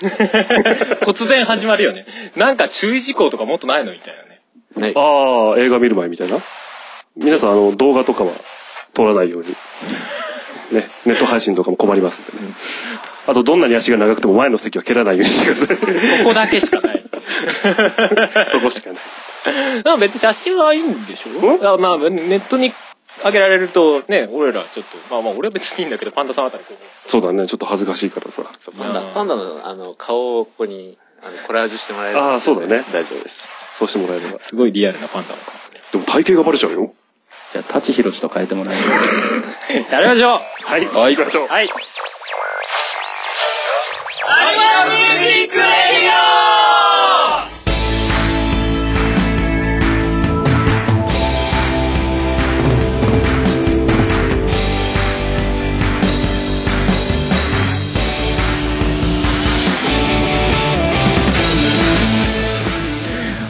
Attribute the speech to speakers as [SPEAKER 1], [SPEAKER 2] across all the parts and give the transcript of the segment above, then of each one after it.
[SPEAKER 1] 突然始まるよね。なんか注意事項とかもっとないのみたいなね。
[SPEAKER 2] ない。
[SPEAKER 3] ああ、映画見る前みたいな。皆さん、あの、動画とかは撮ら ないように。ね、ネット配信とかも困りますんでね。あと、どんなに足が長くても前の席は蹴らないようにしてくださ
[SPEAKER 1] そこだけしか ない。
[SPEAKER 3] い。そこしかない。
[SPEAKER 1] でも別に写真はいいんでし
[SPEAKER 3] ん
[SPEAKER 1] ょあまあ、ネットに上げられるとね、俺らちょっと、まあまあ俺は別にいいんだけど、パンダさんあたりこう。
[SPEAKER 3] そうだね、ちょっと恥ずかしいからさ。
[SPEAKER 2] そうパン
[SPEAKER 1] うん
[SPEAKER 2] ダ、パンダの、あの、顔をここに、あの、コラージュしてもらえる、
[SPEAKER 3] あーそうだね
[SPEAKER 2] 大丈夫です。
[SPEAKER 3] そうしてもらえれば。
[SPEAKER 1] すごいリアルなパンダの顔。
[SPEAKER 3] でも体型がバレちゃうよ。
[SPEAKER 4] じゃあ、舘ひろしと変えてもらえま す。
[SPEAKER 1] やりましょう
[SPEAKER 3] はい。はい、行きましょう。
[SPEAKER 1] はい。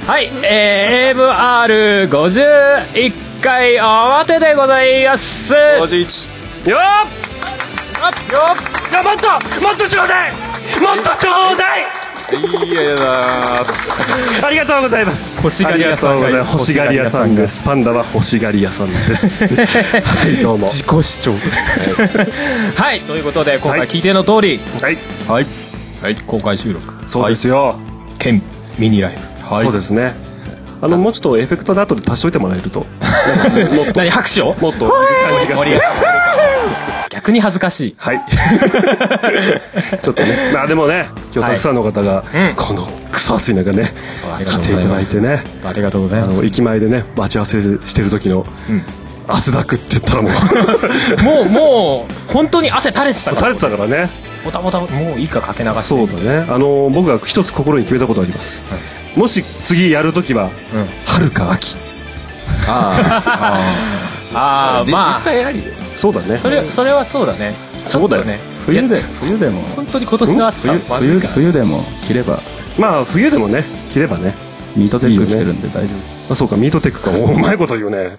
[SPEAKER 5] はい、えー、AMR51 回表でございます
[SPEAKER 6] 51よーよっもっともっとちょうだいもっとちょうだい
[SPEAKER 7] いやいやだーす
[SPEAKER 6] ありがとうございます
[SPEAKER 5] 欲し
[SPEAKER 6] あ
[SPEAKER 5] がり
[SPEAKER 6] り
[SPEAKER 5] 屋
[SPEAKER 6] がと
[SPEAKER 5] さ
[SPEAKER 6] うんご
[SPEAKER 5] が
[SPEAKER 6] ざいます欲しがり屋さん
[SPEAKER 5] が
[SPEAKER 6] ですパンダは欲しがり屋さんですはいどうも自己主張
[SPEAKER 5] はいということで今
[SPEAKER 6] は
[SPEAKER 5] 回
[SPEAKER 6] い
[SPEAKER 5] 聞いての通り、
[SPEAKER 6] はい
[SPEAKER 5] はい、はい、公開収録
[SPEAKER 6] そうですよ
[SPEAKER 5] 兼ミニライブは
[SPEAKER 6] そうですねあのもうちょっとエフェクトの後で足しといてもらえるともっと
[SPEAKER 5] 何拍手を
[SPEAKER 6] もっといい感じがする
[SPEAKER 5] 逆に恥ずかしい
[SPEAKER 6] はいちょっとねまあでもね今日たくさんの方が、
[SPEAKER 5] うん
[SPEAKER 6] このクソ暑い中ね
[SPEAKER 5] うありがとうご
[SPEAKER 6] 来てい
[SPEAKER 5] ざい
[SPEAKER 6] た
[SPEAKER 5] ま
[SPEAKER 6] だい
[SPEAKER 5] す
[SPEAKER 6] てね
[SPEAKER 5] ありがとうござい
[SPEAKER 6] あ
[SPEAKER 5] ます
[SPEAKER 6] の駅前でね待ち合わせしてる時の、汗だくって言った らもう
[SPEAKER 5] もうもう本当に汗垂れてたか
[SPEAKER 6] 垂
[SPEAKER 5] ら
[SPEAKER 6] れてたからね
[SPEAKER 5] ボタボタもういいかかけ流して
[SPEAKER 6] そうだねあの僕が一つ心に決めたことあります、もし次やる時は、
[SPEAKER 5] うん
[SPEAKER 6] 春か秋
[SPEAKER 7] あ
[SPEAKER 5] あ
[SPEAKER 7] ー
[SPEAKER 5] あ
[SPEAKER 7] じ
[SPEAKER 5] ま
[SPEAKER 7] 実
[SPEAKER 5] あ
[SPEAKER 7] 際ありよ
[SPEAKER 6] そうだね
[SPEAKER 5] それそれはそうだね
[SPEAKER 6] そうだよ
[SPEAKER 5] ちょっとね
[SPEAKER 6] 冬で
[SPEAKER 4] 冬でも、
[SPEAKER 5] 本当に今年の暑さ
[SPEAKER 4] 冬、
[SPEAKER 5] まずい
[SPEAKER 4] 冬、
[SPEAKER 5] から
[SPEAKER 4] 冬でも着れば、
[SPEAKER 6] まあ冬でもね着ればね
[SPEAKER 4] ミートテック着てるんで大丈夫です。
[SPEAKER 6] あそうかミートテックかおうまいこと言うね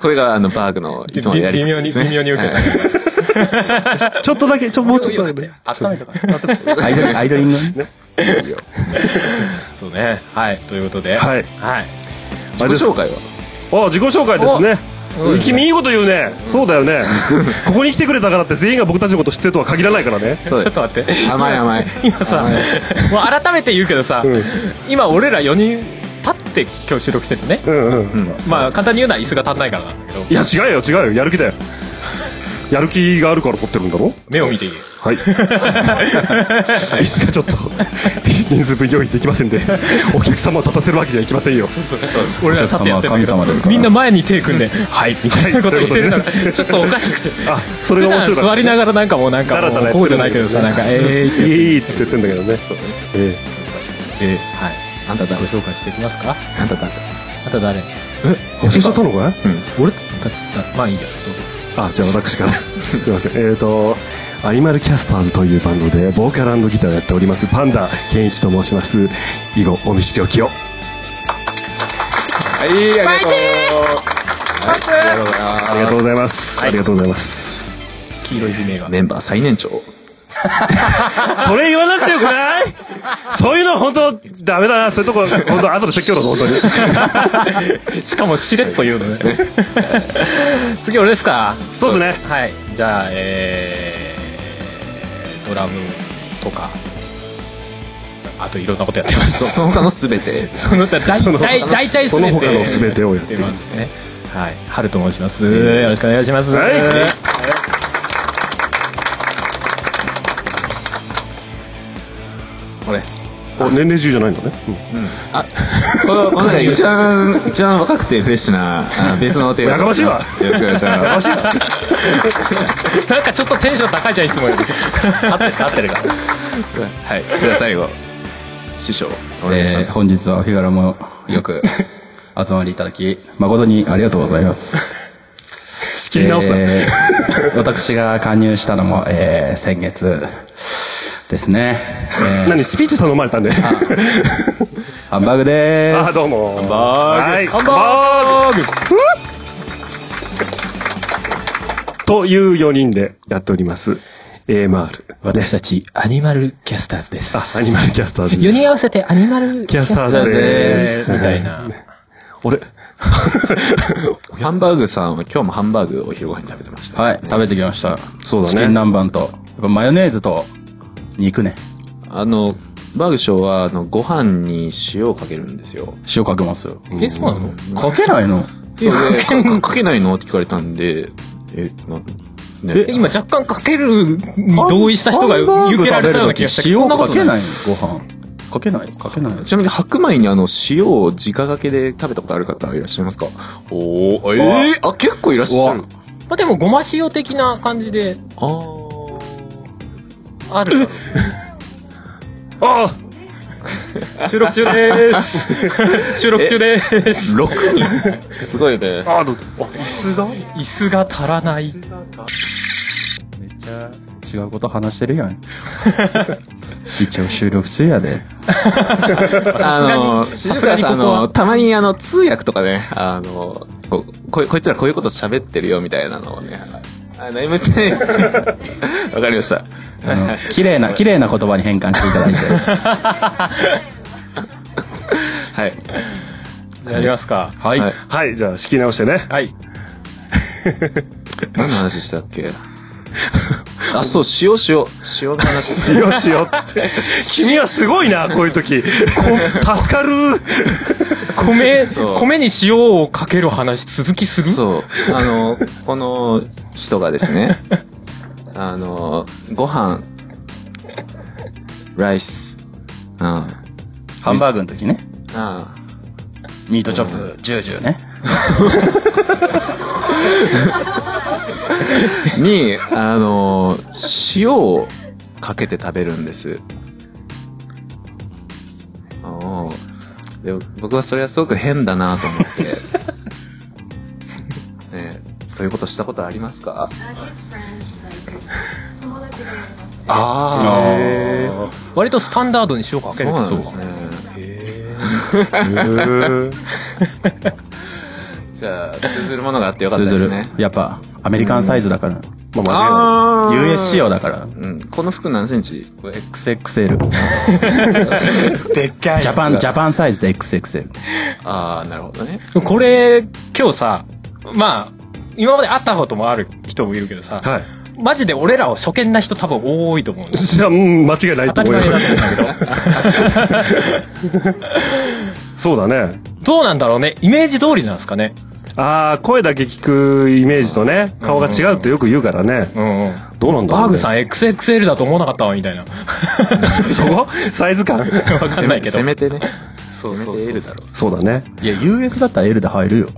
[SPEAKER 7] これがあのバーグのいつものやり口ですね
[SPEAKER 5] 微妙に微妙に受けた
[SPEAKER 7] はい
[SPEAKER 6] ちょっとだけちょもうちょっとだけね
[SPEAKER 5] 温めとか
[SPEAKER 4] アイドリング、アイドリングね
[SPEAKER 5] そうねはいということで
[SPEAKER 6] はい
[SPEAKER 5] はい
[SPEAKER 6] あれで
[SPEAKER 7] 自
[SPEAKER 6] す
[SPEAKER 7] 己紹介は
[SPEAKER 6] あ自己紹介ですね君いいこと言うねそうだよねここに来てくれたからって全員が僕たちのこと知ってるとは限らないからね
[SPEAKER 7] そう
[SPEAKER 5] ちょっと待って
[SPEAKER 7] 甘い甘い
[SPEAKER 5] 今さもう改めて言うけどさ、
[SPEAKER 6] うん
[SPEAKER 5] 今俺ら4人立って今日収録しててね
[SPEAKER 6] うんうん
[SPEAKER 5] まあ簡単に言うのは椅子が足んないからなんだけど
[SPEAKER 6] いや違うよ違うよやる気だよやる気があるから撮ってるんだろ
[SPEAKER 5] 目を見ていい
[SPEAKER 6] はい椅子がちょっと人数分用意できませんでお客様を立たせるわけにはいきませんよ
[SPEAKER 5] 俺ら立ってやってるんだけ
[SPEAKER 4] お客様は神様ですか
[SPEAKER 5] どみ
[SPEAKER 4] ら
[SPEAKER 5] んな前に手組ん で「はい」みたいなこと言ってるのがちょっとおかしくて
[SPEAKER 6] あそれが面白い
[SPEAKER 5] 普段座りながらなんかもうなんか
[SPEAKER 6] だらだ
[SPEAKER 5] も
[SPEAKER 6] ら
[SPEAKER 5] う
[SPEAKER 6] や
[SPEAKER 5] こ
[SPEAKER 6] っ
[SPEAKER 5] うじ
[SPEAKER 6] て
[SPEAKER 5] ゃ
[SPEAKER 6] る
[SPEAKER 5] ないけどさなんか「えー」っ
[SPEAKER 6] い
[SPEAKER 5] て言っ
[SPEAKER 6] い
[SPEAKER 5] て
[SPEAKER 6] いいっつって言ってんだけどねえ
[SPEAKER 5] えーはいあんた誰ご紹介していきますか
[SPEAKER 7] あんただ
[SPEAKER 5] あんた誰
[SPEAKER 6] え忘れちゃったのかい
[SPEAKER 5] 俺たちだまあいいやどうぞ
[SPEAKER 6] あじゃあ私から すいませんえっ、とアニマルキャスターズというバンドでボーカルギターをやっておりますパンダ健一と申します以後お見知りおきを
[SPEAKER 7] はいありがとうはいありがとうございます
[SPEAKER 6] ありがとうございます、ありがとうございます
[SPEAKER 5] 黄色い悲鳴が
[SPEAKER 7] メンバー最年長
[SPEAKER 6] それ言わなくてよくないそういうの本当ダメだなそういうとこ本当後で説教だぞ本当 に
[SPEAKER 5] しかもしれっと言うのね 次俺ですか
[SPEAKER 6] そうですね
[SPEAKER 5] はいじゃあえー、ドラムとかあといろんなことやってま
[SPEAKER 7] そ
[SPEAKER 5] す
[SPEAKER 7] その他の全て
[SPEAKER 5] そのだ大
[SPEAKER 6] その
[SPEAKER 5] 大大体
[SPEAKER 6] その他の全てをやっ
[SPEAKER 5] やってて
[SPEAKER 6] いる
[SPEAKER 5] ますねはい春と申します、よろしくお願いします
[SPEAKER 6] はい
[SPEAKER 7] これ
[SPEAKER 6] お年齢中じゃないんだね、
[SPEAKER 7] あこのこのね一番一番若くてフレッシュなあベースの手を
[SPEAKER 6] やかましいわ
[SPEAKER 7] よろしくお願いします
[SPEAKER 6] しいな
[SPEAKER 5] なんかちょっとテンション高いじゃんいつもより合ってる合ってるから
[SPEAKER 7] はいでは最後師匠お願いしま
[SPEAKER 4] えー
[SPEAKER 7] す、
[SPEAKER 4] 本日はお日柄もよく集まりいただき、誠にありがとうございます。
[SPEAKER 6] 仕切り直すな、
[SPEAKER 4] えー私が加入したのも、えー先月ですね。え
[SPEAKER 6] 何スピーチ頼まれたんであ
[SPEAKER 4] ーハンバーグでーす。
[SPEAKER 6] どうもハンバーグはいハンバーグという4人でやっております AMR。
[SPEAKER 4] 私たち、アニマルキャスターズです。
[SPEAKER 6] あ、アニマルキャスターズです。
[SPEAKER 4] 4人合わせてアニマル
[SPEAKER 6] キャスターズです。
[SPEAKER 4] みたいな。
[SPEAKER 6] 俺、
[SPEAKER 7] ハンバーグさんは今日もハンバーグをお昼ご飯に食べてました。
[SPEAKER 4] はい、食べてきました。
[SPEAKER 6] そうだね
[SPEAKER 4] チキン南蛮と、やっぱマヨネーズと、肉ね。
[SPEAKER 7] あの、バーグショーは、あの、ご飯に塩をかけるんですよ。
[SPEAKER 4] 塩かけますよ。
[SPEAKER 5] え、そうなの
[SPEAKER 4] かけないの
[SPEAKER 7] それで、かかかけないのって聞かれたんで、え、な、ね。
[SPEAKER 5] え今若干かけるに同意した人が受けられたような気がしたけど、そ
[SPEAKER 4] 塩
[SPEAKER 5] んなこ
[SPEAKER 4] か
[SPEAKER 5] と
[SPEAKER 4] け
[SPEAKER 5] ない。
[SPEAKER 4] ないのご飯。かけないかけない
[SPEAKER 7] ちなみに白米にあの塩を直掛けで食べたことある方いらっしゃいますかおおええあ、結構いらっしゃる。
[SPEAKER 5] まあでも、ごま塩的な感じで
[SPEAKER 7] あ
[SPEAKER 5] ある。
[SPEAKER 6] あ
[SPEAKER 5] 収録中でーす。 収録中でーす。
[SPEAKER 7] 6 人すごいね。
[SPEAKER 6] あ、あの、
[SPEAKER 5] 椅子が足らない。
[SPEAKER 4] めっちゃ違うこと話してるやん。一応収録中やで。
[SPEAKER 7] あの、
[SPEAKER 5] さ
[SPEAKER 7] 静
[SPEAKER 5] すが
[SPEAKER 7] 川
[SPEAKER 5] に
[SPEAKER 7] さん、あ
[SPEAKER 5] ここは
[SPEAKER 7] の、たまにあの、通訳とかね、あの、こ、こいこいつらこういうこと喋ってるよみたいなのをね、あ、何も言ってないです。 わかりました。
[SPEAKER 4] あの、綺麗な、綺麗な言葉に変換していただいて。
[SPEAKER 7] はい。
[SPEAKER 5] やりますか。
[SPEAKER 4] はい。
[SPEAKER 7] はい
[SPEAKER 6] はい、じゃあ、仕切り直してね。
[SPEAKER 5] はい。
[SPEAKER 7] 何の話したっけ あ、そう、塩塩。塩の話。
[SPEAKER 6] よしよ、つ って。君はすごいな、こういう時。こ助かる。
[SPEAKER 5] 米、
[SPEAKER 7] そう
[SPEAKER 5] 米に塩をかける話、続きする
[SPEAKER 7] そう。あの、この人がですね、あの、ご飯、ライス、あ
[SPEAKER 4] ハンバーグの時ね。
[SPEAKER 7] あ、あ
[SPEAKER 4] ミートチョップ、ジュージューね。
[SPEAKER 7] あ、に、あの、塩をかけて食べるんです。ああで僕はそれはすごく変だなと思 って。ねえそういうことしたことありますか
[SPEAKER 8] his friends, like, 友達がいます。
[SPEAKER 7] あ
[SPEAKER 5] 割とスタンダードに塩か
[SPEAKER 7] あ、
[SPEAKER 5] け
[SPEAKER 7] そう
[SPEAKER 5] る
[SPEAKER 7] なんですね。 じゃあ、通ずるものがあってよかったですね。
[SPEAKER 4] やっぱ、アメリカンサイズだから。
[SPEAKER 7] あ
[SPEAKER 4] US 仕様だから。
[SPEAKER 7] うん、この服何センチ
[SPEAKER 4] XXL。でっかい。ジャパン、ジャパンサイズで XXL。
[SPEAKER 7] ああなるほどね
[SPEAKER 5] そうこれ、今日さ、まあ、今まで会ったこともある人もいるけどさ、
[SPEAKER 6] はい。
[SPEAKER 5] マジで俺らを初見な人多分多いと思うんです
[SPEAKER 6] じゃあ、うん、間違いない
[SPEAKER 5] 当
[SPEAKER 6] と
[SPEAKER 5] たり
[SPEAKER 6] 思う
[SPEAKER 5] 前
[SPEAKER 6] よ
[SPEAKER 5] に。なってん だけど。
[SPEAKER 6] そうだね。
[SPEAKER 5] どうなんだろうね。イメージ通りなんですかね。
[SPEAKER 6] ああ、声だけ聞くイメージとね、顔が違うってよく言うからね。
[SPEAKER 5] うんうん。
[SPEAKER 6] どうなんだろ
[SPEAKER 5] バー
[SPEAKER 6] う、ね。
[SPEAKER 5] グさん XXL だと思わなかったわ、み たいな。
[SPEAKER 6] そこサイズ感
[SPEAKER 5] わかんないけど
[SPEAKER 7] せ。めてね
[SPEAKER 5] そうそうそう
[SPEAKER 7] せめて L だろ
[SPEAKER 6] そうだね。
[SPEAKER 4] いや、US だったら L で入るよ。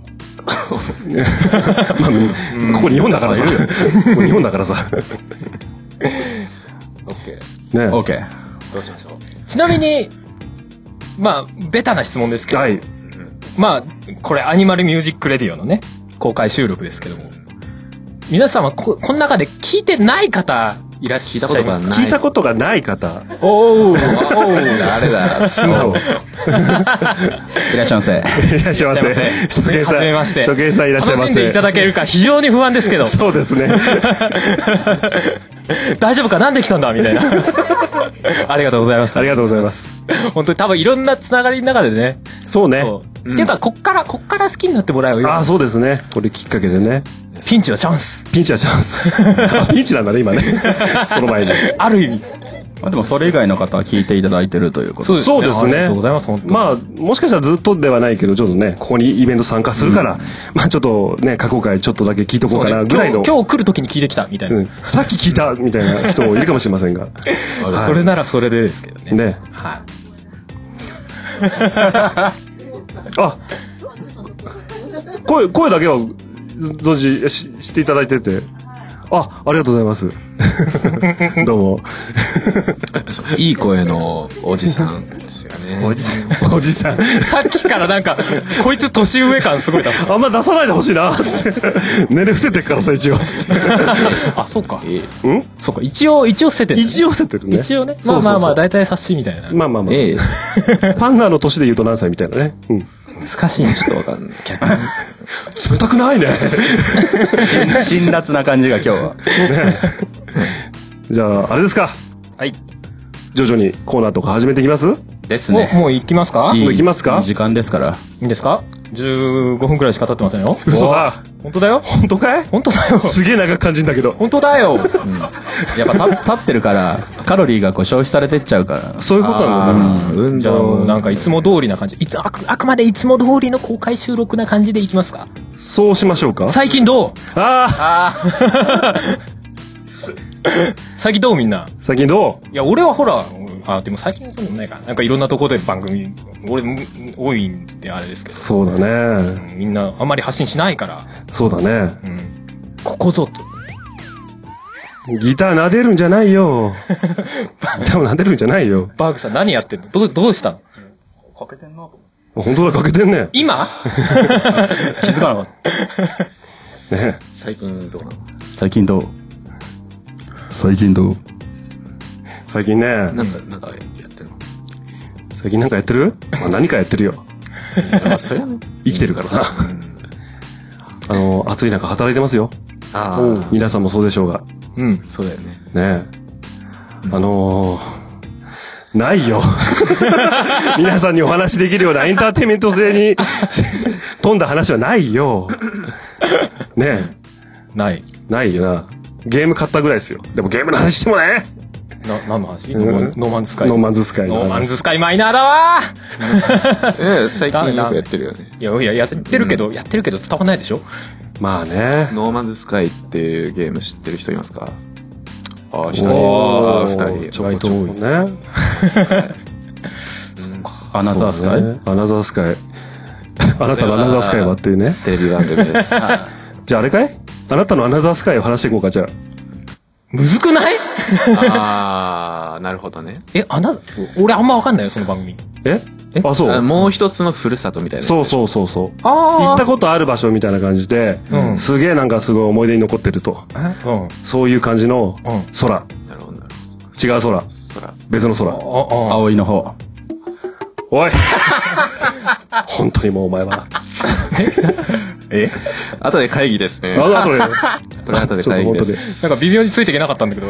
[SPEAKER 6] まあここ日本だからさ。ここ日本だから さ。
[SPEAKER 7] う OK
[SPEAKER 6] ね。
[SPEAKER 4] OK。
[SPEAKER 7] どうしましょう
[SPEAKER 5] ちなみに、まあ、ベタな質問ですけど、
[SPEAKER 6] はい。
[SPEAKER 5] まあ、これアニマルミュージックレディオのね、公開収録ですけども、皆様、こ、この中で聞いてない方、いらっしゃいます
[SPEAKER 7] ない
[SPEAKER 6] 聞いたことがない方。
[SPEAKER 5] おお
[SPEAKER 7] 誰だ
[SPEAKER 6] 素直。い
[SPEAKER 4] いらっしゃいませ。
[SPEAKER 6] らっしゃいませ。初見さん。
[SPEAKER 5] はじめまして
[SPEAKER 6] 初見さんいらっしゃいま
[SPEAKER 5] 楽しんでいた
[SPEAKER 6] せ。
[SPEAKER 5] だけるか非常に不安ですけど、
[SPEAKER 6] そうですね。
[SPEAKER 5] 大丈夫かなんで来たんだみたい な。ありがとうございます
[SPEAKER 6] あ。りがとうございます。
[SPEAKER 5] 本当に多分いろんなつながりの中でね。
[SPEAKER 6] そうね。
[SPEAKER 5] そうっていうか、こっから、こっから好きになってもらえば
[SPEAKER 6] あ
[SPEAKER 5] よ
[SPEAKER 6] あ、。そうですね。これきっかけでね。
[SPEAKER 5] ピンチはチャンス。
[SPEAKER 6] ピンチはチャン ス。あピンチなんだね、 今ね。その前に。
[SPEAKER 5] ある意味。
[SPEAKER 4] まあでもそれ以外の方は聞いていただいてるということで。
[SPEAKER 6] そうですね
[SPEAKER 5] ありがとうございます、本当に。
[SPEAKER 6] まあ、もしかしたらずっとではないけど、ちょっとね、ここにイベント参加するから、まあちょっとね、過去回ちょっとだけ聞いとこうかなぐらいの。
[SPEAKER 5] 今日今日来る時に聞いてきたみたいな、
[SPEAKER 6] うん、さっき聞いたみたいな人もいるかもしれませんが。はい
[SPEAKER 5] それならそれでですけどね
[SPEAKER 6] ね。
[SPEAKER 5] は
[SPEAKER 6] あ声、声だけは存じししていただいてて。あ、ありがとうございます。 どうも。
[SPEAKER 7] いい声のおじさんですよねおじさん
[SPEAKER 6] おじさん。
[SPEAKER 5] い さっきからなんかこいつ年上感すごいだ
[SPEAKER 6] あんま出さないでほしいな、 つって。寝る伏せてっからさ、一応。つって
[SPEAKER 5] あそうか
[SPEAKER 7] え
[SPEAKER 5] そうか一応一応伏せてる
[SPEAKER 6] 一応伏せてるね。
[SPEAKER 5] 一応ね
[SPEAKER 6] そうそうそう
[SPEAKER 5] まあまあまあ大体察しみたいな
[SPEAKER 6] まあまあま
[SPEAKER 7] え
[SPEAKER 6] あ。パンダの年で言うと何歳みたいなね。うん。
[SPEAKER 7] 難しいねちょっとわかんない逆に
[SPEAKER 6] 冷たくないね。
[SPEAKER 4] 辛辣な感じが今日は。
[SPEAKER 6] じゃあ、あれですか
[SPEAKER 5] はい。
[SPEAKER 6] 徐々にコーナーとか始めていきますも
[SPEAKER 4] ですね。
[SPEAKER 5] もうもう行きますかい
[SPEAKER 6] いきますか
[SPEAKER 4] 時間ですから。
[SPEAKER 5] いですか ?15 分くらいしか経ってませんよ。
[SPEAKER 6] 嘘だ
[SPEAKER 5] 本当だよ
[SPEAKER 6] 本当かい
[SPEAKER 5] 本当だよ
[SPEAKER 6] すげえ長く感じんだけど。
[SPEAKER 5] 本当だよ
[SPEAKER 4] やっぱ立 立ってるから、カロリーがこう消費されてっちゃうから。
[SPEAKER 6] そういうことなのか
[SPEAKER 7] あー運
[SPEAKER 5] じゃあも
[SPEAKER 7] 動
[SPEAKER 5] うなんかいつも通りな感じ。いつあくあくまでいつも通りの公開収録な感じでいきますか
[SPEAKER 6] なそうしましょうか
[SPEAKER 5] 最近どう
[SPEAKER 6] ああ
[SPEAKER 5] 最近どうみんな
[SPEAKER 6] 最近ど
[SPEAKER 5] いや、俺はほら、うんあ、でも最近そうでもないか。なんかいろんなところで番組、俺も多いんであれですけ
[SPEAKER 6] う
[SPEAKER 5] ど、
[SPEAKER 6] そうだね。
[SPEAKER 5] うんみんなあんまり発信しないから、
[SPEAKER 6] そうだね。
[SPEAKER 5] うん、ここぞと。
[SPEAKER 6] ギター撫でるんじゃない よ。ギターも撫でるんじゃないよ。
[SPEAKER 5] バーグさん何やってんのどう、どうしたの
[SPEAKER 6] 本当だ、欠けてんね。
[SPEAKER 5] 今
[SPEAKER 4] 気づかなかっ
[SPEAKER 6] ね
[SPEAKER 7] 最近どうなの
[SPEAKER 4] た。最近どう最近どう
[SPEAKER 6] 最近ね、
[SPEAKER 7] なんか、なんかやって るの
[SPEAKER 6] 最近なんかやってる、まあ、何かやってるよ。
[SPEAKER 7] まあ、それはね。
[SPEAKER 6] 生きてるからな。あの、暑い中働いてますよ。
[SPEAKER 7] ああ、
[SPEAKER 6] 皆さんもそうでしょうが。
[SPEAKER 5] うん。
[SPEAKER 7] そうだよね。
[SPEAKER 6] ねあのーない よ。皆さんにお話しできるようなエンターテインメント性に 富んだ話はないよ。ね
[SPEAKER 5] ない。
[SPEAKER 6] ないよな。ゲーム買ったぐらいですよ。でもゲームの話してもね。
[SPEAKER 5] な、何の話ノーマンノーマンズスカイ。
[SPEAKER 6] ノーマンズスカイの話
[SPEAKER 5] ノーマンズスカイマイナーだわ
[SPEAKER 7] ええ、最近よくやってるよね。
[SPEAKER 5] ーいやいや、やってるけど、やってるけど伝わんないでしょ
[SPEAKER 6] まあね。
[SPEAKER 7] ノーマンズスカイっていうゲーム知ってる人いますかああ、一人。あ
[SPEAKER 6] お
[SPEAKER 7] あ、
[SPEAKER 6] ー
[SPEAKER 7] 二人。
[SPEAKER 5] 意外と多い。
[SPEAKER 6] ね。
[SPEAKER 4] アナザースカイ、
[SPEAKER 6] そうねアナザースカイ。あなたのアナザースカイはっていうね。
[SPEAKER 7] テレビ番組です。 あ
[SPEAKER 6] じゃああれかいあなたのアナザースカイを話していこうか、じゃあ。
[SPEAKER 5] むずくない
[SPEAKER 7] あ、なるほどね。
[SPEAKER 5] え、あな、俺あんまわかんないよ、その番組。
[SPEAKER 6] え
[SPEAKER 5] え
[SPEAKER 6] あ、そう
[SPEAKER 7] あ。もう一つのふるさとみたいな。
[SPEAKER 6] そうそうそうそう。行
[SPEAKER 5] あ
[SPEAKER 6] ったことある場所みたいな感じで、
[SPEAKER 5] うん
[SPEAKER 6] すげえなんかすごい思い出に残ってると。
[SPEAKER 5] あ。うん。
[SPEAKER 6] そういう感じの
[SPEAKER 5] うん
[SPEAKER 6] 空。
[SPEAKER 7] う。なるほど、なる
[SPEAKER 6] 違
[SPEAKER 7] ほど。
[SPEAKER 6] う空。
[SPEAKER 7] そら。
[SPEAKER 6] 別の空。
[SPEAKER 5] あ、あ、
[SPEAKER 4] 葵の方。
[SPEAKER 6] おい 本当にもうお前は。
[SPEAKER 5] え
[SPEAKER 7] 後で会議で すね。
[SPEAKER 6] なんだこれ。
[SPEAKER 7] これ後で会議です。
[SPEAKER 5] なんか微妙についていけなかったんだけど。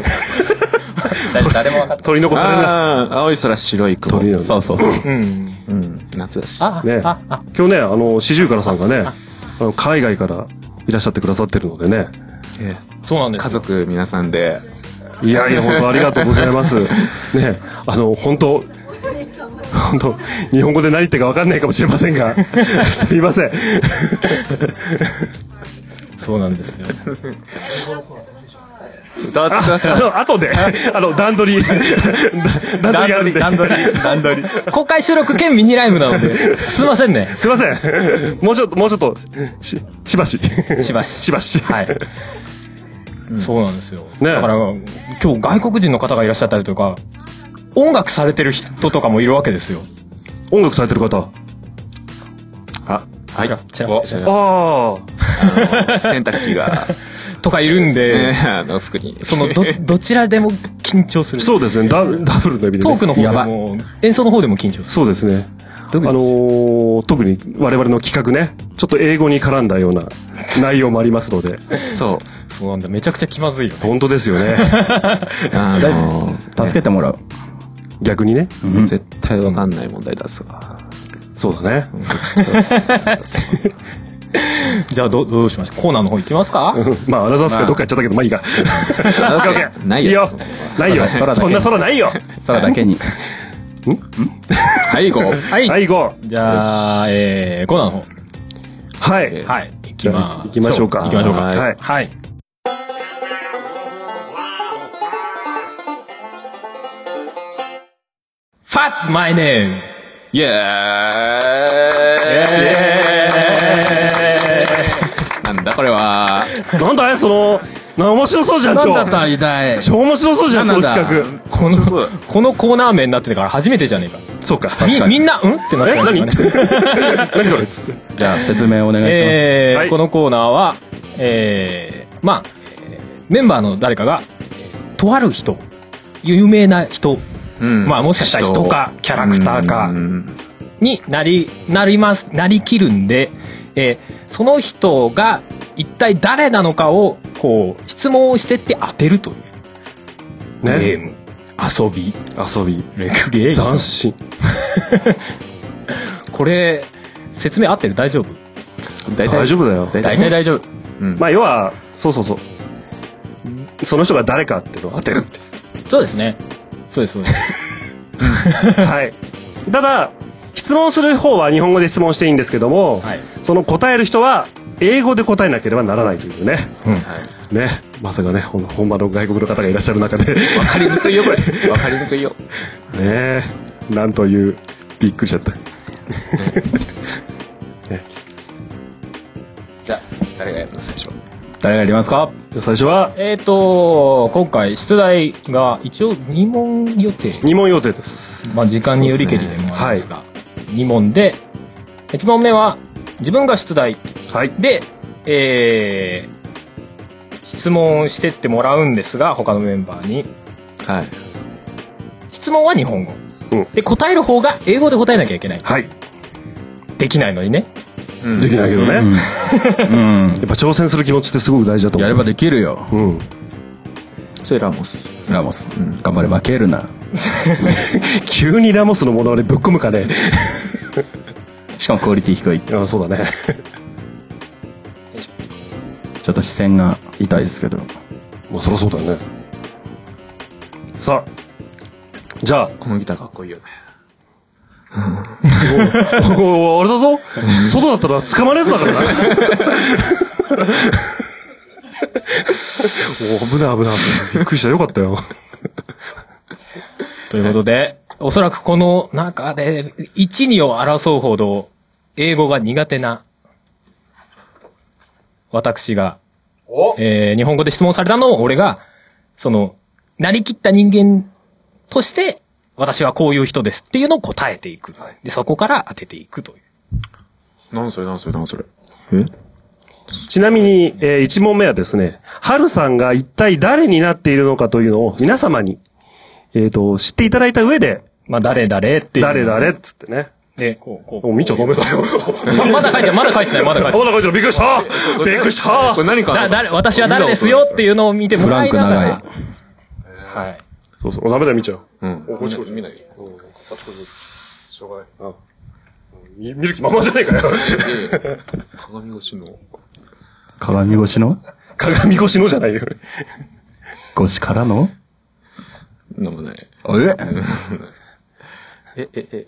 [SPEAKER 5] 誰もわかっ
[SPEAKER 6] 取り残されるな。
[SPEAKER 7] ああ、青い空、白い雲。
[SPEAKER 6] 鳥なの
[SPEAKER 4] そうそう そう。
[SPEAKER 5] た。うん。
[SPEAKER 7] うん、夏だし。
[SPEAKER 5] あ、
[SPEAKER 6] ね
[SPEAKER 5] あ、あ、
[SPEAKER 6] 今日ね、あの、四十からさんがね、あの海外からいらっしゃってくださってるのでね。
[SPEAKER 7] え
[SPEAKER 5] そうなん
[SPEAKER 7] え
[SPEAKER 5] です
[SPEAKER 7] 家。族皆さんで、
[SPEAKER 6] いやいや、本当ありがとうございます。 ね、あの、本当、本当、日本語で何言ってるか分かんないかもしれませ んが、すいません。
[SPEAKER 5] そうなんですよ。
[SPEAKER 7] 歌ってくださ
[SPEAKER 6] あ
[SPEAKER 7] い。
[SPEAKER 6] の、後で、あの、段 取り、段取りあるんで。
[SPEAKER 5] 段取り。 公開収録兼ミニライブなので、すいませんね。
[SPEAKER 6] すいません。もうちょっと、もうちょっと、し、しばし。
[SPEAKER 5] しばし。
[SPEAKER 6] しばし。
[SPEAKER 5] はい。そうなんですよ。
[SPEAKER 6] ね
[SPEAKER 5] だから、今日外国人の方がいらっしゃったりとか、音楽されてる人とかもいるわけですよ。
[SPEAKER 6] 音楽されてる方。
[SPEAKER 7] あ、はい。
[SPEAKER 5] ちらちら
[SPEAKER 6] あ
[SPEAKER 7] 洗濯機が、
[SPEAKER 5] とかいるん
[SPEAKER 7] ね
[SPEAKER 5] で、
[SPEAKER 7] あの、服に。
[SPEAKER 5] その、ど、 どちらでも緊張す
[SPEAKER 6] あ、
[SPEAKER 5] る。
[SPEAKER 6] そうですね。ダブダブルの意味で、
[SPEAKER 5] ト
[SPEAKER 6] ね。
[SPEAKER 5] ークの方でも、演奏の方でも緊張する。
[SPEAKER 6] そうですね。あのー特に我々の企画ね、ちょっと英語に絡んだような内容もありますので、
[SPEAKER 7] そう。
[SPEAKER 5] そうなんだ。めちゃくちゃ気まずいよね。
[SPEAKER 6] 本当ですよね。
[SPEAKER 7] あの、
[SPEAKER 4] 助けてもらう。
[SPEAKER 6] 逆にね。
[SPEAKER 7] 絶対わかんない問題出すわ。
[SPEAKER 6] そうだね。
[SPEAKER 5] じゃあ、ど、どうしましょう。コーナーの方行きますか
[SPEAKER 6] まあ、アナザースカイどっか行っちゃったけど、まあいいか。
[SPEAKER 7] 出す
[SPEAKER 6] オッケー
[SPEAKER 7] ない
[SPEAKER 6] いい
[SPEAKER 7] よ
[SPEAKER 6] よ。。ないよ
[SPEAKER 4] 空だ。け
[SPEAKER 6] そんな空ないよ。
[SPEAKER 4] それ だけに。
[SPEAKER 7] はい、行こう。
[SPEAKER 5] はい。
[SPEAKER 6] はい、行こう。
[SPEAKER 5] じゃあ、えー、コーナーの方。
[SPEAKER 6] はい。
[SPEAKER 5] はい。行きま
[SPEAKER 6] 行きましょうか。
[SPEAKER 5] 行きましょうか。
[SPEAKER 6] はい。はい
[SPEAKER 5] はい。That's my name!
[SPEAKER 7] イエーイなんだこれは。
[SPEAKER 6] なんだいその、な、面白そうじゃん、
[SPEAKER 4] なん
[SPEAKER 6] 超
[SPEAKER 4] だ。ったら痛い。
[SPEAKER 6] 超面白そうじゃん、そ
[SPEAKER 4] なん
[SPEAKER 6] の
[SPEAKER 4] だ
[SPEAKER 6] 企画。
[SPEAKER 5] こ
[SPEAKER 7] 面白そう
[SPEAKER 5] の、このコーナー名になってから初めてじゃねえか。
[SPEAKER 6] そうか。
[SPEAKER 5] み、みんな、んってなってる
[SPEAKER 6] え
[SPEAKER 5] から
[SPEAKER 6] 何
[SPEAKER 5] ね
[SPEAKER 6] 何そ れつって
[SPEAKER 4] じゃあ説明お願いします。
[SPEAKER 5] えー
[SPEAKER 6] はい
[SPEAKER 5] このコーナーは、えー、まあ、えーメンバーの誰かが、とある人、有名な人、
[SPEAKER 7] うん
[SPEAKER 5] まあもしかしたら人か、キャラクターか
[SPEAKER 7] う、ん
[SPEAKER 5] になり、なります、なりきるんで、えーその人が一体誰なのかを、こう、質問をしてって当てるという。ゲ
[SPEAKER 6] ね。
[SPEAKER 5] ーム、遊び、
[SPEAKER 6] 遊び。
[SPEAKER 5] レクリエーション
[SPEAKER 6] 斬新。
[SPEAKER 5] これ、説明合ってる大丈夫
[SPEAKER 7] 大
[SPEAKER 6] 大丈夫だよ。
[SPEAKER 7] 大
[SPEAKER 5] 大
[SPEAKER 7] 体
[SPEAKER 5] 体大丈夫。
[SPEAKER 6] まあ、要は、そうそうそう。その人が誰かっていうのを当てるってい
[SPEAKER 5] そうですね。そうです、そう です。
[SPEAKER 6] う。はい。ただ、質問する方は日本語で質問していいんですけども、
[SPEAKER 5] はい。
[SPEAKER 6] その答える人は、英語で答えなければならないというね。ね。まさかね、ほん本場の外国の方がいらっしゃる中で。ね
[SPEAKER 7] わかりにくいよ、これ。わかりにくいよ。
[SPEAKER 6] え。なんという、びっくりしちゃった。
[SPEAKER 7] じゃあ、誰がやるの、最初。
[SPEAKER 5] 誰がやりますか
[SPEAKER 6] じゃあ最初は、
[SPEAKER 5] えっ、と、今回、出題が一応2問予定。
[SPEAKER 6] 二問予定です。
[SPEAKER 5] まあ、時間によりけりでもあるんですが、2問で、1問目は、自分が出題。
[SPEAKER 6] はい。
[SPEAKER 5] で、えー質問してってもらうんですが、他のメンバーに。
[SPEAKER 7] はい。
[SPEAKER 5] 質問は日本語。
[SPEAKER 6] うん
[SPEAKER 5] で、答える方が英語で答えなきゃいけない。
[SPEAKER 6] はい。
[SPEAKER 5] できないのにね。
[SPEAKER 6] できないけどね。やっ
[SPEAKER 4] うん。 うん。
[SPEAKER 6] ぱ挑戦する気持ちってすごく大事だと思
[SPEAKER 4] や
[SPEAKER 6] う。
[SPEAKER 4] ればできるよ。
[SPEAKER 6] うん。
[SPEAKER 7] それラモス。
[SPEAKER 4] ラモス。頑張れば、ケールな。
[SPEAKER 6] 急にラモスのものまねぶっ込むかね。
[SPEAKER 4] しかもクオリティ低い。
[SPEAKER 6] あそうだね。
[SPEAKER 4] ちょっと視線が痛いですけど。
[SPEAKER 6] まあ、そりゃそうだよね。さあ。じゃあ、
[SPEAKER 7] このギターかっこいいよね。
[SPEAKER 6] ここ、あれだぞ。外だったら捕まれずだからな。お危ない危ない。びっくりした。よかったよ。
[SPEAKER 5] ということで、おそらくこの中で、1、2を争うほど、英語が苦手な、私が、えー日本語で質問されたのを俺が、その、なりきった人間として、私はこういう人ですっていうのを答えていく。で、そこから当てていくという。
[SPEAKER 7] なんそれ、なんそれ、なんそれ。え
[SPEAKER 6] ちなみに、え1問目はですね、ハルさんが一体誰になっているのかというのを皆様に、えっ、と、知っていただいた上で、
[SPEAKER 5] まあ、誰誰っていう。
[SPEAKER 6] 誰誰っつってね。
[SPEAKER 5] で、こう、こう。
[SPEAKER 6] もう見ちゃダメだよ。
[SPEAKER 5] ままだ書いてない、まだ書いてない、まだ書いて
[SPEAKER 6] あ、まだ書いてる。びっくりしたびっくりした
[SPEAKER 7] これ何か
[SPEAKER 5] な。
[SPEAKER 7] ない
[SPEAKER 5] だ、誰、私は誰ですよっていうのを見ても
[SPEAKER 4] フ
[SPEAKER 5] ら
[SPEAKER 4] ラン
[SPEAKER 5] い
[SPEAKER 4] ク
[SPEAKER 5] ながら。
[SPEAKER 4] 長い。
[SPEAKER 5] はい。
[SPEAKER 6] そうそう。ダメだよ、見ちゃう。
[SPEAKER 7] うん。
[SPEAKER 6] こっちこっち
[SPEAKER 7] 見ない。
[SPEAKER 6] しょうがない。あ見見る気ままじゃねえかよ。
[SPEAKER 7] 鏡越しの。
[SPEAKER 4] 鏡越しの
[SPEAKER 6] 鏡越しのじゃないよ。
[SPEAKER 4] 越しからの
[SPEAKER 7] なんもない。
[SPEAKER 4] え
[SPEAKER 7] え、え、え。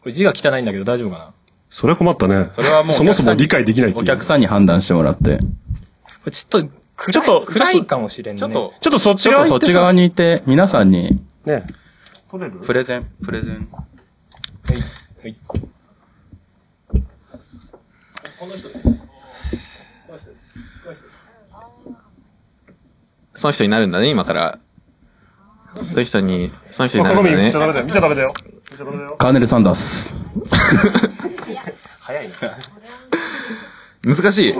[SPEAKER 5] これ字が汚いんだけど大丈夫かな
[SPEAKER 6] それは困ったね。そ
[SPEAKER 4] それはもうお客さんに
[SPEAKER 6] もそも理解できないってい
[SPEAKER 4] お
[SPEAKER 6] う。
[SPEAKER 4] 客さんに判断してもらって。
[SPEAKER 5] これちょっと暗い、
[SPEAKER 6] ちょっと
[SPEAKER 5] 暗いかもしれんね。
[SPEAKER 4] ちょっと
[SPEAKER 6] ちょっとそっち
[SPEAKER 4] ちょっ
[SPEAKER 6] 側行
[SPEAKER 4] とそっ
[SPEAKER 6] って
[SPEAKER 4] ち
[SPEAKER 6] さ
[SPEAKER 4] 側にいて、皆さんに、
[SPEAKER 6] ね。
[SPEAKER 4] プレゼン、プレゼン。
[SPEAKER 5] はい。はい。
[SPEAKER 7] その人になるんだね、今から。そういう人に、その人になるん
[SPEAKER 6] 鏡
[SPEAKER 7] だ
[SPEAKER 6] 見ちゃ
[SPEAKER 7] ね。
[SPEAKER 6] ダメだよ。見ちゃダメだよ。
[SPEAKER 4] カーネル・サンダース。
[SPEAKER 7] 難しい。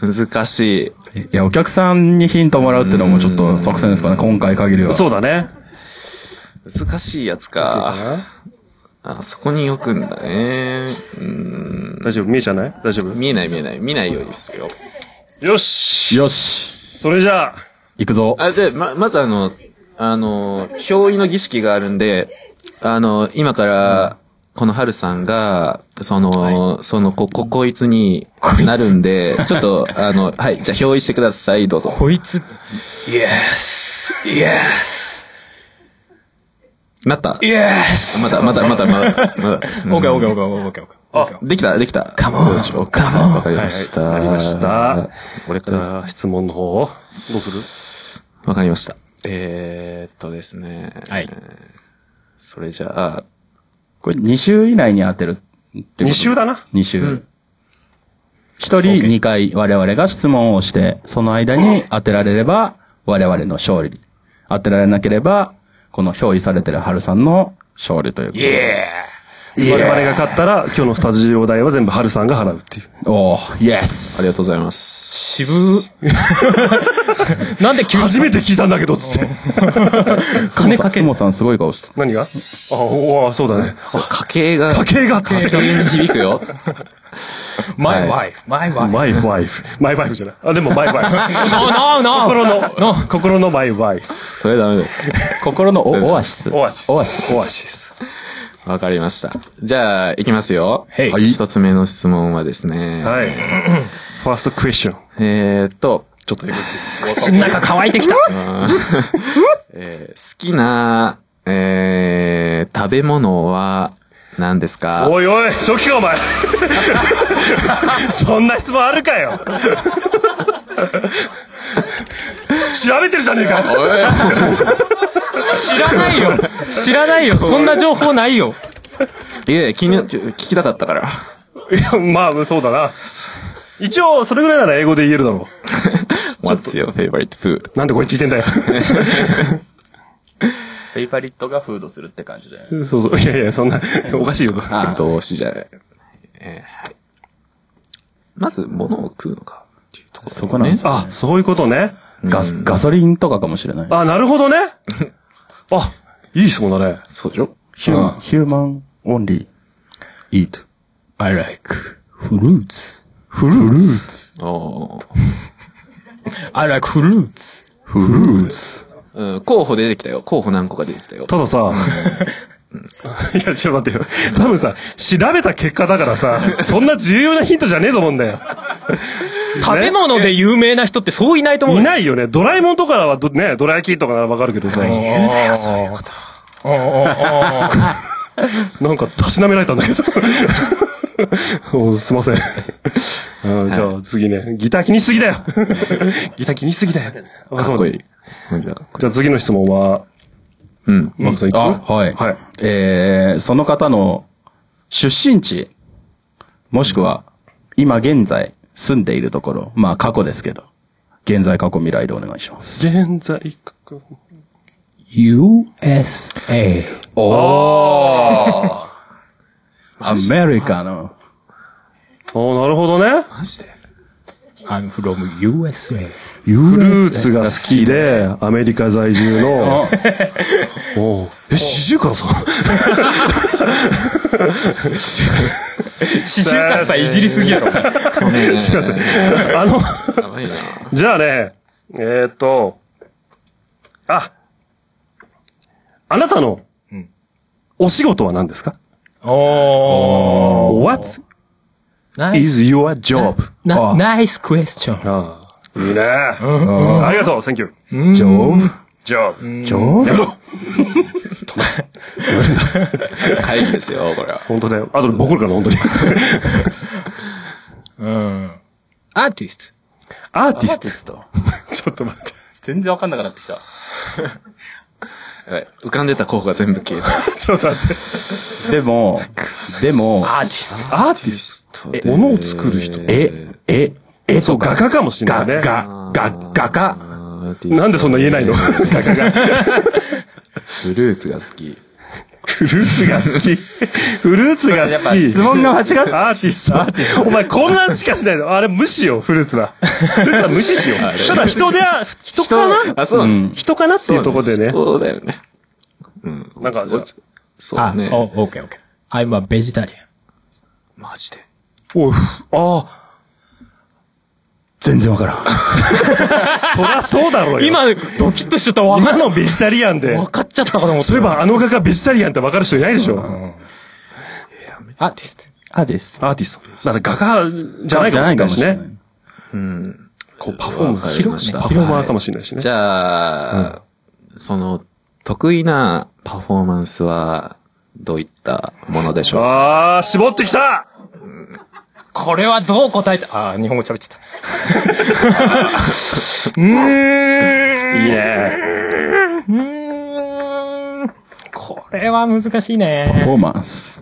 [SPEAKER 7] 難しい。
[SPEAKER 4] いや、お客さんにヒントもらうってのもちょっと作戦ですかね、今回限りは。
[SPEAKER 6] そうだね。
[SPEAKER 7] 難しいやつか。あ、そこに置くんだね。うーん。
[SPEAKER 6] 大丈夫見えちゃない大丈
[SPEAKER 7] 見えない見えない。見ないようにするよ。
[SPEAKER 6] 夫よし
[SPEAKER 4] よし。
[SPEAKER 6] それじゃあ、
[SPEAKER 4] 行くぞ。
[SPEAKER 7] あ、じゃあ、ま、まずあの、あの、憑依の儀式があるんで、あの、今から、この春さんが、その、その、こ、こ、こいつになるんで、ちょっと、あの、はい、じゃあ、憑依してください、どうぞ。
[SPEAKER 5] こいつ、Yes! Yes!
[SPEAKER 7] なった。
[SPEAKER 5] Yes!
[SPEAKER 7] まだ、まだ、まだ、まだ、まだ。
[SPEAKER 5] オッケーオッケーオッケーオッケーオッケー。あ、
[SPEAKER 7] できた、できた。カモン。カモン。わかりました。
[SPEAKER 6] わかりました。
[SPEAKER 7] 俺か
[SPEAKER 6] じ
[SPEAKER 7] ら
[SPEAKER 6] ゃあ、質問の方を。どうす
[SPEAKER 7] わかりました。えー、っとですね。
[SPEAKER 5] はい。
[SPEAKER 7] それじゃあ、
[SPEAKER 4] これ2週以内に当てるって
[SPEAKER 6] る ?2 週だな。
[SPEAKER 4] 2週。一人2回我々が質問をして、その間に当てられれば我々の勝利。当てられなければ、この憑依されてる春さんの勝利ということで。
[SPEAKER 6] 我々が勝ったら、今日のスタジオ代は全部春さんが払うっていう。
[SPEAKER 4] おー、イエ
[SPEAKER 7] あり
[SPEAKER 4] ス
[SPEAKER 7] がとうございます。
[SPEAKER 5] 渋。 なんで急に
[SPEAKER 6] 初めて聞いたんだけど、つって。
[SPEAKER 4] 金かけもさんすごい顔して
[SPEAKER 6] 何があ、おおそうだね。
[SPEAKER 7] そう家計が、
[SPEAKER 6] 家計がつって。
[SPEAKER 7] 家計に響くよ。
[SPEAKER 5] my wife, my wife.
[SPEAKER 6] マイファイフ。マイファイフじゃない。あ、でもマイフ ァイ
[SPEAKER 5] No, no, no.
[SPEAKER 6] フ。心の、 心のマイファイフ。
[SPEAKER 7] それダメだよ。
[SPEAKER 4] 心のオオアシス。
[SPEAKER 6] オアシス。
[SPEAKER 4] オアシ
[SPEAKER 6] シ
[SPEAKER 4] ス。
[SPEAKER 6] ス。オアシス。
[SPEAKER 7] わかりました。じゃあ、いきますよ。
[SPEAKER 5] Hey
[SPEAKER 7] はい一つ目の質問はです ね。
[SPEAKER 6] はい。ファーストクエスチョン。
[SPEAKER 7] えーっと、
[SPEAKER 6] ちょっとエグい
[SPEAKER 5] 口の中乾いてきた。
[SPEAKER 7] えー好きな、えー、食べ物は何ですか
[SPEAKER 6] おいおい、初期かお前。そんな質問あるかよ。調べてるじゃねえか。
[SPEAKER 5] 知らないよ。知らないよ。そんな情報ないよ。
[SPEAKER 7] いやいや、気に聞きたかったから。
[SPEAKER 6] いや、まあ、そうだな。一応、それぐらいなら英語で言えるだろ
[SPEAKER 7] What's your favorite food?
[SPEAKER 6] う。なんでこれ聞いてんだよ。
[SPEAKER 9] フェイパリットがフードするって感じで。
[SPEAKER 6] そうそう。いやいや、そんな、おかしいよ。
[SPEAKER 7] 動詞じゃない。えーはいまず、物を食うのか。っていうところだよね
[SPEAKER 4] そこな
[SPEAKER 6] あ、
[SPEAKER 4] んですよ
[SPEAKER 6] そういうことね。
[SPEAKER 4] ガス、ガソリンとかかもしれない。
[SPEAKER 6] あ、なるほどね。あ、いい質問だね。
[SPEAKER 7] そうでしょ
[SPEAKER 4] ヒューヒューマンオンリー。eat. I like fruits. フルーツ。
[SPEAKER 7] おー
[SPEAKER 5] I like fruits.
[SPEAKER 4] フルーツ。
[SPEAKER 7] うん、候補出てきたよ。候補何個か出てきたよ。
[SPEAKER 6] ただ さ、いや、ちょっと待ってよ。 多分さ、調べた結果だからさ、そんな重要なヒントじゃねえと思うんだよ。
[SPEAKER 5] 食べ物で有名な人ってそういないと思う。
[SPEAKER 6] いないよね。ドラえもんとかはど、ね、ドラ焼きとかならわかるけどさ、な
[SPEAKER 5] おうおうおうん
[SPEAKER 6] か、たし なめられたんだけど。 おすいません。うんじゃあ次ね。ギター気にしすぎだよ。 ギター気にしすぎだよ。
[SPEAKER 7] かっこいい。感じだ
[SPEAKER 6] じゃあ次の質問は、
[SPEAKER 7] うん。
[SPEAKER 6] マクさんいく
[SPEAKER 4] あ、はい。
[SPEAKER 6] はい。
[SPEAKER 4] えー、その方の出身地、もしくは、今現在住んでいるところ、まあ過去ですけど、現在過去未来でお願いします。
[SPEAKER 6] 現在、
[SPEAKER 4] USA。おーアメリカの。
[SPEAKER 6] おなるほどね。
[SPEAKER 7] マジで
[SPEAKER 5] I'm from USA.
[SPEAKER 6] フルーツが好きで、アメリカ在住の。 おうえ、四十からさ。
[SPEAKER 5] 四週間さ、いじりすぎやろ。
[SPEAKER 6] すいません。 あの、
[SPEAKER 7] やばいな。
[SPEAKER 6] じゃあね、えーっと、あ、あなたの、お仕事は何ですか
[SPEAKER 5] お
[SPEAKER 6] ?What
[SPEAKER 5] ナイス、
[SPEAKER 6] is your job?
[SPEAKER 5] なナイスクエスチョン。
[SPEAKER 6] ああいいね。ありがとう、Thank you. job? job.
[SPEAKER 4] ジョー
[SPEAKER 6] やめろ
[SPEAKER 7] 会議ですよ、これは。
[SPEAKER 6] 本当だよ。あとでボコるから、本当に。
[SPEAKER 5] うん。アーティスト。
[SPEAKER 6] アーティ
[SPEAKER 9] ティ
[SPEAKER 6] ス
[SPEAKER 9] スト。
[SPEAKER 6] ト。ちょっと待って。
[SPEAKER 9] 全然わかんなくなってきた。
[SPEAKER 7] やばい浮かんでた候補が全部消えた。
[SPEAKER 6] ちょっと待って。
[SPEAKER 4] でも、でも、
[SPEAKER 5] アーティス
[SPEAKER 6] アーティスト。物を作る人。
[SPEAKER 4] え、え、えと
[SPEAKER 6] 画
[SPEAKER 4] か、
[SPEAKER 6] 家かもしれない
[SPEAKER 4] が、
[SPEAKER 6] ね。
[SPEAKER 4] が、が、画家。
[SPEAKER 6] なんでそんな言えないの 画家が。
[SPEAKER 7] フルーツが好き。
[SPEAKER 6] フルーツが好 き。フルーツが好き。質問が間違ってアーティスト。お前こんなんしかしないの。あれ無視よ、フルーツは。フルーツは無視しよう。ただ人では、人かな
[SPEAKER 7] あ、そうなの
[SPEAKER 6] 人かなっていうところでね。
[SPEAKER 7] そうだよね。うん。
[SPEAKER 6] なんかじゃあ
[SPEAKER 7] そう
[SPEAKER 5] ト。
[SPEAKER 7] だね。
[SPEAKER 5] お、オーケーオーケー。I'm a vegetarian.
[SPEAKER 7] マジで。
[SPEAKER 6] おうあ
[SPEAKER 4] 全然わからん。
[SPEAKER 6] あ、そらそうだろうよ。
[SPEAKER 5] 今、ドキッとしちゃったわ。
[SPEAKER 6] 今のベジタリアンで
[SPEAKER 5] わ。かっちゃったかと思った。
[SPEAKER 6] そういえばあの画家ベジタリアンってわかる人いないでしょ。
[SPEAKER 5] アーティス
[SPEAKER 4] あです。
[SPEAKER 6] アーティスト。だから画家じゃないかもしれないしね。
[SPEAKER 7] うん。
[SPEAKER 6] こうパフォーマ
[SPEAKER 7] わか
[SPEAKER 6] ー。
[SPEAKER 7] りました
[SPEAKER 6] パフォーマーかもしれないしね
[SPEAKER 7] じ。ゃあ、その、得意なパフォーマンスは、どういったものでしょ
[SPEAKER 6] ああ、絞ってきた
[SPEAKER 5] ト。これはどう答えたあー、日本語喋っちゃった。うー
[SPEAKER 6] い
[SPEAKER 5] ん。
[SPEAKER 6] いね。
[SPEAKER 5] うーん。これは難しい
[SPEAKER 4] パフ
[SPEAKER 5] ね。
[SPEAKER 4] ォーマンス。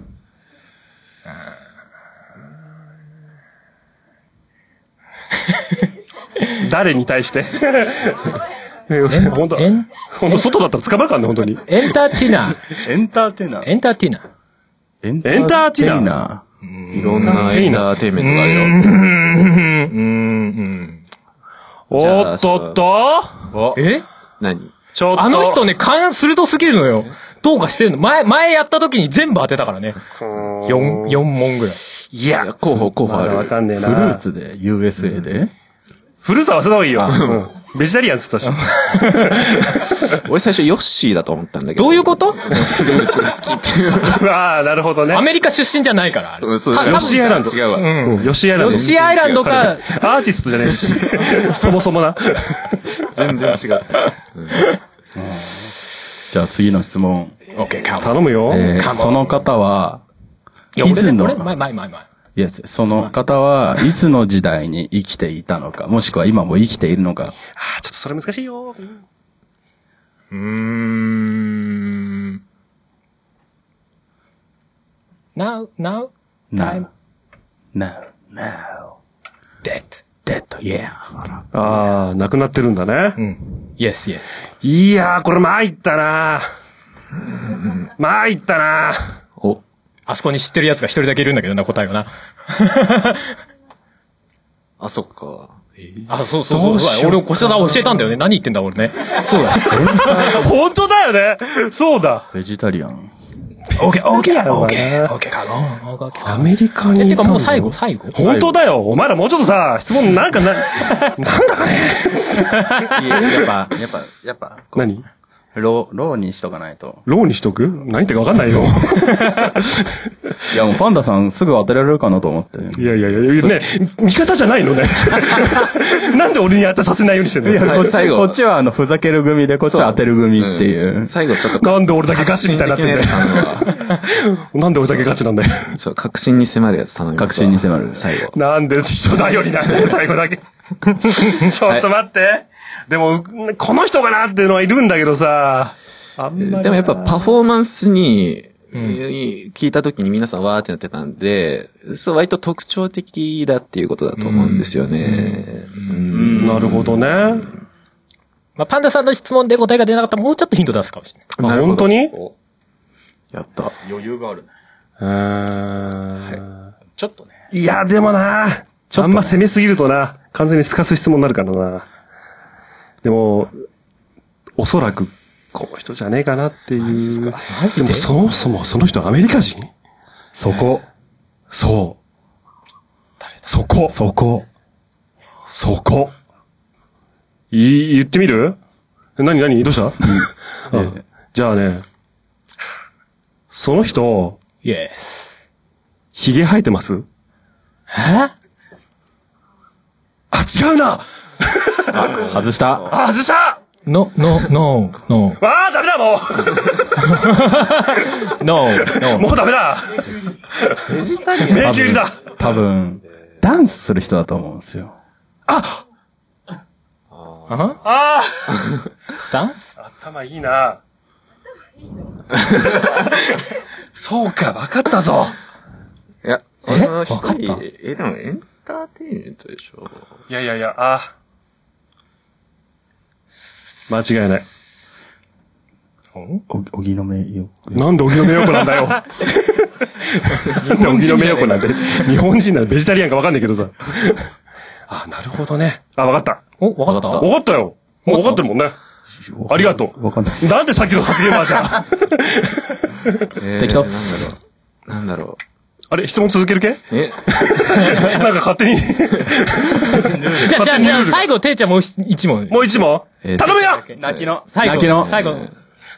[SPEAKER 6] 誰に対して本当
[SPEAKER 5] エン、
[SPEAKER 6] 本当外だったら捕まるからね、本当に。
[SPEAKER 5] エンターテイナー。
[SPEAKER 9] エンターテイナー。
[SPEAKER 5] エンターテイナー。
[SPEAKER 4] エン
[SPEAKER 6] エンターテイナー
[SPEAKER 4] ナ
[SPEAKER 7] ういろんなエンターテイメントがあるよ。
[SPEAKER 6] お
[SPEAKER 7] じゃあ
[SPEAKER 6] っとっと
[SPEAKER 5] え
[SPEAKER 7] 何
[SPEAKER 6] ちょっと。
[SPEAKER 5] あの人ね、勘鋭すぎるのよ。どうかしてるの。前、前やった時に全部当てたからね。
[SPEAKER 6] うーん。
[SPEAKER 5] 4、4問ぐらい。
[SPEAKER 7] いや、候補、候補
[SPEAKER 6] ま
[SPEAKER 7] あ
[SPEAKER 6] だわ
[SPEAKER 7] る。
[SPEAKER 6] かんねえな。
[SPEAKER 4] フルー。ツで、USA で。
[SPEAKER 6] 古さはその方がいいよ。うんベジタリアンっつったし。
[SPEAKER 7] 俺最初ヨッシーだと思ったんだけど。
[SPEAKER 5] どういうこと
[SPEAKER 7] フルーツが好きっていう。
[SPEAKER 6] ああ、なるほどね
[SPEAKER 5] ア。メリカ出身じゃないから、あれ。
[SPEAKER 7] うんそう
[SPEAKER 5] 多分
[SPEAKER 7] ヨッ
[SPEAKER 6] シーアイランド
[SPEAKER 7] 違うわ。
[SPEAKER 5] うん。
[SPEAKER 6] ヨシアイランド。
[SPEAKER 5] ヨシアイランドか
[SPEAKER 6] アーティストじゃねえし。そもそもな。
[SPEAKER 7] 全然違う。
[SPEAKER 4] じゃあ次の質問。
[SPEAKER 5] OK, come
[SPEAKER 6] 頼むよ。
[SPEAKER 4] えー
[SPEAKER 5] on
[SPEAKER 4] その方は、
[SPEAKER 5] いや、俺
[SPEAKER 4] いつ
[SPEAKER 5] ね、
[SPEAKER 4] の
[SPEAKER 5] 俺、前、前、前、前。
[SPEAKER 4] いや、その方はいつの時代に生きていたのか、もしくは今も生きているのか。
[SPEAKER 6] あちょっとそれ難しいよ。
[SPEAKER 5] うーん。now, now,
[SPEAKER 4] な、な、な、
[SPEAKER 5] dead.
[SPEAKER 4] デッド、イエ
[SPEAKER 6] ああ、なくなってるんだね。
[SPEAKER 5] うん。yes, yes.
[SPEAKER 6] いやー、これ参ったな参ったな
[SPEAKER 7] お、
[SPEAKER 5] あそこに知ってる奴が一人だけいるんだけどな、答えがな。
[SPEAKER 7] あ、そっか。
[SPEAKER 5] あ、そうそうそうそう。俺、小下さん教えたんだよね。何言ってんだ、俺ね。そうだ。
[SPEAKER 6] 本当だよねそうだ
[SPEAKER 4] ベジタリアン。
[SPEAKER 5] OK, OK,
[SPEAKER 6] オー
[SPEAKER 5] OK,
[SPEAKER 6] ケー
[SPEAKER 5] OK, come on, OK, come
[SPEAKER 6] アメリカ
[SPEAKER 5] on.
[SPEAKER 6] に
[SPEAKER 5] え、
[SPEAKER 6] い
[SPEAKER 5] て
[SPEAKER 6] た
[SPEAKER 5] か
[SPEAKER 6] の
[SPEAKER 5] もう最後、最後。
[SPEAKER 6] 本当だよお前らもうちょっとさ、質問なんか な、なんだかね
[SPEAKER 7] いや
[SPEAKER 4] やっぱ、やっぱ、やっぱ、
[SPEAKER 6] 何
[SPEAKER 4] ロー、ローにしとかないと。
[SPEAKER 6] ローにしとく何言ってかわかん ないよ。
[SPEAKER 4] いや、もうパンダさんすぐ当てられるかなと思って。
[SPEAKER 6] いやいやいや、ね、味方じゃないの ね。なんで俺に当てさせないようにしてんの
[SPEAKER 7] やさい
[SPEAKER 4] こっち
[SPEAKER 7] 最後
[SPEAKER 4] こっちはあの、ふざける組で、こっちは当てる組っていう。
[SPEAKER 7] ん最後ちょっと。
[SPEAKER 6] なんで俺だけガチみたいになってんだよ
[SPEAKER 7] 革新的なやつ頼むわ
[SPEAKER 6] なんで俺だけガチなんだよ。
[SPEAKER 7] ちょ、確信に迫るやつ頼みますわ
[SPEAKER 4] 確信に迫る
[SPEAKER 7] 最後。
[SPEAKER 6] なんで人だよりなんだ よ、最後だけ。ちょっと待って。でも、この人かなっていうのはいるんだけどさ。あんまり。
[SPEAKER 7] でもやっぱパフォーマンスに、聞いた時に皆さんわーってなってたんで、そう割と特徴的だっていうことだと思うんですよね。うん
[SPEAKER 6] なるほどね。
[SPEAKER 5] まあ、パンダさんの質問で答えが出なかったらもうちょっとヒント出すかもしれない。
[SPEAKER 6] あ
[SPEAKER 7] なるほ
[SPEAKER 6] 本
[SPEAKER 7] ど
[SPEAKER 6] 当に
[SPEAKER 7] やった。
[SPEAKER 9] 余裕がある。
[SPEAKER 5] ちょっとね。
[SPEAKER 6] いや、でもな、あんま攻めすぎるとな、完全に透かす質問になるからな。でも、おそらく、この人じゃねえかなっていう。マジでもそもそもその人アメリカ人
[SPEAKER 4] そこ。
[SPEAKER 6] そう。そこ。
[SPEAKER 4] そこ。
[SPEAKER 6] そこ。い、言ってみるえ何何どうした あじゃあね、その人、
[SPEAKER 5] Yes.
[SPEAKER 6] 髭生えてます
[SPEAKER 5] え
[SPEAKER 6] あ、違うな
[SPEAKER 4] 外した。
[SPEAKER 6] あ、 外した
[SPEAKER 5] ?no, no, no, no,
[SPEAKER 6] わあ、ダメだも
[SPEAKER 5] no,
[SPEAKER 6] う
[SPEAKER 5] no.
[SPEAKER 6] もうダメだ迷宮入りだ
[SPEAKER 4] 多分、ダンスする人だと思うんですよ。
[SPEAKER 5] あ
[SPEAKER 6] あ あ
[SPEAKER 5] ダンス
[SPEAKER 6] 頭いいな。 そうか、わかったぞ。
[SPEAKER 7] いや、
[SPEAKER 5] え
[SPEAKER 7] あの人
[SPEAKER 5] わかった
[SPEAKER 7] え、でもエンターテインメントでしょ。
[SPEAKER 6] いやいやいや、あ間違いない。
[SPEAKER 4] お、おぎのめよ。
[SPEAKER 6] なんで荻野目横なんだよ。なんで 荻野目横なんだよ。日本人なんでベジタリアンかわかんないけどさ。あ、なるほどね。あ、わかった。
[SPEAKER 5] お、わかった
[SPEAKER 6] わかったよ。もうわかってるもんね。ありがとう。
[SPEAKER 4] わかんないです。
[SPEAKER 6] なんでさっきの発言はじゃあ。
[SPEAKER 7] えー
[SPEAKER 4] 適当っす
[SPEAKER 7] なんだろ
[SPEAKER 6] あれ質問続ける系
[SPEAKER 7] う。なんだろう。
[SPEAKER 6] な
[SPEAKER 7] え、
[SPEAKER 6] んか勝手に。
[SPEAKER 5] じゃあ、じゃあ、じゃあ、
[SPEAKER 6] 勝手にルールが
[SPEAKER 5] 最後、ていちゃんもう一問。
[SPEAKER 6] もう一問
[SPEAKER 7] えー
[SPEAKER 6] 頼むよ
[SPEAKER 4] 泣きの。
[SPEAKER 5] 最
[SPEAKER 4] 泣きの
[SPEAKER 5] 後、。最後。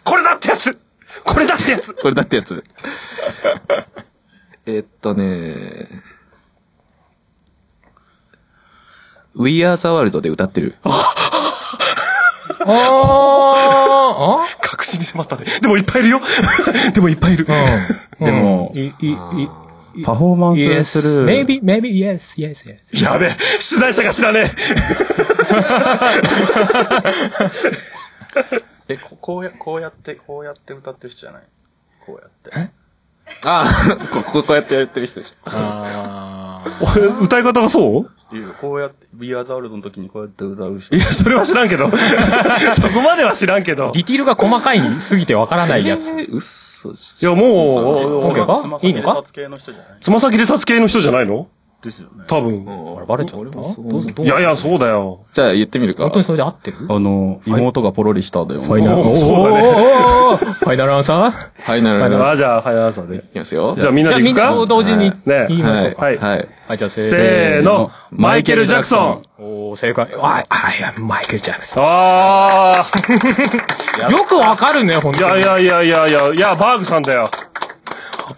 [SPEAKER 6] これだってやつこれだってや つ
[SPEAKER 7] これだってやつ。えっとね。We Are the World で歌ってる。
[SPEAKER 5] おーあ
[SPEAKER 6] 確信に迫ったね。でもいっぱいいるよ。 でもいっぱいいる。
[SPEAKER 5] うん
[SPEAKER 4] でも
[SPEAKER 5] い、い、い、
[SPEAKER 4] パフォーマンス
[SPEAKER 5] yes,
[SPEAKER 4] する。
[SPEAKER 5] maybe, maybe, yes, yes, yes.
[SPEAKER 6] やべえ、出題者が知らねえ。
[SPEAKER 9] え、ここうや、こうやって、こうやって歌ってる人じゃないこうやって。
[SPEAKER 7] ああ、こここうやってやってる人でしょ。
[SPEAKER 6] 俺、歌い方がそう
[SPEAKER 9] っていう、こうやって、We Are the World の時にこうやって歌う人
[SPEAKER 6] い。や、それは知らんけど。そこまでは知らんけど。
[SPEAKER 5] ディティールが細かいに過ぎてわからないやつ。
[SPEAKER 7] うっそ。
[SPEAKER 6] いや、もう、
[SPEAKER 5] OK か
[SPEAKER 9] つま
[SPEAKER 5] い
[SPEAKER 9] 先
[SPEAKER 5] いの
[SPEAKER 9] で
[SPEAKER 5] か
[SPEAKER 9] 立つ系の人じゃない
[SPEAKER 6] つま先で立つ系の人じゃないの
[SPEAKER 9] ですよね。
[SPEAKER 6] 多分。
[SPEAKER 5] あれ、バレちゃった
[SPEAKER 7] 俺
[SPEAKER 5] ど
[SPEAKER 7] も
[SPEAKER 5] う
[SPEAKER 7] そう
[SPEAKER 5] ぞどう
[SPEAKER 6] いやいや、
[SPEAKER 5] う。
[SPEAKER 6] そうだよ。
[SPEAKER 7] じゃあ言ってみるか。
[SPEAKER 5] 本当にそれで合ってる
[SPEAKER 4] あの、妹がポロリしただよ。
[SPEAKER 5] ファイナル、おーお
[SPEAKER 6] そうだ
[SPEAKER 5] ーお
[SPEAKER 6] ね
[SPEAKER 5] ーおーファイナルアンサー
[SPEAKER 7] はい、なるほど。
[SPEAKER 6] あ、じゃあ、早川さんで。
[SPEAKER 7] いきますよ。
[SPEAKER 6] じゃあ、みんなで行く
[SPEAKER 5] じゃあみんな
[SPEAKER 6] か
[SPEAKER 5] 同時に
[SPEAKER 6] ね
[SPEAKER 5] 言いましょうか。
[SPEAKER 6] はい
[SPEAKER 7] はい。
[SPEAKER 5] はい、じゃあ
[SPEAKER 6] せーの、マイケル・ジャクソン。
[SPEAKER 5] おー、正解。あい、あい、マイケル・ジャクソ
[SPEAKER 6] あ
[SPEAKER 5] ン。よくわかるね、ほん
[SPEAKER 6] あ、い
[SPEAKER 5] と
[SPEAKER 6] や
[SPEAKER 5] に。
[SPEAKER 6] いやいやいやいや、いや、バーグさんだよ。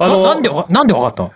[SPEAKER 6] あ
[SPEAKER 5] な
[SPEAKER 6] の、
[SPEAKER 5] なんでわ、なんでわかっ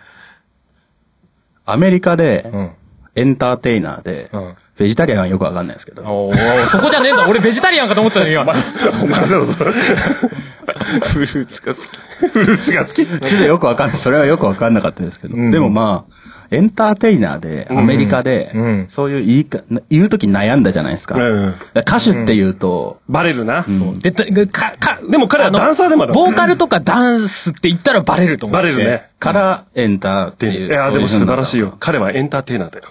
[SPEAKER 4] アメリカで
[SPEAKER 5] た、ん。
[SPEAKER 4] エンターテイナーで、
[SPEAKER 5] うん
[SPEAKER 4] ベジタリアンはよくわかんないですけど、
[SPEAKER 5] おー、そこじゃねえんだ。俺ベジタリアンかと思ったのよ、今。
[SPEAKER 6] お前そうそう
[SPEAKER 7] フルーツが好き。
[SPEAKER 6] フルーツが好き。
[SPEAKER 4] ちょっとよくわかんない。それはよくわかんなかったですけど。
[SPEAKER 5] うん
[SPEAKER 4] でもまあ、エンターテイナーで、アメリカで、
[SPEAKER 5] うんうん
[SPEAKER 4] そういう言いか、言うとき悩んだじゃないですか。
[SPEAKER 6] うん。
[SPEAKER 4] だから歌手って言うと、
[SPEAKER 6] バレるな。
[SPEAKER 5] そう。で、でか、か、
[SPEAKER 6] でも彼は
[SPEAKER 5] あの
[SPEAKER 6] ダンサーでもある
[SPEAKER 5] ボーカルとかダンスって言ったらバレると思う。
[SPEAKER 6] バレるね。。
[SPEAKER 4] からエンターって
[SPEAKER 6] で
[SPEAKER 4] い。
[SPEAKER 6] いうや、でも
[SPEAKER 4] そう
[SPEAKER 6] 素晴
[SPEAKER 4] う風な
[SPEAKER 6] らしいよ。彼はエンターテイナーだよ。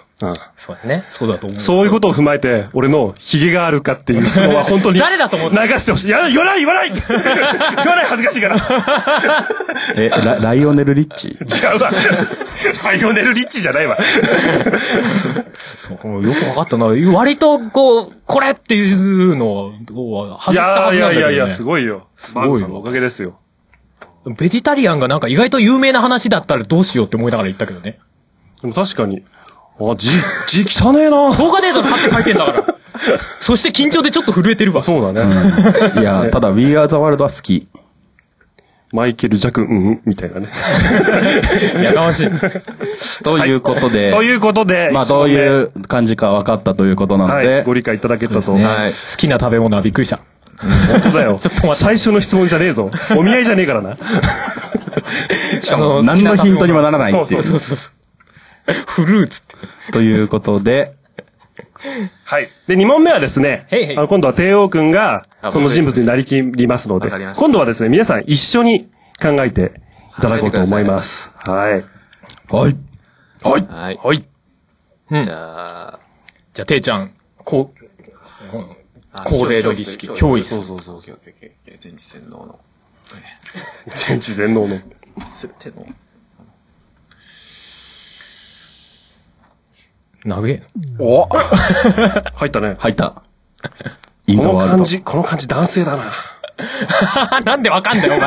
[SPEAKER 5] そうだね。そうだと思う。
[SPEAKER 6] そういうことを踏まえて、俺のヒゲがあるかっていう質問は本当に。
[SPEAKER 5] 誰だと思っ
[SPEAKER 6] 流
[SPEAKER 5] た
[SPEAKER 6] してほしい。いや、言わない言わない 言わない恥ずかしいから。
[SPEAKER 4] え、ラライオネル・リッチ
[SPEAKER 6] 違うわ。ライオネル・リッチじゃないわ。
[SPEAKER 5] そうよくわかったな。割と、こう、これっていうのを、外
[SPEAKER 6] い
[SPEAKER 5] した
[SPEAKER 6] や
[SPEAKER 5] はいずなんだけど、
[SPEAKER 6] や
[SPEAKER 5] ね。
[SPEAKER 6] いやいや、すごいよ。バ
[SPEAKER 5] ごいよ
[SPEAKER 6] ーグさんのおかげですよ。
[SPEAKER 5] ベジタリアンがなんか意外と有名な話だったらどうしようって思いながら言ったけどね。
[SPEAKER 6] でも確かに。あ、字、字汚ねえな。
[SPEAKER 5] 動画データの勝手に書いてんだから。 そして緊張でちょっと震えてるわ。
[SPEAKER 6] そうだね。
[SPEAKER 4] い や、ただ、We Are the World は好き。
[SPEAKER 6] マイケル・ジャク、うんうん、みたいなね。
[SPEAKER 5] やかましい。
[SPEAKER 4] ということで、
[SPEAKER 6] ということで、
[SPEAKER 4] まあ、
[SPEAKER 6] 一問
[SPEAKER 4] どう
[SPEAKER 6] 目
[SPEAKER 4] いう感じか分かったということなの
[SPEAKER 6] はい、
[SPEAKER 4] で
[SPEAKER 6] ご、理解いただけたと。
[SPEAKER 5] ね
[SPEAKER 6] 本
[SPEAKER 7] はい
[SPEAKER 5] 好きな食べ物はびっくりした。
[SPEAKER 6] 当だよ。
[SPEAKER 5] ちょっと待って
[SPEAKER 6] 最初の質問じゃねえぞ。お見合いじゃねえからな。
[SPEAKER 5] あの
[SPEAKER 4] 何のヒントにもならない
[SPEAKER 6] そ
[SPEAKER 4] っ
[SPEAKER 6] う
[SPEAKER 4] て
[SPEAKER 6] そ
[SPEAKER 4] いう。
[SPEAKER 6] そううそう。
[SPEAKER 5] フルーツって。
[SPEAKER 4] ということで、
[SPEAKER 6] はい。で、2問目はですね
[SPEAKER 5] へいへい、
[SPEAKER 6] あの今度は帝王くんが
[SPEAKER 7] あ、
[SPEAKER 6] その人物になりきりますので
[SPEAKER 7] わかりま、した
[SPEAKER 6] 今度はですね、皆さん一緒に考えていただこうと思います。はい。
[SPEAKER 4] はい。
[SPEAKER 7] はい。
[SPEAKER 5] はい。
[SPEAKER 7] じゃあ、
[SPEAKER 5] じゃあ、ていちゃん、こう、
[SPEAKER 7] あ
[SPEAKER 5] 恒例の儀式
[SPEAKER 7] 教育
[SPEAKER 5] 教育
[SPEAKER 7] そうそうそう。オッケーオッケーオッケー前日天皇の。
[SPEAKER 6] 全知全能の。
[SPEAKER 7] すべての。
[SPEAKER 5] 投げ。
[SPEAKER 9] お
[SPEAKER 6] 入ったね。
[SPEAKER 4] 入った。イン
[SPEAKER 6] こ
[SPEAKER 4] ザ
[SPEAKER 6] の
[SPEAKER 4] ワー
[SPEAKER 6] 感
[SPEAKER 4] ルド。
[SPEAKER 6] じ、この感じ男性だ な。
[SPEAKER 5] なんでわかんだよ、お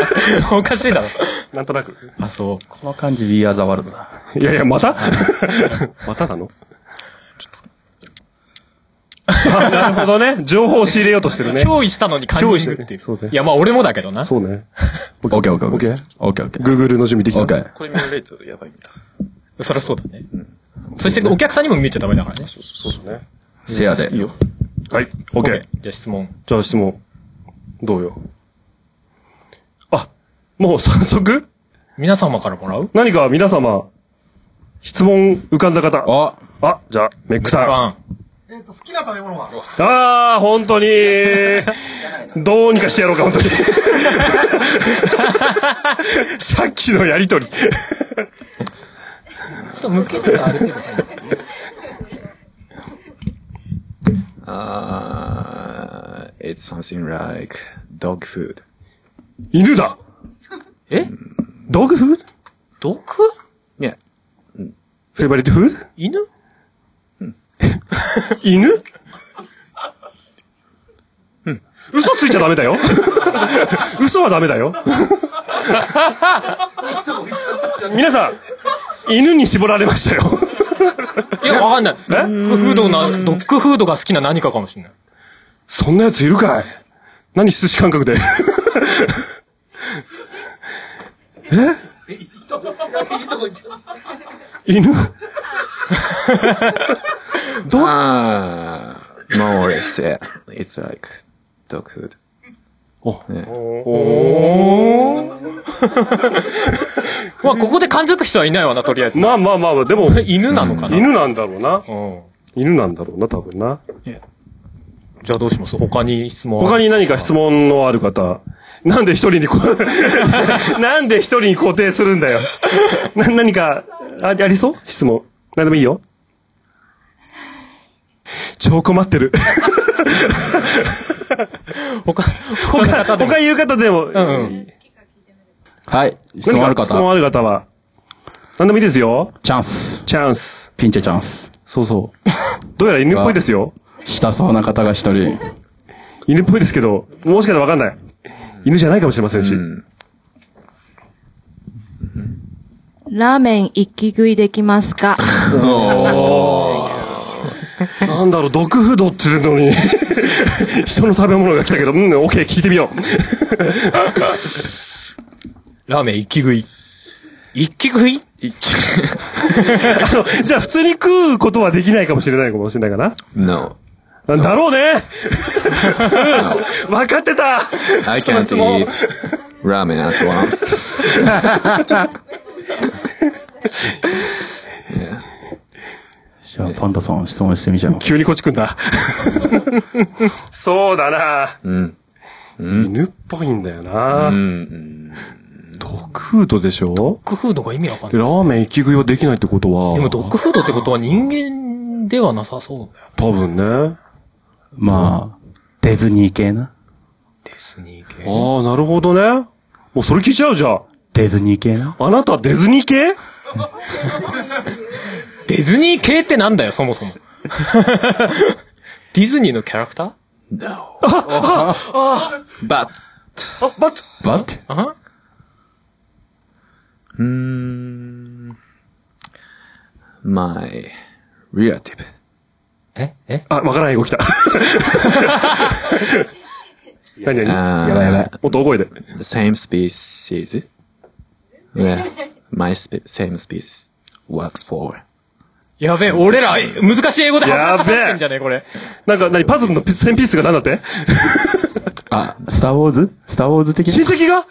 [SPEAKER 5] 前。お かしいだろ。
[SPEAKER 6] なんとなく。
[SPEAKER 5] あ、そう。
[SPEAKER 4] この感じ、We Are the World だ。
[SPEAKER 6] いやいや、またまたなの あなるほどね。情報を仕入れようとしてるね。
[SPEAKER 5] 憑依したのにカンニングっていう。
[SPEAKER 6] そうね
[SPEAKER 5] いや、まあ俺もだけどな。
[SPEAKER 6] そうね。
[SPEAKER 4] オッケーオッケーオッケー
[SPEAKER 6] OK。
[SPEAKER 4] オッケーオッケー。
[SPEAKER 6] Google の準備できた。
[SPEAKER 4] オッケー。
[SPEAKER 7] これ見られるとやばいみたい。
[SPEAKER 5] そりゃそうだね。そしてお客さんにも見えちゃダメだからね。
[SPEAKER 6] そうそうね。
[SPEAKER 4] シェア
[SPEAKER 6] は
[SPEAKER 4] で。
[SPEAKER 6] い。OK。
[SPEAKER 5] じゃあ質問。
[SPEAKER 6] じゃあ質問。どうよ。あ、もう早速
[SPEAKER 5] 皆様からもらう
[SPEAKER 6] 何か皆様、質問浮かんだ方。あ、
[SPEAKER 4] あ、
[SPEAKER 6] じゃあ、メックさん。
[SPEAKER 5] さ
[SPEAKER 9] えっ、と、好きな食べ物は
[SPEAKER 6] あー、本 当に。どうにかしてやろうか、 本当に。さっきのやりとり。
[SPEAKER 5] ん。ちょっと向けてある程度。
[SPEAKER 7] あー、it's Uh, something like dog food.
[SPEAKER 6] 犬だ
[SPEAKER 7] え
[SPEAKER 6] ドッグフード
[SPEAKER 5] 毒
[SPEAKER 7] ね。
[SPEAKER 6] フェイバリットフード
[SPEAKER 5] 犬
[SPEAKER 6] 犬うん。嘘ついちゃダメだよ。嘘はダメだよ。皆さん、犬に絞られましたよ。
[SPEAKER 5] いや、わかんない。ドッグフードな、ドッグフードが好きな何かかもしれない。
[SPEAKER 6] そんなやついるかい何寿司感覚で。え犬
[SPEAKER 7] あー、more or less, Ah, yeah. it's like dog food.
[SPEAKER 6] お
[SPEAKER 7] ね
[SPEAKER 5] まあ、ここで感づく人はいないわな、とりあえず。
[SPEAKER 6] まあまあまあまあ、でも、
[SPEAKER 5] 犬なのかな
[SPEAKER 6] 犬なんだろうな。
[SPEAKER 5] うん。
[SPEAKER 6] 犬なんだろうな、多分な。
[SPEAKER 5] じゃあどうします他に質問。
[SPEAKER 6] 他に何か質問のある方。なんで一人にこ、 なんで一人に固定するんだよ。な、何か、あありそう質問。何でもいいよ。超困ってる。
[SPEAKER 5] 他、
[SPEAKER 6] 他、
[SPEAKER 5] 他、
[SPEAKER 6] 他言う方でも、
[SPEAKER 5] うんうん。
[SPEAKER 4] はい。質
[SPEAKER 6] 何
[SPEAKER 4] 問
[SPEAKER 6] か
[SPEAKER 4] ある
[SPEAKER 6] 質問
[SPEAKER 4] 方、
[SPEAKER 6] ある方は。何でもいいですよ。
[SPEAKER 4] チャンス。
[SPEAKER 6] チャンス。
[SPEAKER 4] ピンチャチャンス。
[SPEAKER 6] そうそう。どうやら犬っぽいですよ。
[SPEAKER 4] したそうな方が一人。
[SPEAKER 6] 犬っぽいですけど、もしかしたらわかんない。犬じゃないかもしれませんし。
[SPEAKER 7] うん。
[SPEAKER 10] ラーメン一気食いできますか
[SPEAKER 6] なんだろう、毒不動っていうのに、 人の食べ物が来たけど、うん、オッケー、聞いてみよ
[SPEAKER 5] ラーメン一気食い。一気食い
[SPEAKER 6] う。じゃあ、普通に食うことはできないかもしれないかもしれないか
[SPEAKER 7] No.
[SPEAKER 6] な。だろうね分かってた
[SPEAKER 7] I can't eat ramen at once.
[SPEAKER 4] じゃあ、パンダさん質問してみちゃいます。
[SPEAKER 6] 急にこっち来んだ。そうだな、
[SPEAKER 7] うん。
[SPEAKER 6] 犬っぽいんだよな、
[SPEAKER 7] うん。
[SPEAKER 6] 毒フードでしょ
[SPEAKER 5] ドッグフードが意味わかん
[SPEAKER 6] で
[SPEAKER 5] ない。
[SPEAKER 6] ラーメン一気食いはできないってことは、
[SPEAKER 5] でもドッグフードってことは人間ではなさそうだよ。
[SPEAKER 6] 多分ね。あ
[SPEAKER 4] まあ、ディズニー系な。
[SPEAKER 5] ディズニー
[SPEAKER 6] あー、なるほどね。もうそれ聞いちゃうじゃん。
[SPEAKER 4] ディズニー系な。
[SPEAKER 6] あなたディズニー系
[SPEAKER 5] 系。ディズニー系ってなんだよ、そもそも。 ディズニーのキャラクタ
[SPEAKER 7] But,
[SPEAKER 6] あ、バッチ
[SPEAKER 4] バッ
[SPEAKER 5] ーあ
[SPEAKER 7] うーん。my relative.
[SPEAKER 5] ええ
[SPEAKER 6] あ、わからない英語来た。何何
[SPEAKER 7] あー
[SPEAKER 4] やばいやばい。
[SPEAKER 6] もっと大声で。
[SPEAKER 7] Uh, same species. Yeah. My spe- same species works for.
[SPEAKER 5] やべえ、俺ら、難しい英語で
[SPEAKER 6] やべえ
[SPEAKER 5] んじゃねこれ。
[SPEAKER 6] なんか、何パズルのピ1000ピースが何だって
[SPEAKER 4] あ、スターウォーズスターウォーズ的な
[SPEAKER 6] 親戚が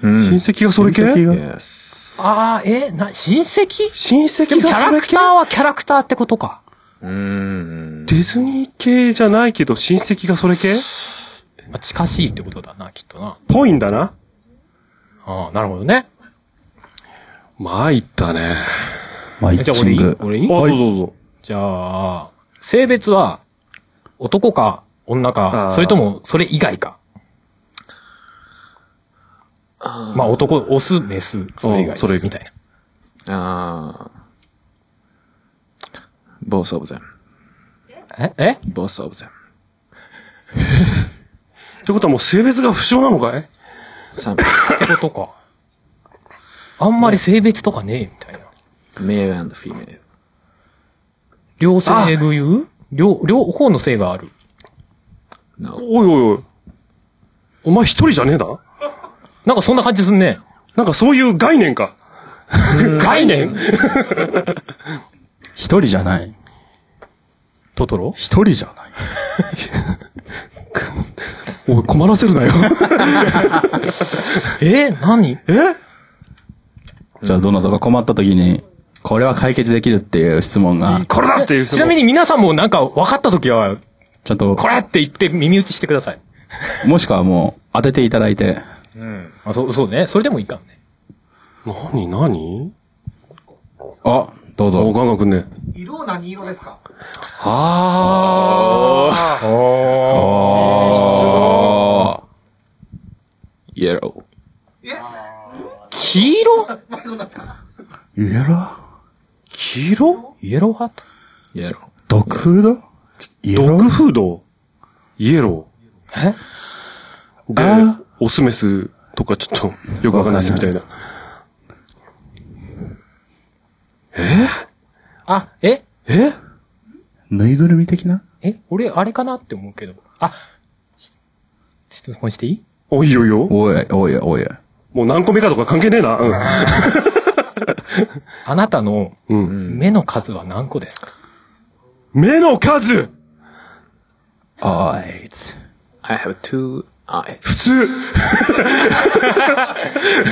[SPEAKER 6] 親戚がそれ系
[SPEAKER 4] 親戚が
[SPEAKER 7] Yes.
[SPEAKER 5] ああ、え、な、親戚
[SPEAKER 6] 親戚
[SPEAKER 5] キ
[SPEAKER 6] が
[SPEAKER 5] ャ
[SPEAKER 6] そ
[SPEAKER 5] ラ
[SPEAKER 6] れ
[SPEAKER 5] ク
[SPEAKER 6] 系
[SPEAKER 5] ターはキャラクターってことか。
[SPEAKER 7] うーん。
[SPEAKER 6] ディズニー系じゃないけど、親戚がそれ系
[SPEAKER 5] まあ近しいってことだな、きっとな。
[SPEAKER 6] ぽいんだな。
[SPEAKER 5] ああ、なるほどね。
[SPEAKER 6] まあ、いったね。
[SPEAKER 4] マイ
[SPEAKER 5] じゃあ
[SPEAKER 4] チ
[SPEAKER 5] 俺い
[SPEAKER 4] ン
[SPEAKER 5] い
[SPEAKER 4] グ。
[SPEAKER 5] 俺い
[SPEAKER 6] あ、
[SPEAKER 5] い
[SPEAKER 6] どうぞどうぞ。
[SPEAKER 5] じゃあ、性別は、男か女
[SPEAKER 6] あ
[SPEAKER 5] か
[SPEAKER 6] ー、
[SPEAKER 5] それともそれ以外か。まあ男、オス、メス、それ以
[SPEAKER 6] うんそれ
[SPEAKER 5] 外。
[SPEAKER 6] 以外
[SPEAKER 5] みたいな。
[SPEAKER 7] あー Both of them.
[SPEAKER 5] ええ
[SPEAKER 7] Both of them.
[SPEAKER 6] ってことはもう性別が不詳なのかい
[SPEAKER 7] Some
[SPEAKER 5] ってことか。あんまり性別とかねえ、みたいな。
[SPEAKER 7] male and female.
[SPEAKER 5] 両性具有両、両方の性がある。
[SPEAKER 7] No.
[SPEAKER 6] おいおいおい。お前一人じゃねえな
[SPEAKER 5] なんかそんな感じすんね。
[SPEAKER 6] なんかそういう概念か。概念
[SPEAKER 4] 一人じゃない。
[SPEAKER 5] トトロ
[SPEAKER 4] 一人じゃない。
[SPEAKER 6] おい、困らせるなよ。
[SPEAKER 5] えー何
[SPEAKER 6] え
[SPEAKER 4] じゃあ、どなたが困った時に、これは解決できるっていう質問が、
[SPEAKER 6] これだっていう人
[SPEAKER 5] ちなみに皆さんもなんか分かった時は、
[SPEAKER 4] ちゃんと、
[SPEAKER 5] これって言って耳打ちしてください。
[SPEAKER 4] もしくはもう、当てていただいて、
[SPEAKER 5] うん。あ、そう、そうね。それでもいいかもね。
[SPEAKER 6] 何何
[SPEAKER 4] あ、ど
[SPEAKER 6] あ、
[SPEAKER 4] う
[SPEAKER 6] お
[SPEAKER 4] ぞ。
[SPEAKER 6] かんがくんね。
[SPEAKER 11] 色何色ですか
[SPEAKER 4] あ
[SPEAKER 7] Yellow.
[SPEAKER 5] 黄色
[SPEAKER 4] ー。イエロー
[SPEAKER 6] 黄色
[SPEAKER 5] イエローハート
[SPEAKER 7] Yellow.
[SPEAKER 4] 毒フードイエ
[SPEAKER 6] ド
[SPEAKER 4] ロ
[SPEAKER 6] ッ
[SPEAKER 4] ー
[SPEAKER 6] グフードイエロ
[SPEAKER 5] え
[SPEAKER 6] ー。で
[SPEAKER 4] あ、
[SPEAKER 6] オスメスとかちょっとよくわかんないですみたいな。
[SPEAKER 5] あ、え
[SPEAKER 6] え
[SPEAKER 4] ぬいぐるみ的な
[SPEAKER 5] え俺、あれかなって思うけど。あ、し質問していい
[SPEAKER 6] おいいよいいよ。
[SPEAKER 4] おい、おい、おい。
[SPEAKER 6] もう何個目かとか関係ねえな。
[SPEAKER 5] あなたの
[SPEAKER 6] うん。うん。
[SPEAKER 5] 目の数は何個ですか、
[SPEAKER 6] 目の数
[SPEAKER 4] あいつ。
[SPEAKER 7] I have two eyes.
[SPEAKER 6] 普通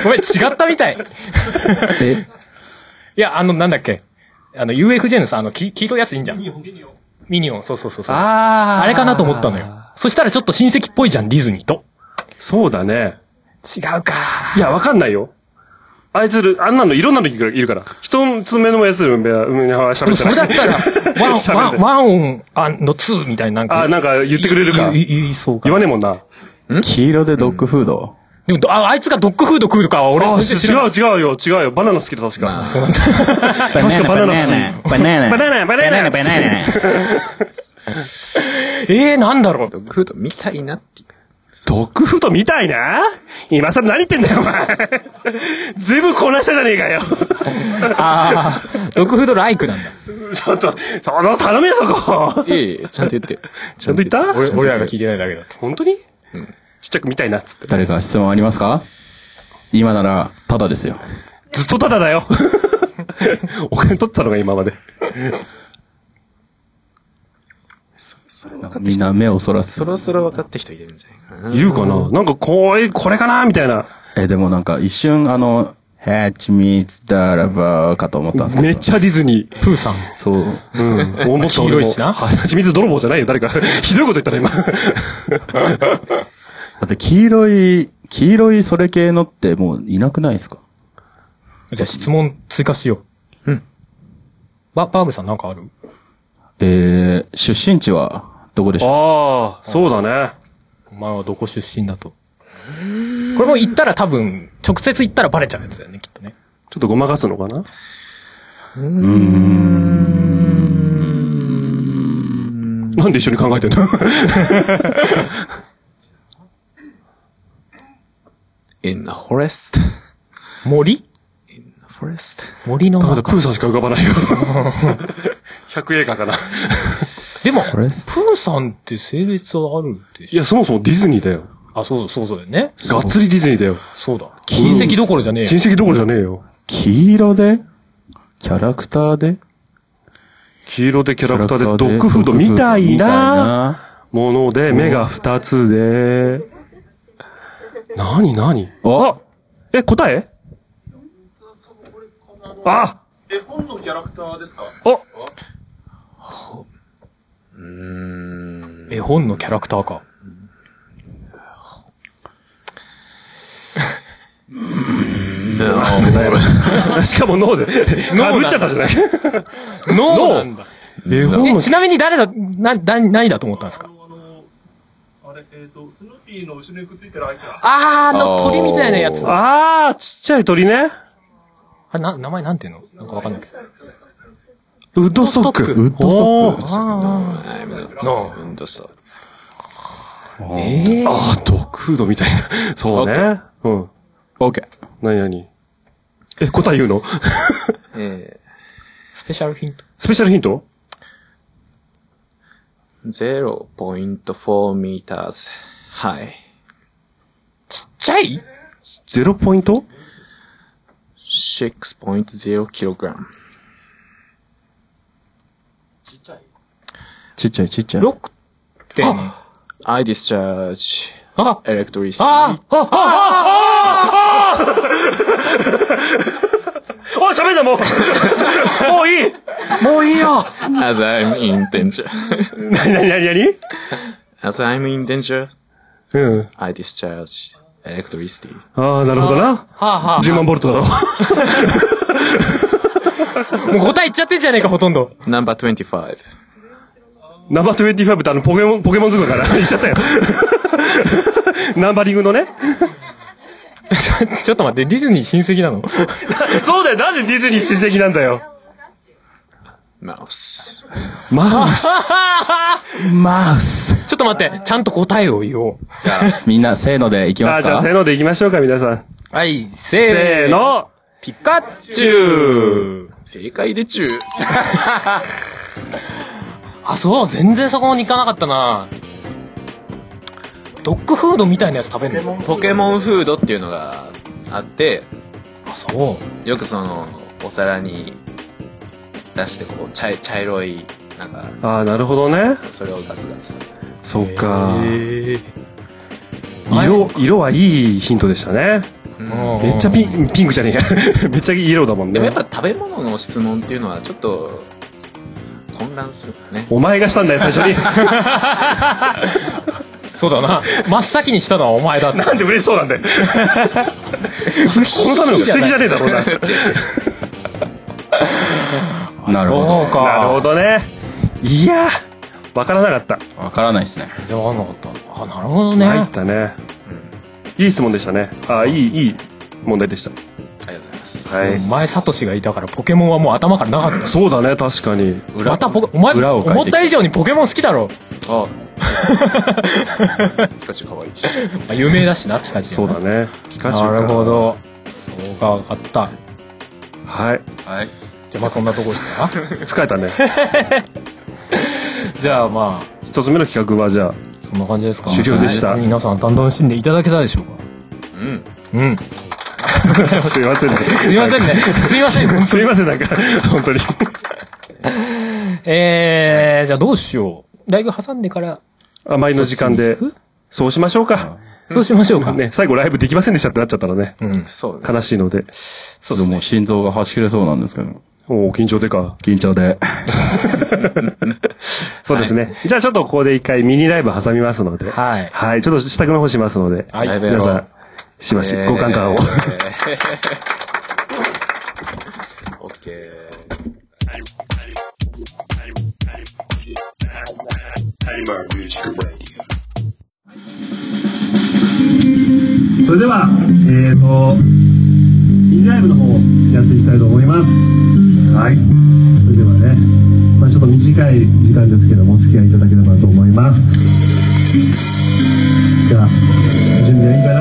[SPEAKER 5] ごめん、違ったみたい。
[SPEAKER 4] え、
[SPEAKER 5] いや、あの、なんだっけ。あの、UFJ のさ、あの、き黄色いやついいんじゃん。ミニオン。ミニオン、そうそうそうそう。あ
[SPEAKER 6] あ
[SPEAKER 5] れかなと思ったのよ。そしたらちょっと親戚っぽいじゃん、ディズニーと。
[SPEAKER 6] そうだね。
[SPEAKER 5] 違うか。
[SPEAKER 6] いや、わかんないよ。あいつる、あんなのいろんなのいるから。人の爪のやつ、うん、べや、うん、は
[SPEAKER 5] で
[SPEAKER 6] 喋
[SPEAKER 5] も
[SPEAKER 6] って
[SPEAKER 5] そ
[SPEAKER 6] ない。
[SPEAKER 5] れだ ったら、 ワ
[SPEAKER 6] 喋
[SPEAKER 5] ン、ワ
[SPEAKER 6] ん
[SPEAKER 5] ン、
[SPEAKER 6] ない
[SPEAKER 5] ワンオン、あの、ツーみたいななんか。
[SPEAKER 6] あ、なんか言ってくれるか。
[SPEAKER 5] いいいいそうか
[SPEAKER 6] 言わねえもんな。
[SPEAKER 4] 黄色でドッグフード、
[SPEAKER 5] でも、あ、あいつがドッグフード食うとかは俺
[SPEAKER 6] あ
[SPEAKER 5] は
[SPEAKER 6] あ、
[SPEAKER 5] 全然知らない。
[SPEAKER 6] 違う違うよ、違うよ。バナナ好きだ、確か。
[SPEAKER 5] そうなんだ。
[SPEAKER 6] 確かバナナ好き。
[SPEAKER 4] バナナ。
[SPEAKER 6] バナナバナナ
[SPEAKER 4] バナナ。
[SPEAKER 5] えー、なんだろう。
[SPEAKER 7] ドッグフードみたいなっていう。
[SPEAKER 6] ドッグフードみたいな今さら何言ってんだよ、お前。ずいぶんこなしたじゃねえかよ。
[SPEAKER 5] ああ、ドッグフードライクなんだ。
[SPEAKER 6] ちょっと、その、頼めよ、そこ。
[SPEAKER 7] いえいえ、ちゃんと言って。
[SPEAKER 6] ちゃんと言った
[SPEAKER 5] 俺俺らが聞いてないだけだと。
[SPEAKER 6] 本当にちっちゃく見たいな、つって。
[SPEAKER 4] 誰か質問ありますか今なら、ただですよ。
[SPEAKER 6] ずっとただだよ。お金取ってたのが今まで。
[SPEAKER 4] みんな目をそらす
[SPEAKER 7] そ。ろそろ分かった人いるんじゃないかな。
[SPEAKER 6] いるかななんか、こういう、これかなみたいな。
[SPEAKER 4] え、でもなんか一瞬あの、ハチミツだらばかと思ったんですけど。
[SPEAKER 6] めっちゃディズニー。
[SPEAKER 5] プーさん。
[SPEAKER 4] そう。
[SPEAKER 6] うん。思った
[SPEAKER 5] 黄
[SPEAKER 6] 俺
[SPEAKER 5] 色い
[SPEAKER 6] も。
[SPEAKER 5] しな
[SPEAKER 6] 蜂蜜泥棒じゃないよ、誰か。ひどいこと言ったら今。
[SPEAKER 4] だって黄色い、黄色いそれ系のってもういなくないですか
[SPEAKER 5] じゃあ質問追加しよう。うん。ババーグさんなんかある
[SPEAKER 4] えー、出身地はどこでしょ
[SPEAKER 6] ああ、そうだね。
[SPEAKER 5] お前はどこ出身だと。これも言ったら多分、直接言ったらバレちゃうやつだよね、きっとね。
[SPEAKER 6] ちょっとごまかすのかななんで一緒に考えてんの
[SPEAKER 7] in the forest.
[SPEAKER 5] 森
[SPEAKER 7] In the forest.
[SPEAKER 5] 森の
[SPEAKER 6] まだ
[SPEAKER 5] 中。
[SPEAKER 6] プーさんしか浮かば ないよ。100映画かな。
[SPEAKER 5] でも、
[SPEAKER 4] う
[SPEAKER 5] プ
[SPEAKER 4] これです
[SPEAKER 5] ーさんって性別はあるで
[SPEAKER 6] い
[SPEAKER 5] しょ
[SPEAKER 6] や、そもそもディズニーだよ。
[SPEAKER 5] あ、そうそう、そうだよね。
[SPEAKER 6] がっつりディズニーだよ。
[SPEAKER 5] そうだ。親戚どころじゃねえ
[SPEAKER 6] 親
[SPEAKER 5] よ。
[SPEAKER 6] 戚どころじゃねえよ。
[SPEAKER 4] 黄色でキャラクターで
[SPEAKER 6] 黄色でキャラクターでドッグフードみたいなもので、目が二つで。なになに
[SPEAKER 4] あ
[SPEAKER 6] え、答えあ
[SPEAKER 9] 絵本のキャラクターですか
[SPEAKER 5] 絵本のキャラクターか。
[SPEAKER 6] しかも脳で。かぶっちゃったじゃない
[SPEAKER 5] ノーなんだ。
[SPEAKER 6] 絵本
[SPEAKER 5] え
[SPEAKER 6] の
[SPEAKER 5] ちなみに誰だ、な、な、何だと思ったんですか
[SPEAKER 9] あの、あれ、えっ、と、スヌーピーの後ろにくっついてる相手だ。
[SPEAKER 5] あー、あの鳥みたいなやつ。あ
[SPEAKER 6] ああ、ちっちゃい鳥ね。
[SPEAKER 5] れ、な、名前なんていうのなんかわかんないけど。
[SPEAKER 6] ウッドストック。ウッドストック。
[SPEAKER 7] I'm not. I'm just.
[SPEAKER 6] ああ、ドッグフードみたいな。 そうね。うん。
[SPEAKER 4] ?OK。
[SPEAKER 6] なになにえ、答え言うの
[SPEAKER 7] え
[SPEAKER 5] スペシャルヒント。
[SPEAKER 6] スペシャルヒント
[SPEAKER 7] ー、0.4 meters. はい。
[SPEAKER 5] ちゃい
[SPEAKER 6] ゼロポイント
[SPEAKER 7] 6.0 kilogram.
[SPEAKER 4] ちっちゃいちっちゃい。
[SPEAKER 5] ?6 点。
[SPEAKER 7] I discharge
[SPEAKER 5] あ
[SPEAKER 7] electricity.
[SPEAKER 5] ああ
[SPEAKER 6] おい、喋んな、もう もういいもういいよ
[SPEAKER 7] As I'm in danger.
[SPEAKER 6] なになになになに
[SPEAKER 7] As I'm in danger,
[SPEAKER 6] うん。
[SPEAKER 7] I discharge electricity.
[SPEAKER 6] ああ、なるほどな。
[SPEAKER 5] はあはあ
[SPEAKER 6] 10万ボルトだろ。
[SPEAKER 5] もう答え言っちゃってんじゃねえか、ほとんど。
[SPEAKER 7] Number 25.
[SPEAKER 6] ナンバー25ってあの、ポケモン、ポケモンズグから 言っちゃったよ。ナンバリングの ね。
[SPEAKER 5] ちょっと待って、ディズニー親戚なの
[SPEAKER 6] そうだよ、なんでディズニー親戚なんだよ。
[SPEAKER 7] Mouse.
[SPEAKER 6] まあ、
[SPEAKER 4] マウス。
[SPEAKER 5] ちょっと待って、ちゃんと答えを言おう。
[SPEAKER 4] みんな、せーのでいき
[SPEAKER 6] あ
[SPEAKER 4] ま
[SPEAKER 6] ー
[SPEAKER 4] す
[SPEAKER 6] じゃあ、せ
[SPEAKER 4] か
[SPEAKER 6] ーので行きましょうか、皆さん。
[SPEAKER 5] はい、せ
[SPEAKER 6] せ
[SPEAKER 5] ー
[SPEAKER 6] ー
[SPEAKER 5] の。
[SPEAKER 6] の。
[SPEAKER 5] ピカチュウ
[SPEAKER 7] 正解で中。
[SPEAKER 5] あ、そう、全然そこに行かなかったな。ドッグフードみたいなやつ食べんの
[SPEAKER 7] ポケモンフードっていうのがあって、
[SPEAKER 5] あ、そう。
[SPEAKER 7] よくその、お皿に出してこう、茶茶色い、なんか、
[SPEAKER 6] ああ、なるほどね。
[SPEAKER 7] それをガツガツ。
[SPEAKER 6] そっか。
[SPEAKER 5] へー
[SPEAKER 6] 色、色はいいヒントでしたね。
[SPEAKER 5] うん
[SPEAKER 6] めっちゃピン、ピンクじゃねえや。 めっちゃイエローだもん
[SPEAKER 7] でもや
[SPEAKER 6] ね
[SPEAKER 7] っ。ぱ食べ物の質問っていうのはちょっと混乱するんですね。
[SPEAKER 6] お前が したんだよ、最初に。
[SPEAKER 5] そうだな。真っ先にしたのはお前だって。
[SPEAKER 6] なんで嬉しそうなんだよ。このための布石じゃねえだろうな。
[SPEAKER 4] なるほど。
[SPEAKER 5] そうか。
[SPEAKER 6] なるほどね。いやー、わからなかった。
[SPEAKER 4] わからないですね。
[SPEAKER 5] じゃあ、あんなかった。あ、なるほどね。
[SPEAKER 6] 入ったね。いい質問でしたね。あ、いい、いい問題でした。
[SPEAKER 7] ありがとうございます。
[SPEAKER 6] はい。
[SPEAKER 5] 前、サトシがいたからポケモンはもう頭からなか った。
[SPEAKER 6] そうだね、確かに。
[SPEAKER 5] またポケ、お前、
[SPEAKER 4] 裏を変えてきた
[SPEAKER 5] 思った以上にポケモン好きだろ。
[SPEAKER 7] ああ。ピカチュウ可愛いし。
[SPEAKER 5] まあ 有名だしな、ピカチュウ。
[SPEAKER 6] そうだ。ね。ピカチュウ
[SPEAKER 5] な
[SPEAKER 6] か
[SPEAKER 5] るほ。ど。そうか、わかった。
[SPEAKER 6] はい。
[SPEAKER 4] はい。
[SPEAKER 5] じゃあまあそんなとこですかな。
[SPEAKER 6] 疲れたね。
[SPEAKER 5] じゃあまあ、
[SPEAKER 6] 一つ目の企画は じゃあ、
[SPEAKER 5] そんな感じですか。
[SPEAKER 6] 終了でした
[SPEAKER 5] はい皆さん、楽しんでいただけたでしょうか
[SPEAKER 7] うん。
[SPEAKER 5] うん。
[SPEAKER 6] すいませんね。
[SPEAKER 5] すいませんね。 すいません。
[SPEAKER 6] すいません、なんか、本当に。
[SPEAKER 5] えー、じゃあどうしよう。ライブ挟んでから、
[SPEAKER 6] 甘いの時間で、そうしましょうか。
[SPEAKER 5] そうしましょうか。
[SPEAKER 6] ね、最後ライブできませんでしたってなっちゃったらね、
[SPEAKER 5] うん。
[SPEAKER 7] そうね。
[SPEAKER 6] 悲しいので。
[SPEAKER 4] ちょっともう心臓がはし切れそうなんですけど。
[SPEAKER 6] おお緊張でか。
[SPEAKER 4] 緊 張で。
[SPEAKER 6] そうですね。じゃあちょっとここで一回ミニライブ挟みますので。
[SPEAKER 5] はい
[SPEAKER 6] はい。ちょっと支度の方しますので。
[SPEAKER 5] はい
[SPEAKER 7] ライブや
[SPEAKER 6] 皆
[SPEAKER 7] ろ
[SPEAKER 6] さ。、
[SPEAKER 7] うん
[SPEAKER 6] しばし、
[SPEAKER 7] えー
[SPEAKER 6] ご感化を。
[SPEAKER 7] オッケー。
[SPEAKER 6] それでは、えーと、ミニライブの方やっていきたいと思います。はい。それではね、まあちょっと短い時間ですけども、お付き合いいただければと思います。では、準備はいいかな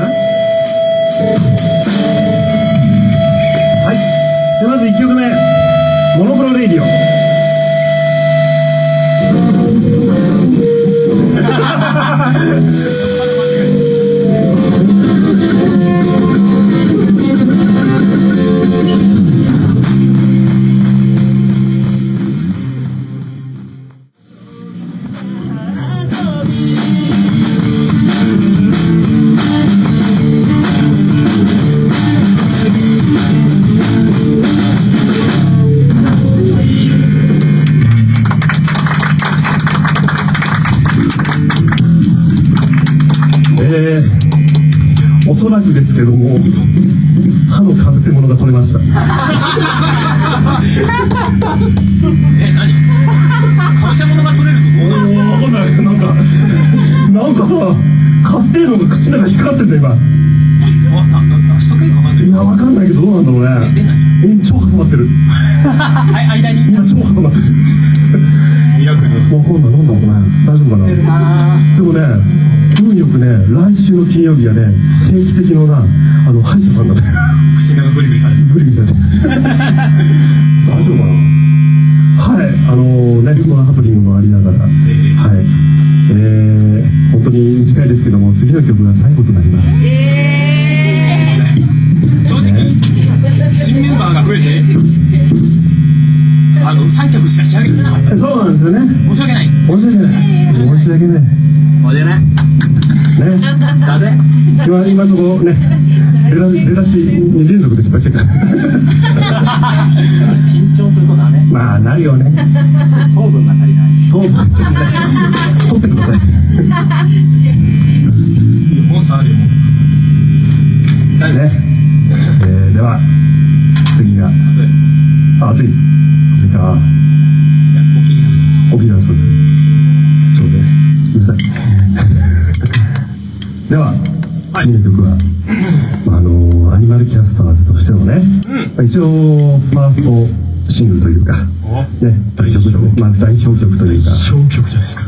[SPEAKER 6] はい。ではまず1曲目、モノクロレイディオ。えーおそらくですけども歯のかぶせ物が取れま したえ何かぶせ物が取れるとどうなんかなんかさ買ってるのが口の中光ってんだ今いやわかんないけどどうなんだろうねうん超挟まってる間にいや超挟まってるわかんないなんだろうね大丈夫かなでもね、運よくね、来週の金曜日はね、定期的のな、あの、歯医者さんがね、口の中グリグリされる。グリグリされる。大丈夫かなはい、あのね、そのハプニングもありながら、はい。えー、本当に短いですけども、次の曲が最後となります。
[SPEAKER 5] 正直、新メンバーが増えて、あの、3曲しか仕上げてなかった。
[SPEAKER 6] そうなんですよね。
[SPEAKER 5] 申し訳ない。
[SPEAKER 6] 申し訳ない。申し訳ない。ね。今、今のところね、出だ出だし2連続で失敗してるから。
[SPEAKER 5] 緊張するとダメ。
[SPEAKER 6] まあなるよね
[SPEAKER 5] 糖分が足りない。
[SPEAKER 6] 糖分取ってください
[SPEAKER 5] モンスターあるよ、モンスタ
[SPEAKER 6] ね、えー、では次があ次次か起きてますですちょうどねうるさい では次の曲は、まああのアニマルキャスターズとしてのね、まあ一応ファーストシングルというか、ね、代表曲、まあ、代表曲というかい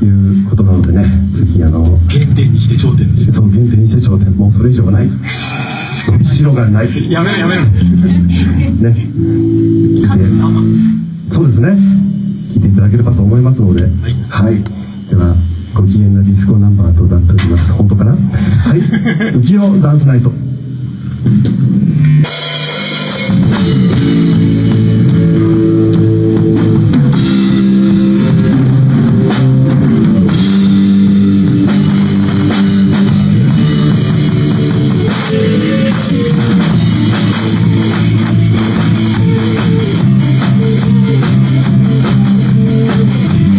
[SPEAKER 6] うことなのでね次あの
[SPEAKER 5] 原点にして頂点です。
[SPEAKER 6] そう原点にして頂点もうそれ以上はない伸びしろがないね
[SPEAKER 5] やめろ、やめろ。
[SPEAKER 6] 聞いてそうですね聞いていただければと思いますのではい、ではご機嫌なディスコナンバーとなっております本当かなはい浮世ダンスナイト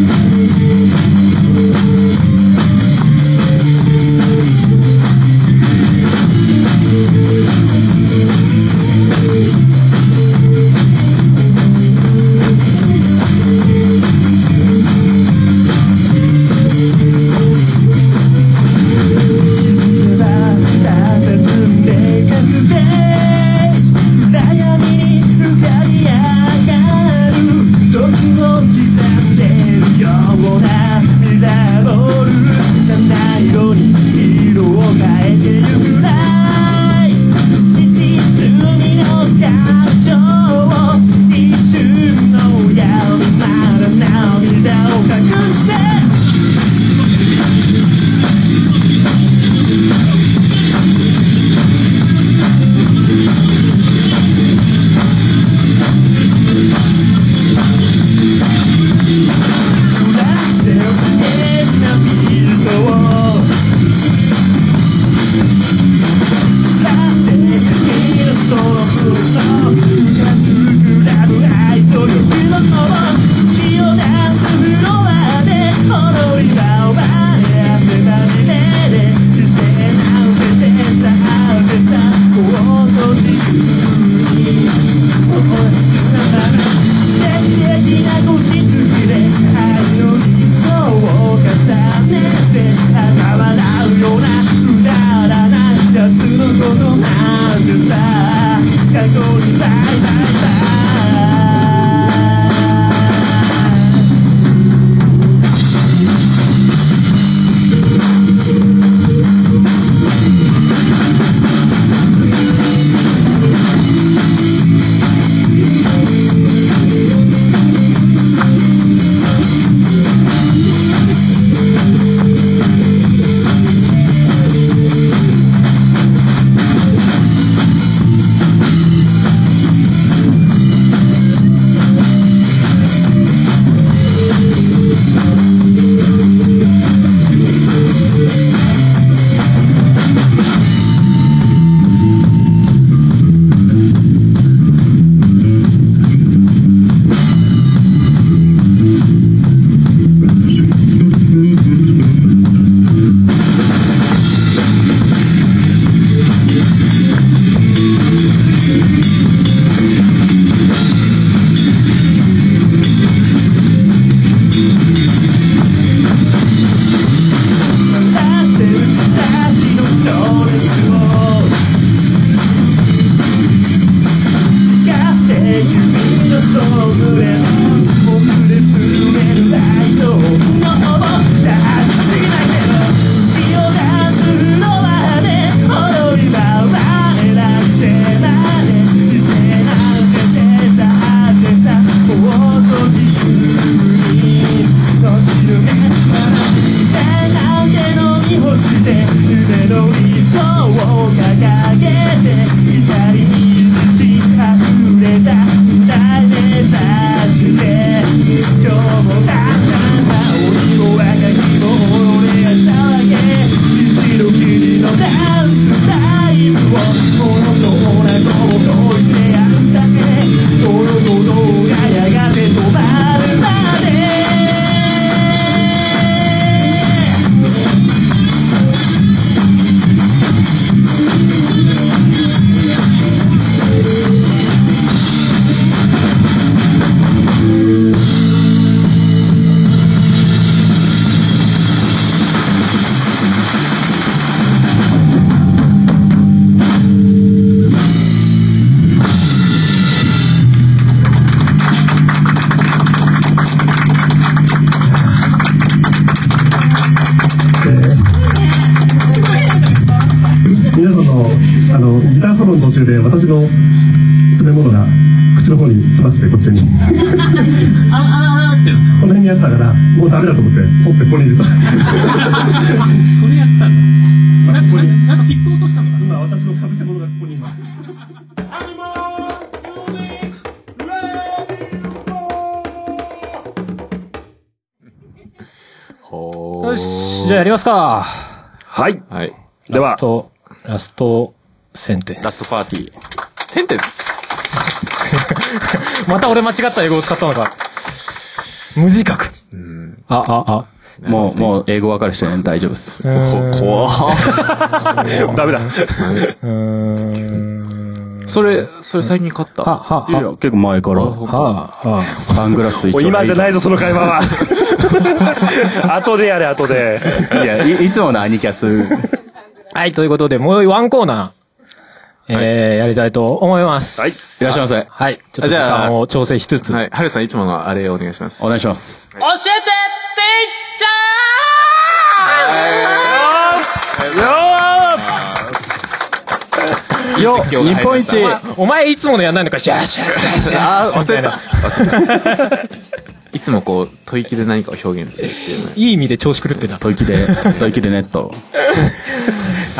[SPEAKER 8] 「
[SPEAKER 11] して夢の糸を掲げて光に満ち溢れた歌い目指して今日もたった青にも赤にも俺が騒げ一度きりのダンスタイムをこのようなことであるだけこの鼓動がやがて止まるまで
[SPEAKER 6] 皆さんのあのギターソロの途中で私の詰め物が口の方に来ましてこっちに
[SPEAKER 11] ああ
[SPEAKER 6] この辺にあったからもうダメだと思って取ってここに入れた
[SPEAKER 11] それやってたんだ
[SPEAKER 6] なんか
[SPEAKER 11] なんかピップ落としたのか
[SPEAKER 6] 今私のかぶせ物がここに今
[SPEAKER 5] よし、じゃあやりますか。
[SPEAKER 6] はい。
[SPEAKER 5] はい。では。ラスト、ラストセンテンス。ラストパーティー。センテンスまた俺間違った英語を使ったのか。無自覚。
[SPEAKER 4] あ、あ、あ。もう、もう、英語わかる人は大丈夫です。
[SPEAKER 5] うーん
[SPEAKER 4] 怖
[SPEAKER 6] ダメだ。
[SPEAKER 7] それ、それ最近買った。
[SPEAKER 4] いや、結構前から。サングラス一
[SPEAKER 6] も
[SPEAKER 4] 応
[SPEAKER 6] う今じゃないぞその会話 は後でやれ後で
[SPEAKER 4] いや、いいつものアニキャ ス。
[SPEAKER 5] はい、ということで、もうワンコーナー、えー、やりたいと思います。はい。い
[SPEAKER 4] らっしゃいませ。
[SPEAKER 5] はい。ちょっと時
[SPEAKER 7] あじゃあ
[SPEAKER 5] 間を調整しつつ。
[SPEAKER 7] はい。はるさん、いつものあれお願いします。お
[SPEAKER 4] 願いします。
[SPEAKER 11] 教えてっていっちゃ
[SPEAKER 7] いよ
[SPEAKER 5] 日
[SPEAKER 7] 本一
[SPEAKER 5] お前いつものやんないのか、シャーシャーシャーシャー。
[SPEAKER 7] あー忘れた
[SPEAKER 5] み
[SPEAKER 7] いつもこう、吐息で何かを表現するっていうね。
[SPEAKER 5] いい意味で調子狂ってるな。
[SPEAKER 4] 吐息で、吐息でネット。
[SPEAKER 5] たいな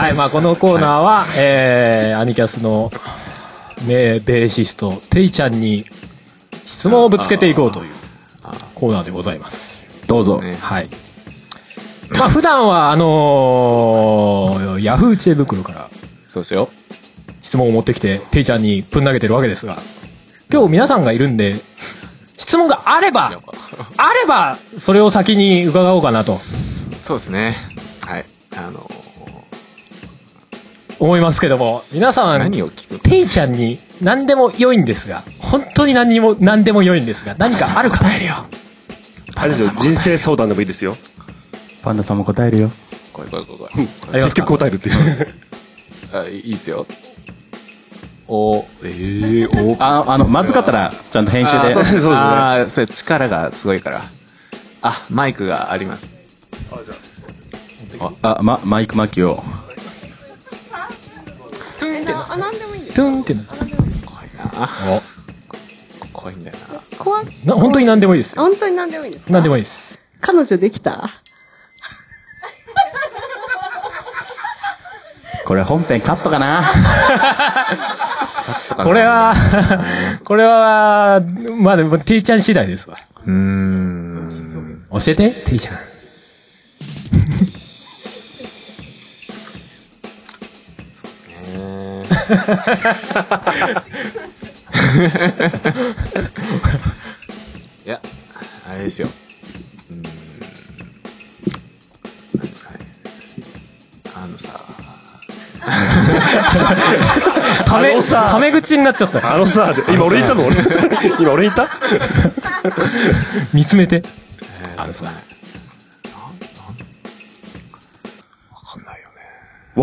[SPEAKER 5] はい、まあこのコーナーは、えー、アニキャスの名ベーシスト、テイちゃんに質問をぶつけていこうというコーナーでございます。
[SPEAKER 4] どうぞ。
[SPEAKER 5] はい。まあ普段は、あのー、ヤフー知恵袋から、
[SPEAKER 7] そうですよ。
[SPEAKER 5] 質問を持ってきて、ていちゃんにぶん投げてるわけですが、今日皆さんがいるんで、質問があれば、あれば、それを先に伺おうかなと
[SPEAKER 7] そうですね。はい。あの、
[SPEAKER 5] 思いますけども、皆さん、
[SPEAKER 7] 何を聞く
[SPEAKER 5] ていちゃんに何でも良いんですが、本当に何にも、何でも良いんですが、何かあるかえるよ。
[SPEAKER 6] あれですよ人生相談でもいいですよ
[SPEAKER 4] パンダさんも答えるよ。
[SPEAKER 7] 怖い怖い怖い怖い。
[SPEAKER 5] ありますか
[SPEAKER 6] 結局答えるっていう
[SPEAKER 7] あ、いいですよ。お、ええお。
[SPEAKER 4] あ、あの、まずかったら、ちゃんと編集で。
[SPEAKER 7] そうですね、そうですね。あーそれ力がすごいから。あ、マイクがあります。
[SPEAKER 4] あ、ま、マイクマキを。
[SPEAKER 12] あ、なんでもいいんです
[SPEAKER 5] トゥンって
[SPEAKER 7] あ怖いんだよな。
[SPEAKER 12] 怖い。
[SPEAKER 5] な本当に何でもいいです。
[SPEAKER 12] 本当に何でもいいんですか
[SPEAKER 5] 何でもいいです。
[SPEAKER 12] 彼女できた
[SPEAKER 4] これ本編カットかな
[SPEAKER 5] これは、 これは、まあでも、ていちゃん次第ですわ。
[SPEAKER 7] うーん。
[SPEAKER 5] 教えて、ていちゃん。
[SPEAKER 7] えーいや、あれですよ。うーん。なんですかね。あのさ、
[SPEAKER 5] た
[SPEAKER 6] あ
[SPEAKER 5] め、
[SPEAKER 6] のさ
[SPEAKER 5] ため口になっちゃった。
[SPEAKER 6] あのさ今俺言ったの俺今俺言った
[SPEAKER 5] 見つめて。
[SPEAKER 7] あのさ、
[SPEAKER 6] わ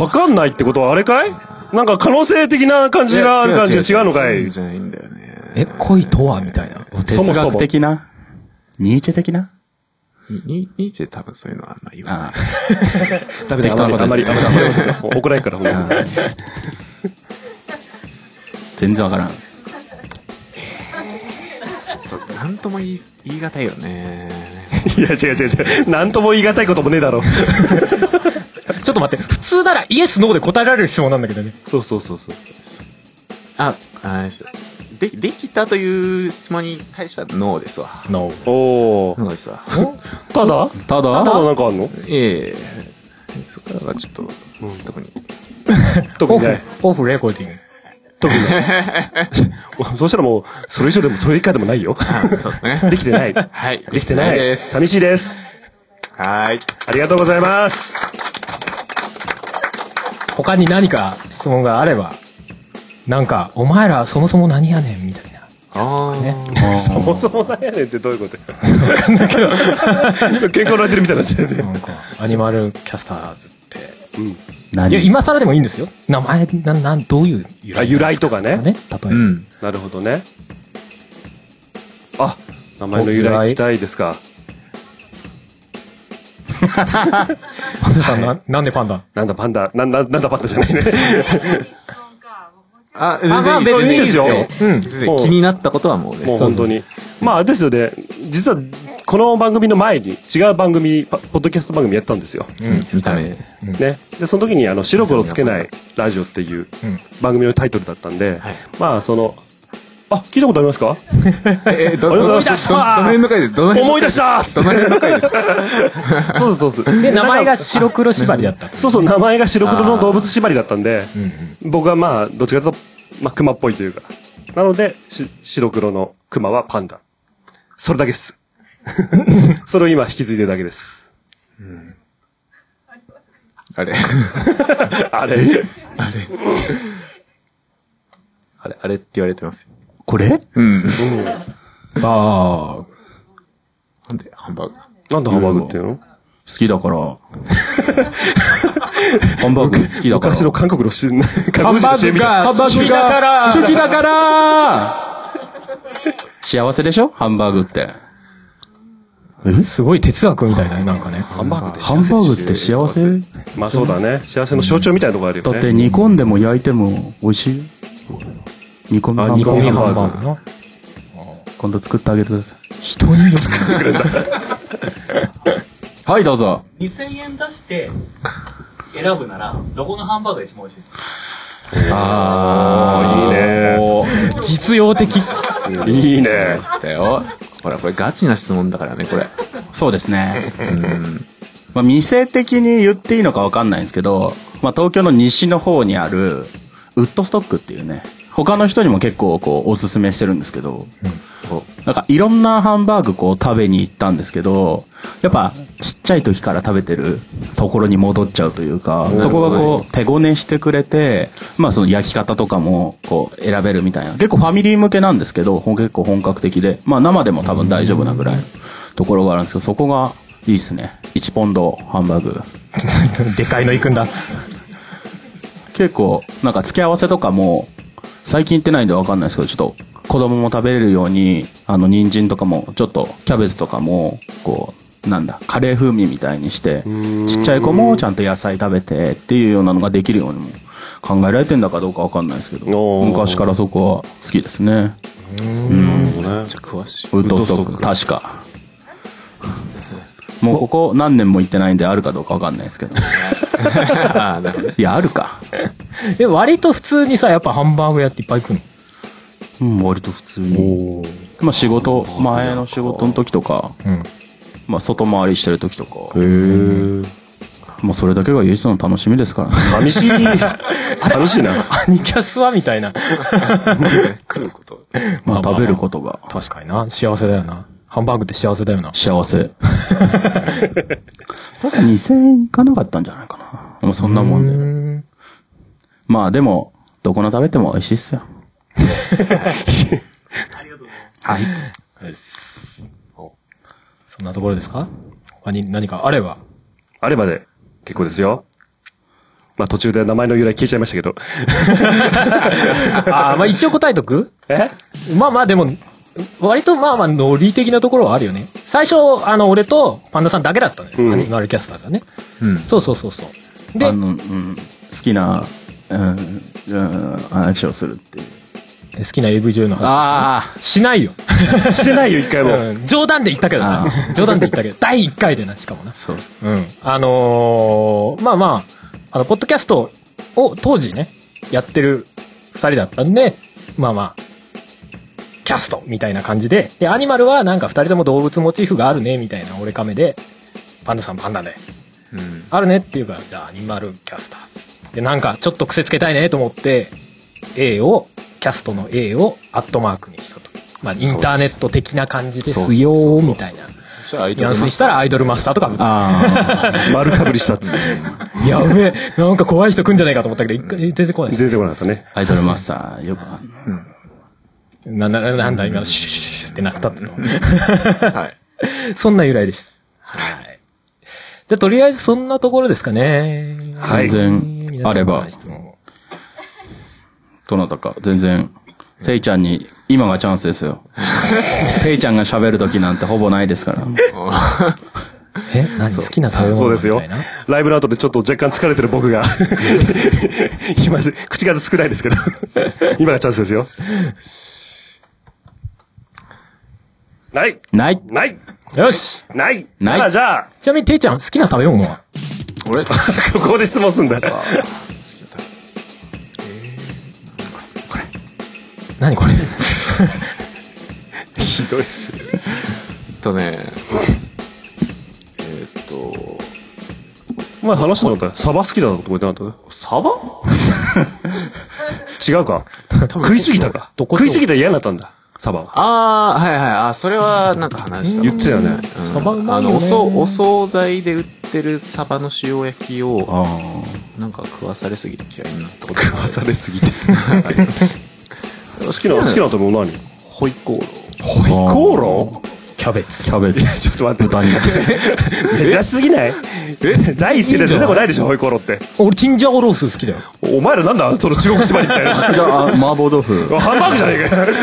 [SPEAKER 6] かんないってことはあれかいなんか可能性的な感じがある感じが違うのか
[SPEAKER 7] そう
[SPEAKER 6] い
[SPEAKER 7] んじゃないんだよね。
[SPEAKER 5] え、恋とはみたいな。
[SPEAKER 6] そ
[SPEAKER 4] 哲
[SPEAKER 6] もそも
[SPEAKER 4] 学的なニーチェ的な
[SPEAKER 7] ににニーチェ多分そういうのはあんま言わない。
[SPEAKER 4] あ
[SPEAKER 6] ダメ
[SPEAKER 4] 適当
[SPEAKER 6] だ
[SPEAKER 4] なこと
[SPEAKER 6] あんまりあんまりあんまりあんまり怒られるからほん
[SPEAKER 4] あ
[SPEAKER 6] まに
[SPEAKER 4] 全然わからん。
[SPEAKER 7] ちょっと、なんとも言い、言い難いよね。
[SPEAKER 6] いや違う違う違うなんとも言い難いこともねえだろ
[SPEAKER 5] ちょっと待って、普通ならイエス、ノーで答えられる質問なんだけどね。
[SPEAKER 7] そうそうそうそう。あ、あれです。で、できたという質問に対してはノーですわ。
[SPEAKER 5] ノ
[SPEAKER 7] ー。おー。ノーですわ。
[SPEAKER 6] ただ
[SPEAKER 4] ただ
[SPEAKER 6] ただなんかあんの
[SPEAKER 7] ええそこはちょっと、特に。
[SPEAKER 6] 特にない。
[SPEAKER 5] オフレコーディング。
[SPEAKER 6] 特にない。そうしたらもう、それ以上でも、それ以下でもないよ。
[SPEAKER 7] そうですね。
[SPEAKER 6] できてない。
[SPEAKER 7] はい。
[SPEAKER 6] できてない。寂しいです。
[SPEAKER 7] はい。
[SPEAKER 6] ありがとうございます。
[SPEAKER 5] 他に何か質問があれば、なんか、お前らそもそも何やねんみたいな。
[SPEAKER 7] ああ、
[SPEAKER 6] そもそもなんやねんってどういうことよ。喧嘩売られてるみたいになっちゃうよ
[SPEAKER 5] なんか、アニマルキャスターズって。
[SPEAKER 6] うん。
[SPEAKER 4] 何
[SPEAKER 5] いや、今更でもいいんですよ。名前、な、なん、どういう由
[SPEAKER 6] あ
[SPEAKER 5] 来
[SPEAKER 6] 由来とかね。
[SPEAKER 5] ね、例えば。
[SPEAKER 7] うん。
[SPEAKER 6] なるほどね。あ、名前の由
[SPEAKER 5] お由
[SPEAKER 6] 来
[SPEAKER 5] 来
[SPEAKER 6] 聞きたいですか。
[SPEAKER 5] パンダさん、な、なんでパンダ
[SPEAKER 6] なんだパンダ、なんだ、なんだパンダじゃない ね。
[SPEAKER 7] あ、
[SPEAKER 5] あまあ
[SPEAKER 7] 全
[SPEAKER 5] 別
[SPEAKER 7] 然
[SPEAKER 5] に
[SPEAKER 7] い
[SPEAKER 5] い
[SPEAKER 7] い
[SPEAKER 5] いで
[SPEAKER 7] で
[SPEAKER 5] すすよ
[SPEAKER 7] よ。うん。全然気になったことはもう
[SPEAKER 6] もう
[SPEAKER 7] ね。
[SPEAKER 6] 本当に。まあ、あれですよね。実は、この番組の前に違う番組、パポッドキャスト番組やったんですよ。
[SPEAKER 7] 見た目。
[SPEAKER 6] ね。で、その時に、あの、白黒つけないラジオっていう番組のタイトルだったんで、
[SPEAKER 7] はい
[SPEAKER 6] まあ、その、あ、聞いたことあります か
[SPEAKER 7] え、ど、
[SPEAKER 6] ありがとうご
[SPEAKER 7] ど
[SPEAKER 6] ざいます
[SPEAKER 7] どの辺の回ですどの辺
[SPEAKER 6] 思い出したーっつって
[SPEAKER 7] どの辺の回ですか
[SPEAKER 6] そうそうそうそう。
[SPEAKER 5] で、名前が白黒縛りだった。
[SPEAKER 6] そうそう、名前が白黒の動物縛りだったんで、僕はまあ、どっちかというと、まあ、熊っぽいというか。なので、し白黒の熊はパンダ。それだけ です。それを今引き継いでるだけです。
[SPEAKER 7] あれ。
[SPEAKER 6] あれ
[SPEAKER 7] あれ、あれって言われてます。
[SPEAKER 4] これ
[SPEAKER 7] うん。
[SPEAKER 4] ああ、好
[SPEAKER 7] なんで、ハンバーグ。
[SPEAKER 6] なんでハンバーグっていうの
[SPEAKER 4] きだから。 ハンバーグ好きだから。
[SPEAKER 6] 昔の韓国の CM 韓国人の CM みたい
[SPEAKER 4] ハンバーグが
[SPEAKER 5] ら
[SPEAKER 4] 好きだから幸せでしょハンバーグって。
[SPEAKER 5] すごい哲学みたいだね、なんかね。
[SPEAKER 6] ハンバーグって
[SPEAKER 4] ハンバーグって幸せ
[SPEAKER 6] まあそうだね。幸せの象徴みたいなとこあるよね。
[SPEAKER 4] だって煮込んでも焼いても美味しいよ。煮込みハン
[SPEAKER 5] 煮
[SPEAKER 4] バ
[SPEAKER 5] 込み
[SPEAKER 4] ーグ。
[SPEAKER 5] ハンバーグな。
[SPEAKER 4] 今度作ってあげてください。
[SPEAKER 5] 人による。
[SPEAKER 4] はい、どうぞ。
[SPEAKER 11] 2000円出して選ぶならどこのハンバーグが一番美味しいですか
[SPEAKER 6] あー
[SPEAKER 5] 実用的。
[SPEAKER 6] いいね。いいね。
[SPEAKER 7] 来たよ。ほら、これガチな質問だからね、これ。
[SPEAKER 4] そうですね。 まあ、店的に言っていいのかわかんないんですけど、まあ、東京の西の方にある、ウッドストックっていうね、他の人にも結構こう、おすすめしてるんですけど、なんかいろんなハンバーグこう食べに行ったんですけど、やっぱちっちゃい時から食べてるところに戻っちゃうというか、そこがこう手ごねしてくれて、まあその焼き方とかもこう選べるみたいな。結構ファミリー向けなんですけど、ほん結構本格的で、まあ生でも多分大丈夫なぐらいのところがあるんですけど、そこがいいですね。1ポンドハンバーグ。
[SPEAKER 5] でかいの行くんだ。
[SPEAKER 4] 結構、なんか付け合わせとかも、最近行ってないんでわかんないですけど、ちょっと、子供も食べれるように、あの、人参とかも、ちょっと、キャベツとかも、こう、なんだ、カレー風味みたいにして、ちっちゃい子もちゃんと野菜食べてっていうようなのができるようにも考えられてんだかどうかわかんないですけど、
[SPEAKER 6] おー
[SPEAKER 4] 昔からそこは好きですね。
[SPEAKER 7] めっちゃ詳しい。
[SPEAKER 4] ウッドストック、確か。もうここ何年も行ってないんであるかどうかわかんないですけど。
[SPEAKER 7] ああ、なるほどね。
[SPEAKER 4] いや、あるか。
[SPEAKER 5] え、割と普通にさ、やっぱハンバーグ屋っていっぱい行くの。
[SPEAKER 4] うん、割と普通に。まあ仕事、前の仕事の時とか、
[SPEAKER 5] うん。
[SPEAKER 4] まあ外回りしてる時とか、
[SPEAKER 6] へえ。
[SPEAKER 4] もうそれだけが唯一の楽しみです からね。
[SPEAKER 6] 寂 しい。寂しいな。
[SPEAKER 5] アニキャスはみたいな。
[SPEAKER 7] 食うこと。
[SPEAKER 4] まあ
[SPEAKER 5] まあ
[SPEAKER 4] 食べることが
[SPEAKER 5] 確かにな。幸せだよな。ハンバーグって幸せだよな。
[SPEAKER 4] 幸 せ。確か2000円いかなかったんじゃないかな。もうそんなもんで、
[SPEAKER 5] うん。
[SPEAKER 4] まあでも、どこの食べても美味しいっす よ。はい。
[SPEAKER 5] そんなところですか他に何かあれば。
[SPEAKER 6] あればで結構ですよ。まあ途中で名前の由来聞いちゃいましたけど。
[SPEAKER 5] ああ、まあ一応答えとく
[SPEAKER 6] え
[SPEAKER 5] まあまあでも、割とまあまあノリ的なところはあるよね。最初、あの、俺とパンダさんだけだったんですよ。
[SPEAKER 6] うん
[SPEAKER 5] アニマルキャスターズはね。そうそうそうそう。で
[SPEAKER 4] あ、の、うん、好きな、うん、うん、話をするっていう。
[SPEAKER 5] 好きな AV 女優の話。
[SPEAKER 4] ああ、
[SPEAKER 5] しないよ。 してないよ、一回も、冗談で言ったけどな。冗談で言ったけど。第1回でな、しかもな。
[SPEAKER 7] そう。
[SPEAKER 5] うん。あのーまあまあ、あの、ポッドキャストを当時ね、やってる二人だったんで、まあまあ、キャストみたいな感じで、で、アニマルはなんか二人とも動物モチーフがあるね、みたいな俺カメで、パンダさんパンダで、
[SPEAKER 7] うん。
[SPEAKER 5] あるねっていうから、じゃあアニマルキャスターズ。で、なんかちょっと癖つけたいねと思って、A を、キャストの A をアットマークにしたと。まあ、インターネット的な感じですよー、みたいな。
[SPEAKER 7] じゃあアイ
[SPEAKER 5] ニュアンスにしたらアイドルマスターとかぶった。
[SPEAKER 6] 丸かぶりしたっつって。
[SPEAKER 5] やべえ、なんか怖い人来んじゃないかと思ったけど、一回全然来ないです。
[SPEAKER 6] 全然来なかったね。
[SPEAKER 4] アイドルマスター、よく。
[SPEAKER 5] な、な、なんだ、今、シュッシュッシュッってなったっての。はい。 そんな由来でした。はい。じゃあ、とりあえずそんなところですかね。
[SPEAKER 4] 全然、あれば。どなたか、全然、せいちゃんに、今がチャンスです よ。せいちゃんが喋るときなんてほぼないですから。
[SPEAKER 5] え何好きな食べ物
[SPEAKER 6] そうですよ。ライブの後でちょっと若干疲れてる僕が、きまし口数少ないですけど、 今がチャンスですよ。ない
[SPEAKER 4] ない
[SPEAKER 6] ない
[SPEAKER 5] よし
[SPEAKER 6] ない
[SPEAKER 5] ない
[SPEAKER 6] ならじゃあ、
[SPEAKER 5] ちなみに、ていちゃん、好きな食べ物は
[SPEAKER 7] 俺こ
[SPEAKER 6] こで質問すんだ。
[SPEAKER 5] 何これ
[SPEAKER 7] ひどいっす。えっとね、えっと、
[SPEAKER 6] 前話したのかったサバ好きだとか言ってなかった
[SPEAKER 7] サバ
[SPEAKER 6] 違うか食いすぎたか食いすぎたら嫌になったんだ。サバは。
[SPEAKER 7] あー、はいはい、あ、それはなんか話し た。
[SPEAKER 6] 言ってたよね。
[SPEAKER 7] うん
[SPEAKER 5] サバうまいよね
[SPEAKER 7] あの、おそ、お惣菜で売ってるサバの塩焼きを、
[SPEAKER 4] あ
[SPEAKER 7] なんか食わされすぎて嫌いになったこと食わ
[SPEAKER 6] されす ぎて。
[SPEAKER 7] 好
[SPEAKER 6] 好きな、好きな食べ物何
[SPEAKER 7] ホイコーロ
[SPEAKER 6] ホイコーロ
[SPEAKER 5] キャベツ。
[SPEAKER 4] キャベ ツ。
[SPEAKER 6] ちょっと待って、
[SPEAKER 4] 豚肉。
[SPEAKER 6] 珍しすぎないえ第一世代出たことないでしょ、ホイコーロって。
[SPEAKER 5] 俺、チンジャオロース好きだよ。
[SPEAKER 6] お前らなんだその中国縛り みたいな。
[SPEAKER 4] じゃあ、麻婆豆腐。
[SPEAKER 6] ハンバーグじゃねえか よ。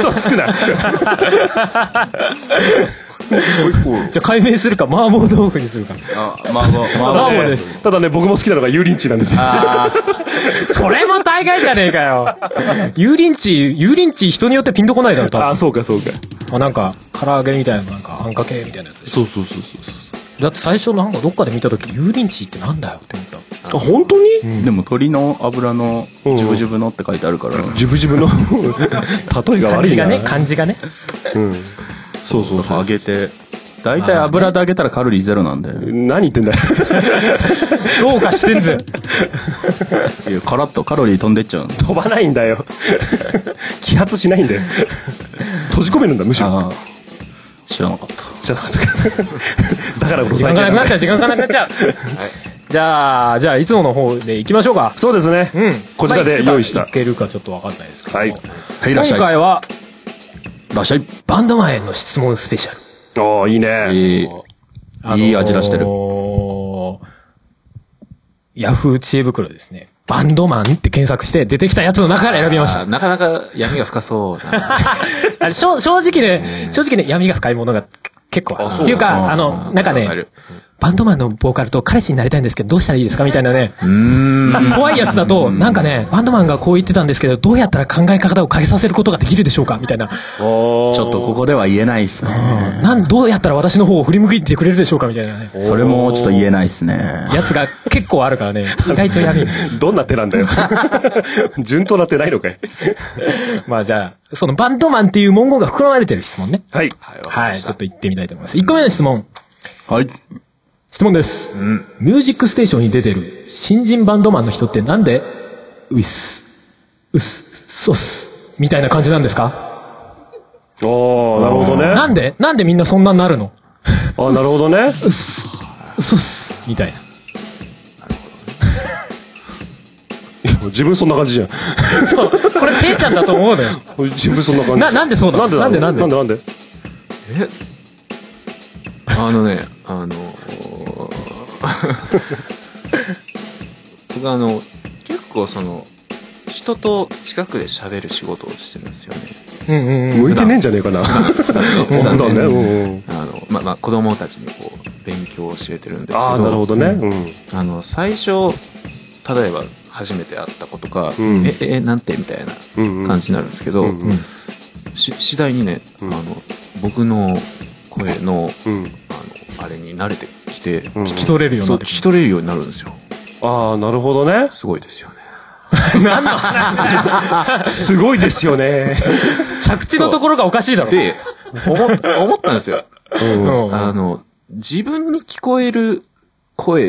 [SPEAKER 6] 嘘つくな。
[SPEAKER 5] じゃあ、解明するか、麻婆豆腐にするか。
[SPEAKER 4] あ、麻婆、麻
[SPEAKER 5] 麻
[SPEAKER 4] 婆。
[SPEAKER 5] 婆です。
[SPEAKER 6] ただね、僕も好きなのが油淋鶏なんですよ。
[SPEAKER 5] それも大概じゃねえかよ。油淋鶏、油淋鶏人によってピンとこないだろ、多
[SPEAKER 6] あ
[SPEAKER 5] 分
[SPEAKER 6] あ、そうか、そうか。
[SPEAKER 5] あ、なんか、唐揚げみたいな、なんか、あんかけみたいなやつでしょ
[SPEAKER 6] そうそうそうそう。
[SPEAKER 5] だって最初なんかどっかで見た時、油淋鶏ってなんだよって思った。
[SPEAKER 6] あ、本当に
[SPEAKER 4] でも鶏の油の
[SPEAKER 6] うん
[SPEAKER 4] ジュブジュブのって書いてあるから。
[SPEAKER 6] ジブジブの例えが
[SPEAKER 5] 漢
[SPEAKER 6] 悪
[SPEAKER 5] 字
[SPEAKER 6] い
[SPEAKER 5] が
[SPEAKER 6] な。
[SPEAKER 5] ね、漢字がね。
[SPEAKER 6] うん。そうそうそう。
[SPEAKER 4] 揚げて。大体油で揚げたらカロリーゼロなんで。
[SPEAKER 6] 何言ってんだよ。
[SPEAKER 5] どうかしてんぜ。
[SPEAKER 4] いや、カラッとカロリー飛んでっちゃうの。
[SPEAKER 6] 飛ばないんだよ。揮発しないんだよ。閉じ込めるんだ、むしろ。
[SPEAKER 4] ああ。知らなかった。
[SPEAKER 6] じゃなかったかだからこそ
[SPEAKER 5] 時間がなくなっちゃう、時間がなくなっちゃう。 じゃあ、じゃあ、いつもの方で行きましょうか。
[SPEAKER 6] そうですね。
[SPEAKER 5] うん。
[SPEAKER 6] こちらで用意し
[SPEAKER 5] まあ
[SPEAKER 6] た
[SPEAKER 5] い。けるかちょっとわかんないですけど。
[SPEAKER 6] はい
[SPEAKER 4] いら
[SPEAKER 5] 今
[SPEAKER 4] っしゃい
[SPEAKER 5] 回は、
[SPEAKER 4] らっしゃい。
[SPEAKER 5] バンドマンへの質問スペシャル。
[SPEAKER 6] ああ、いいね。
[SPEAKER 4] いい。いい味出してる。
[SPEAKER 5] ヤフー知恵袋ですね。バンドマンって検索して出てきたやつの中から選びまし
[SPEAKER 7] あーなかなか闇が深そ うな。
[SPEAKER 5] た。あ正正直ね、正直ね、闇が深いものが結構あるっていうか、あの、なんか
[SPEAKER 7] わか
[SPEAKER 5] ね
[SPEAKER 7] る、
[SPEAKER 5] バンドマンのボーカルと彼氏になりたいんですけど、どうしたらいいですかみたいなね。
[SPEAKER 7] うーん。
[SPEAKER 5] 怖いやつだと、なんかね、バンドマンがこう言ってたんですけど、どうやったら考え方を変えさせることができるでしょうかみたいな。
[SPEAKER 4] ちょっとここでは言えないっすね。
[SPEAKER 5] なん、どうやったら私の方を振り向いてくれるでしょうかみたいなね。
[SPEAKER 4] それもちょっと言えないっすね。
[SPEAKER 5] やつが結構あるから ね、意外と闇。
[SPEAKER 6] どんな手なんだよ。順当な手ないのかい。
[SPEAKER 5] まあじゃあ、そのバンドマンっていう文言が含まれてる質問ね。
[SPEAKER 6] はい。
[SPEAKER 5] はい、ちょっと言ってみたいと思います。1個目の質問。
[SPEAKER 4] はい。
[SPEAKER 5] 質問です。ミュージックステーションに出てる新人バンドマンの人ってなんで、ウィス、ウス、ソス、みたいな感じなんですか
[SPEAKER 6] おー、なるほどね。
[SPEAKER 5] なんでなんでみんなそんなになるの
[SPEAKER 6] あ、なるほどね。
[SPEAKER 5] ソス、みたいな。
[SPEAKER 6] 自分そんな感じじゃん。
[SPEAKER 5] そう、これ、ていちゃんだと思うのよ。
[SPEAKER 6] 自分そんな感じ。
[SPEAKER 5] ななんでそうなの
[SPEAKER 6] なんで
[SPEAKER 5] なんでなん
[SPEAKER 6] な
[SPEAKER 5] ん
[SPEAKER 6] でなんで
[SPEAKER 7] あのね、あの、僕あの、結構その、人と近くで喋る仕事をしてるんですよね。
[SPEAKER 5] うんうんうん。
[SPEAKER 6] 向いてねえんじゃねえかな。
[SPEAKER 7] 普段ね
[SPEAKER 6] なんだね。うんうん。
[SPEAKER 7] あの、ま、まあ、子供たちにこう、勉強を教えてるんですけど。
[SPEAKER 6] ああ、なるほどね。うん。
[SPEAKER 7] あの、最初、例えば、初めて会った子とか、
[SPEAKER 6] うん
[SPEAKER 7] え、え、なんてみたいな
[SPEAKER 6] うんうん
[SPEAKER 7] 感じになるんですけど、
[SPEAKER 6] うんうん
[SPEAKER 7] し次第にね、あの僕の声の,、あのあれに慣れてきて、聞
[SPEAKER 5] き取れるようになってくる
[SPEAKER 7] 聞き取れるようになるんですよ
[SPEAKER 6] ああなるほどね
[SPEAKER 7] すごいですよね
[SPEAKER 5] 何の話
[SPEAKER 6] すごいですよね。
[SPEAKER 5] 着地のところがおかしいだろ。
[SPEAKER 7] で、思思ったんですよ。あの、自分に聞こえる声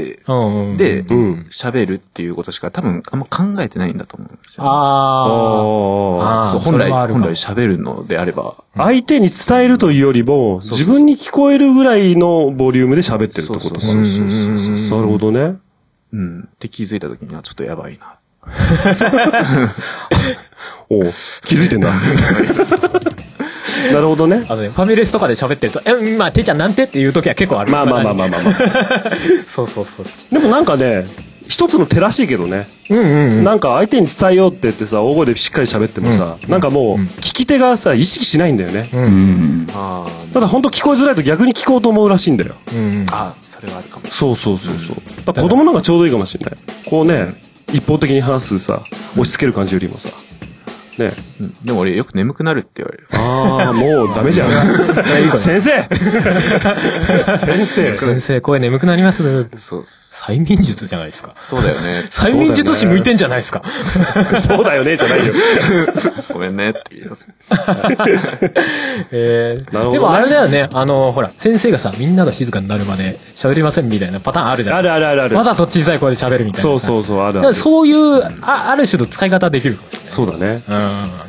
[SPEAKER 7] で喋るっていうことしか多分あんま考えてないんだと思うんですよ。
[SPEAKER 5] あ
[SPEAKER 7] そう本来、本来喋るのであれば。
[SPEAKER 6] 相手に伝えるというよりも、自分に聞こえるぐらいのボリュームで喋ってるってことか。
[SPEAKER 7] そうそうそうそう
[SPEAKER 6] なるほどね。
[SPEAKER 7] うん。って気づいた時にはちょっとやばいな。
[SPEAKER 6] お気づいてんだ。 なるほどね。
[SPEAKER 5] あのね、ファミレスとかで喋ってると、え、今、ていちゃんなんてっていう時は結構ある。まあ
[SPEAKER 6] まあまあまあ まあまあ。
[SPEAKER 5] そうそうそう。
[SPEAKER 6] でもなんかね、一つの手らしいけどね。なんか相手に伝えようって言ってさ、大声でしっかり喋ってもさ、なんかもう、聞き手がさ、意識しないんだよね。ただ本当聞こえづらいと逆に聞こうと思うらしいんだよ。
[SPEAKER 7] あ、それはあるかも。
[SPEAKER 6] そうそうそうそう。だから子供なんかちょうどいいかもしれない。こうね、一方的に話すさ、押し付ける感じよりもさ。ね。
[SPEAKER 7] うんでも俺よく眠くなるって言われる。
[SPEAKER 6] ああ、もうダメじゃん。 先生先生
[SPEAKER 5] 先生、声眠くなります。
[SPEAKER 7] そう。
[SPEAKER 5] 催眠術じゃないですか。
[SPEAKER 7] そうだよね。
[SPEAKER 5] 催眠術師向いてんじゃないですか。
[SPEAKER 6] そうだよね、じゃないよ。
[SPEAKER 7] ごめんねって言います。
[SPEAKER 5] えー
[SPEAKER 6] なるほどね
[SPEAKER 5] でもあれだよね、あの、ほら、先生がさ、みんなが静かになるまで喋りませんみたいなパターンあるじゃん。
[SPEAKER 6] あるあるあるある
[SPEAKER 5] わざと小さい声で喋るみたいなさ。
[SPEAKER 6] そうそうそう、ある
[SPEAKER 5] だ
[SPEAKER 6] あ
[SPEAKER 5] から
[SPEAKER 6] る
[SPEAKER 5] そういう、あある種の使い方できるかもしれない。
[SPEAKER 6] そうだね。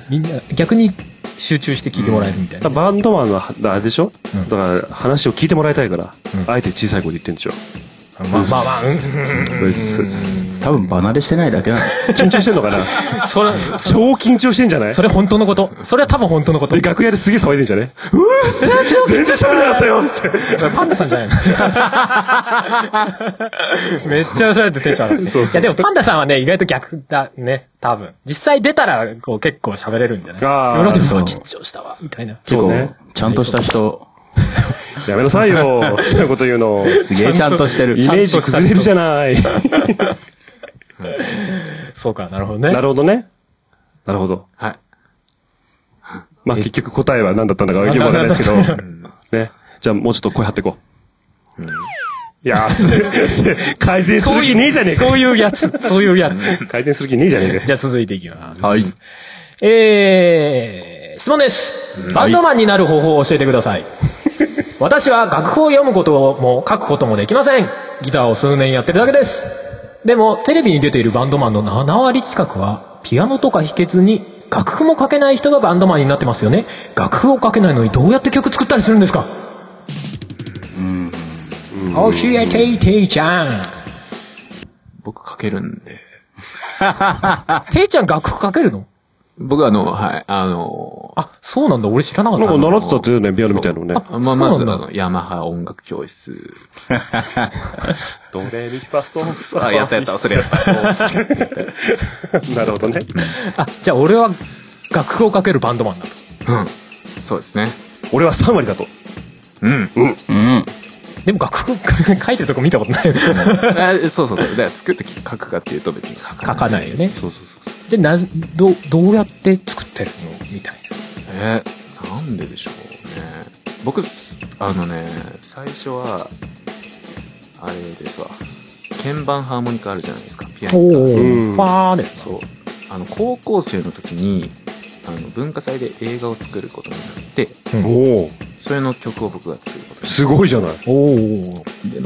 [SPEAKER 5] みんな、逆に集中して聞いてもらえるみたいな。
[SPEAKER 6] だからバンドマンのは、あれでしょだから話を聞いてもらいたいから、あえて小さい声で言ってんでしょ。
[SPEAKER 5] まあまあまあ、うん
[SPEAKER 6] うっすうっす
[SPEAKER 4] 多分離れしてないだけなの。
[SPEAKER 6] 緊張してんのかな
[SPEAKER 5] それ、
[SPEAKER 6] 超緊張してんじゃない
[SPEAKER 5] それ本当のこと。それは多分本当のこと。
[SPEAKER 6] で、楽屋ですげえ騒いでんじゃねうーっす全然喋れなかったよっ
[SPEAKER 5] パンダさんじゃない のめっちゃそれてテンション上がる。
[SPEAKER 6] そうそうそう
[SPEAKER 5] いやでもパンダさんはね、意外と逆だね、多分。実際出たら、こう結構喋れるんじゃない
[SPEAKER 6] あー
[SPEAKER 5] 世の中の人は緊張したわ、みたいな。
[SPEAKER 4] 結
[SPEAKER 6] そう
[SPEAKER 4] 構
[SPEAKER 6] ね、
[SPEAKER 4] ちゃんとした人、
[SPEAKER 6] て。やめなさいよ、そういうこと言うの。
[SPEAKER 4] すげえちゃんとしてる。
[SPEAKER 6] イメージ崩れるじゃない。
[SPEAKER 5] そうか、なるほどね。
[SPEAKER 6] なるほどね。なるほど。
[SPEAKER 7] はい。
[SPEAKER 6] まあ結局答えは何だったんだかよくわからないですけど。ね。じゃあもうちょっと声張っていこう。いや ー、す、す改善する気ねえじゃねえ
[SPEAKER 5] そう
[SPEAKER 6] か。
[SPEAKER 5] いうやつ、そういうやつ。
[SPEAKER 6] 改善する気ねえじゃねえか。
[SPEAKER 5] じゃあ続いていきます。
[SPEAKER 7] はい。
[SPEAKER 5] えー、質問です。バンドマンになる方法を教えてください。私は楽譜を読むことも書くこともできません。ギターを数年やってるだけです。でも、テレビに出ているバンドマンの7割近くは、ピアノとか弾けずに、楽譜も書けない人がバンドマンになってますよね。楽譜を書けないのにどうやって曲作ったりするんですか教えていていちゃん。
[SPEAKER 7] 僕書けるんで。
[SPEAKER 5] ていちゃん楽譜書けるの
[SPEAKER 7] 僕はあの、はい、あの、
[SPEAKER 5] あ、そうなんだ。俺知らなかった。
[SPEAKER 6] なんか習ってたっていうね、ピアノみたいなのね。
[SPEAKER 7] まあ、ま
[SPEAKER 5] そう
[SPEAKER 7] ず、
[SPEAKER 5] な
[SPEAKER 7] あ
[SPEAKER 5] んだ
[SPEAKER 7] の、ヤマハ音楽教室。
[SPEAKER 6] ドレミファソンサ
[SPEAKER 7] あ、やったやった、それやった。そう
[SPEAKER 6] なるほどね。
[SPEAKER 5] あ、じゃあ俺は楽譜を書けるバンドマンだと。
[SPEAKER 7] うん。そうですね。
[SPEAKER 6] 俺は3割だと。
[SPEAKER 7] うん。
[SPEAKER 4] うん。
[SPEAKER 5] でも楽譜書いてるとこ見たことない。
[SPEAKER 7] あそうそうそう。だから作るとき書くかっていうと別に書かない。
[SPEAKER 5] 書かないよね。
[SPEAKER 7] そうそうそう。
[SPEAKER 5] じゃあな、どう、どうやって作ってるのみたい
[SPEAKER 7] えー、なんででしょうね。僕、すあのね、最初は、あれですわ。鍵盤ハーモニカあるじゃないですか。ピア
[SPEAKER 5] な。
[SPEAKER 7] ノ。
[SPEAKER 6] うん
[SPEAKER 5] パーです。
[SPEAKER 7] そう。あの、高校生の時に、あの、文化祭で映画を作ることになって、
[SPEAKER 6] おお
[SPEAKER 7] それの曲を僕が作ることに
[SPEAKER 6] すごいじゃない。
[SPEAKER 5] おお。
[SPEAKER 7] で、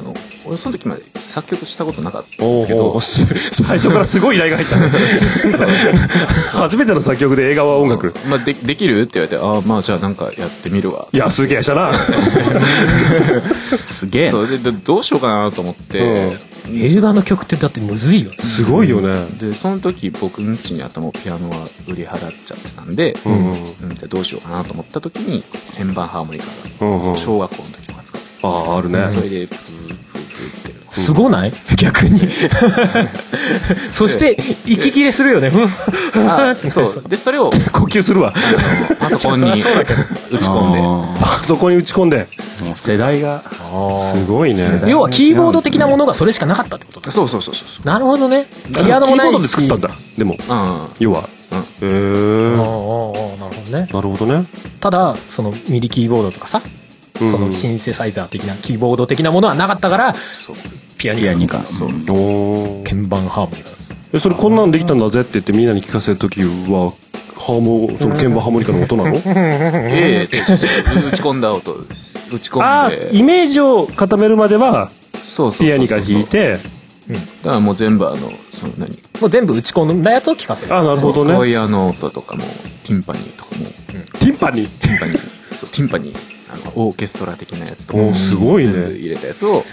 [SPEAKER 7] あの俺その時まで作曲したことなかったん
[SPEAKER 6] お
[SPEAKER 7] で
[SPEAKER 6] お
[SPEAKER 7] すけ ど、
[SPEAKER 6] 最初からすごい依頼が入ったね。 初めての作曲で映画は音楽。
[SPEAKER 7] まあ、でできるって言われて、ああ、まあじゃあなんかやってみるわ。
[SPEAKER 6] いや、すげえしたな。
[SPEAKER 4] すげえ。
[SPEAKER 7] そうでで、どうしようかなと思って、
[SPEAKER 5] 映画の曲ってだってむずいよね。
[SPEAKER 6] すごいよね。
[SPEAKER 7] で、その時僕ん家にあったもうピアノは売り払っちゃってたんで、
[SPEAKER 6] うんうん
[SPEAKER 7] うんじゃあどうしようかなと思った時に、鍵盤ハーモニカ
[SPEAKER 6] う
[SPEAKER 7] が、
[SPEAKER 6] んうん
[SPEAKER 7] 小学校の時とか使って、
[SPEAKER 6] ああ、あるね。
[SPEAKER 7] それで、プープープーって。
[SPEAKER 5] すごない逆に。そして、息切れするよね。ふん
[SPEAKER 7] あ そう。で、それを
[SPEAKER 6] 呼吸するわ。
[SPEAKER 7] パソコンに 打ち込んで、
[SPEAKER 4] あ
[SPEAKER 6] そこに打ち込んで。
[SPEAKER 4] ーもう世代が、
[SPEAKER 6] すごいね。
[SPEAKER 5] 要はキーボード的なものがそれしかなかったってことだ。
[SPEAKER 7] そうそうそうそう。
[SPEAKER 5] なるほどね。
[SPEAKER 6] あの
[SPEAKER 5] ピアノもないし。
[SPEAKER 6] キーボードで作ったんだ。でも、
[SPEAKER 7] うん。
[SPEAKER 6] 要は、へえ。
[SPEAKER 5] ああああなるほどね
[SPEAKER 6] なるほどね。
[SPEAKER 5] ただそのミディキーボードとかさ
[SPEAKER 6] うん
[SPEAKER 5] そのシンセサイザー的なキーボード的なものはなかったからピアニカそう鍵盤ハーモニカ
[SPEAKER 6] え、それこんなんできたんだぜって言ってみんなに聞かせるときは、ハーモ、その鍵盤ハーモニカの音な の
[SPEAKER 7] ええ、違う違う違う打ち込んだ音です。打ち込
[SPEAKER 6] あ
[SPEAKER 7] んで。
[SPEAKER 6] イメージを固めるまでは、
[SPEAKER 7] そうそうそうそう
[SPEAKER 6] ピアニカ弾いて、
[SPEAKER 7] だからもう全部あの、その何
[SPEAKER 5] もう全部打ち込んだやつを聞かせる
[SPEAKER 6] あ、なるほどね。
[SPEAKER 7] こういうあの音とかも、ティンパニーとかも。
[SPEAKER 6] ティンパニー
[SPEAKER 7] ティンパニー。そう、ティンパニー。あの、オーケストラ的なやつとか
[SPEAKER 6] おーすごいね
[SPEAKER 7] 全部入れたやつを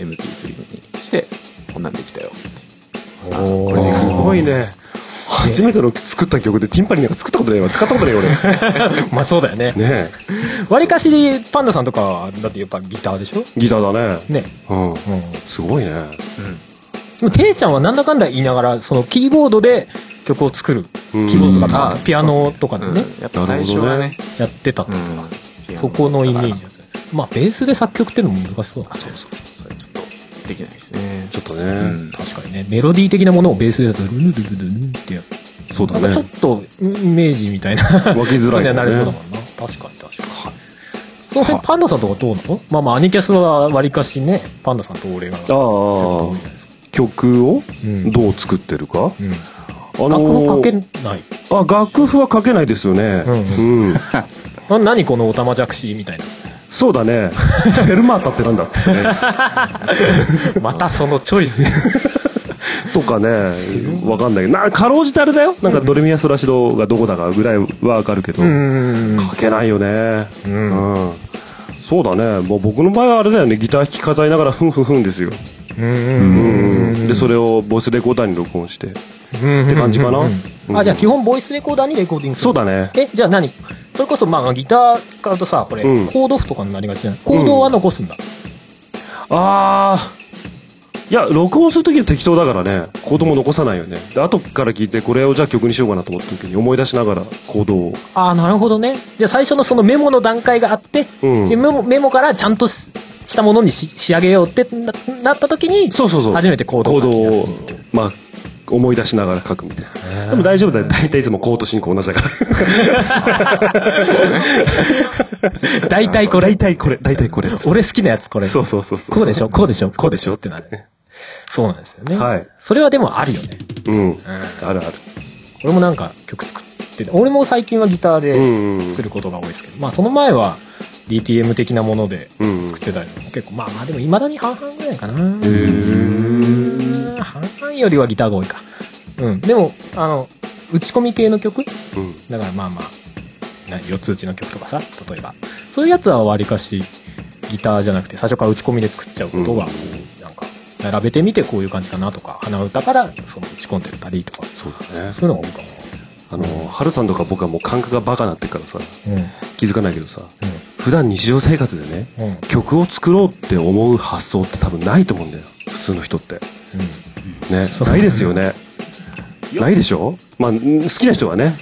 [SPEAKER 7] MP3 にして、こんなんできたよ。
[SPEAKER 6] これすごいね。初めての作った曲でティンパニーなんか作ったことないわ。使ったことないよ俺。
[SPEAKER 5] まあそうだよね。
[SPEAKER 6] ね
[SPEAKER 5] わりかしパンダさんとかはだってやっぱギターでしょ
[SPEAKER 6] ギターだね。
[SPEAKER 5] ね。
[SPEAKER 6] うん。すごいね。
[SPEAKER 5] でもていちゃんはなんだかんだ言いながらそのキーボードで曲を作るキ
[SPEAKER 6] うん
[SPEAKER 5] ーボードと
[SPEAKER 7] あ
[SPEAKER 5] か
[SPEAKER 7] ー
[SPEAKER 5] ピアノとかでね
[SPEAKER 7] うんやっぱ最初はね
[SPEAKER 5] やってたっていうのがそこのイメージだったまあベースで作曲っていうのも難しそうだなそうそうそう
[SPEAKER 7] それちょっとできないですね。
[SPEAKER 6] ちょっとね、
[SPEAKER 5] 確かにねメロディー的なものをベースでやるとルルルルルルってやる
[SPEAKER 6] そうだね
[SPEAKER 5] なんかちょっとイメージみたいな湧
[SPEAKER 6] きづらいよね
[SPEAKER 5] なりそうだもんな確かに確かにその辺パンダさんとかどうなのまあまあアニキャスはわりかしねパンダさんと俺が
[SPEAKER 6] ああ、曲をどう作ってるか、あのー
[SPEAKER 5] 楽譜書けない
[SPEAKER 6] あ、楽譜は書けないですよね。うん。
[SPEAKER 5] な何このおたまじゃくしみたいな
[SPEAKER 6] そうだね。フェルマータってなんだってね。
[SPEAKER 5] またそのチョイス。
[SPEAKER 6] とかね、わかんないけど、な、かろうじてあれだよ。なんかドレミアソラシドがどこだかぐらいはわかるけど、書けないよね。うん。そうだね。もう僕の場合はあれだよね。ギター弾き語りながらふんふんふんですよ。うん。で、それをボイスレコーダーに録音して。って感じかな。うん
[SPEAKER 5] あ、じゃあ基本ボイスレコーダーにレコーディングする
[SPEAKER 6] そうだね。
[SPEAKER 5] え、じゃあ何それこそまあギター使うとさ、これ、
[SPEAKER 6] うん
[SPEAKER 5] コード譜とかになりがちじゃないコードは残すんだ。
[SPEAKER 6] あーいや録音するときは適当だからねコードも残さないよねで後から聞いてこれをじゃあ曲にしようかなと思った時に思い出しながらコードを
[SPEAKER 5] ああ、なるほどね。じゃあ最初のそのメモの段階があって、
[SPEAKER 6] うん
[SPEAKER 5] でメモメモからちゃんとししたものにし仕上げようってななった時に、
[SPEAKER 6] そうそうそう
[SPEAKER 5] 初めてコード
[SPEAKER 6] コードをまあ思い出しながら書くみたいなでも大丈夫だよ大体いつもコード進行同じだから
[SPEAKER 5] 大体これ
[SPEAKER 6] 大体これ大体これ
[SPEAKER 5] 俺好きなやつこれ
[SPEAKER 6] そうそうそうそう
[SPEAKER 5] こうでしょこうでしょこうでしょってなる。そうなんですよね。
[SPEAKER 6] はい
[SPEAKER 5] それはでもあるよね。
[SPEAKER 6] うんあるある
[SPEAKER 5] 俺もなんか曲作ってて俺も最近はギター
[SPEAKER 6] うんう
[SPEAKER 5] で
[SPEAKER 6] ん
[SPEAKER 5] 作ることが多いですけど、まあその前は DTM 的なもので
[SPEAKER 6] うんうん
[SPEAKER 5] 作ってたりとか結構まあまあでも未だに半々ぐらいかな半々よりはギターが多いかうんでもあの打ち込み系の曲
[SPEAKER 6] うん
[SPEAKER 5] だからまあまあな四つ打ちの曲とかさ例えばそういうやつはわりかしギターじゃなくて最初から打ち込みで作っちゃうことが、なんか並べてみてこういう感じかなとか鼻歌からその打ち込んでったりとか
[SPEAKER 6] そうだね
[SPEAKER 5] そういうのが多いかな
[SPEAKER 6] あの春さんとか僕はもう感覚がバカなってっからさ
[SPEAKER 5] うん
[SPEAKER 6] 気づかないけどさ、普段日常生活でね、
[SPEAKER 5] うん
[SPEAKER 6] 曲を作ろうって思う発想って多分ないと思うんだよ普通の人って、ねないですよねないでしょまあん好きな人はね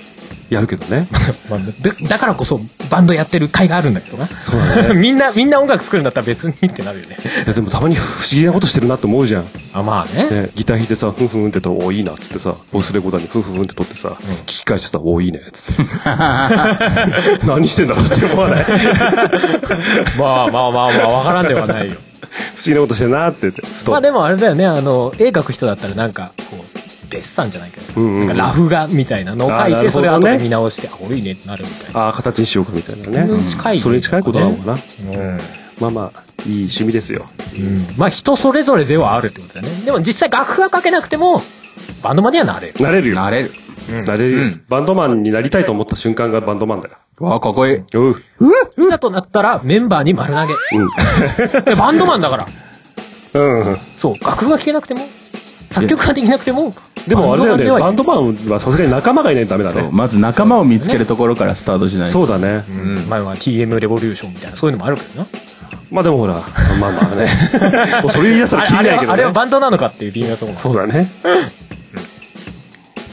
[SPEAKER 6] やるけどね
[SPEAKER 5] まあ、だだからこそバンドやってる会があるんだけどな
[SPEAKER 6] そうだね
[SPEAKER 5] みんなみんな音楽作るんだったら別にってなるよね
[SPEAKER 6] いやでもたまに不思議なことしてるなって思うじゃん
[SPEAKER 5] あまあね
[SPEAKER 6] ギター弾いてさふんふんってとおいいなっつってさボイスレコーダーにふんふんって撮ってさ、聞き返してさおいいねっつって何してんだろうって思わない
[SPEAKER 5] まあまあまあまあわからんではないよ
[SPEAKER 6] 不思議なことしてるなって言って ふと
[SPEAKER 5] まあでもあれだよねあの絵描く人だったらなんかこうデッサンじゃないけどさ、
[SPEAKER 6] うんうんうん
[SPEAKER 5] なんかラフ画みたいなのを
[SPEAKER 6] あー
[SPEAKER 5] 描
[SPEAKER 6] ないる
[SPEAKER 5] て
[SPEAKER 6] ほ
[SPEAKER 5] そ
[SPEAKER 6] どね
[SPEAKER 5] れ後で見直してあこれいいねってなるみたい
[SPEAKER 6] ああ形にしようかみたいなね、
[SPEAKER 5] うん近いね
[SPEAKER 6] それに近いことなのかな、
[SPEAKER 5] うん
[SPEAKER 6] まあまあいい趣味ですよ、
[SPEAKER 5] なまあ人それぞれではあるってことだよねでも実際楽譜は描けなくてもバンドマンにはなれる
[SPEAKER 6] なれるよ
[SPEAKER 7] なれる、
[SPEAKER 6] なれるよ、バンドマンになりたいと思った瞬間がバンドマンだよ
[SPEAKER 7] わあかっこいい
[SPEAKER 6] うん
[SPEAKER 5] いざとなったらメンバーに丸投げ、いやバンドマンだから
[SPEAKER 6] うん
[SPEAKER 5] そう楽譜が聴けなくても作曲ができなくても
[SPEAKER 6] でもあれだよねバン
[SPEAKER 5] ド
[SPEAKER 6] ドマンはさすがに仲間がいないとダメだね
[SPEAKER 4] まず仲間を見つけるところからスタートしないと
[SPEAKER 6] そうだね、
[SPEAKER 5] マンにはうんまあまあ TM レボリューションみたいなそういうのもあるけどな
[SPEAKER 6] まあでもほらまあまあねもうそれ言い出したら切れないけ
[SPEAKER 5] あ
[SPEAKER 6] どね
[SPEAKER 5] れはあれはバンドなのかっていう微妙なところ
[SPEAKER 6] そうだね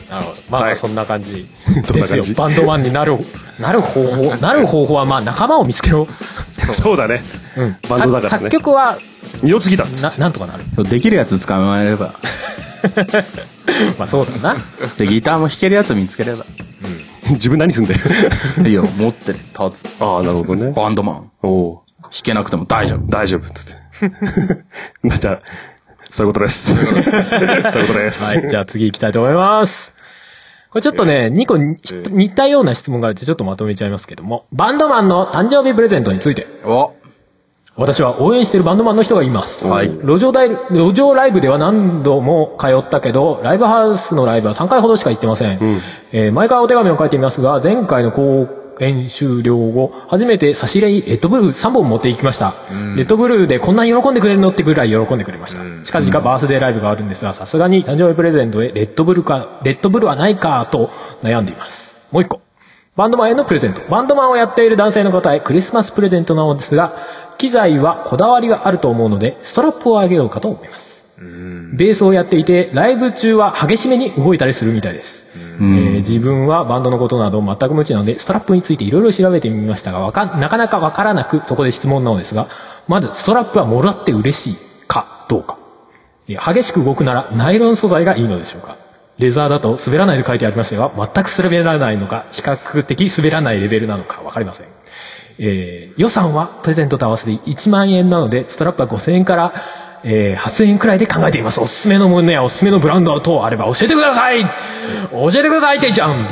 [SPEAKER 5] なるほどまあまあそんな感じ
[SPEAKER 6] どん
[SPEAKER 5] で
[SPEAKER 6] な
[SPEAKER 5] す
[SPEAKER 6] 感
[SPEAKER 5] よ
[SPEAKER 6] じ
[SPEAKER 5] バンドマンになるなる方 法なる方法はまあ仲間を見つけろ
[SPEAKER 6] そうだね、バンドだからね
[SPEAKER 5] 作曲は
[SPEAKER 6] 二度次だ
[SPEAKER 5] ななんとかなる
[SPEAKER 4] そうできるやつ捕まえれば
[SPEAKER 5] まあそうだ な。
[SPEAKER 4] で、ギターも弾けるやつ見つければ。
[SPEAKER 6] 自分何すんだよ。
[SPEAKER 4] いや、持ってる、立つ。
[SPEAKER 6] ああ、なるほどね。
[SPEAKER 4] バンドマン。
[SPEAKER 6] おお。
[SPEAKER 4] 弾けなくても大丈夫。
[SPEAKER 6] 大丈夫、つって。まあ、 じゃあ、そういうことです。そういうことです。
[SPEAKER 5] はい、じゃあ次行きたいと思います。これちょっとね、2個に似たような質問があるってちょっとまとめちゃいますけども、バンドマンの誕生日プレゼントについて。私は応援してるバンドマンの人がいます。路上大路上ライブでは何度も通ったけど、ライブハウスのライブは3回ほどしか行ってません。えー毎回お手紙を書いていますが、前回の公演終了後、初めて差し入れにレッドブルー3本持っていきました。レッドブルーでこんなに喜んでくれるのってぐらい喜んでくれました。近々バースデーライブがあるんですが、さすがに誕生日プレゼントへレッドブルか、レッドブルはないかと悩んでいます。もう一個。バンドマンへのプレゼント。バンドマンをやっている男性の方へクリスマスプレゼントなのですが、機材はこだわりがあると思うので、ストラップをあげようかと思います。ベースをやっていて、ライブ中は激しめに動いたりするみたいです。えー自分はバンドのことなど全く無知なので、ストラップについていろいろ調べてみましたが、わかん、なかなかわからなく、そこで質問なのですが、まず、ストラップはもらって嬉しいかどうか。えー激しく動くなら、ナイロン素材がいいのでしょうか。レザーだと滑らないと書いてありましたが、全く滑らないのか、比較的滑らないレベルなのか、わかりません。えー予算はプレゼントと合わせて1万円なので、ストラップは5000円から、えー8000円くらいで考えています。おすすめのものやおすすめのブランド等あれば教えてください教えてください、ていちゃん
[SPEAKER 7] め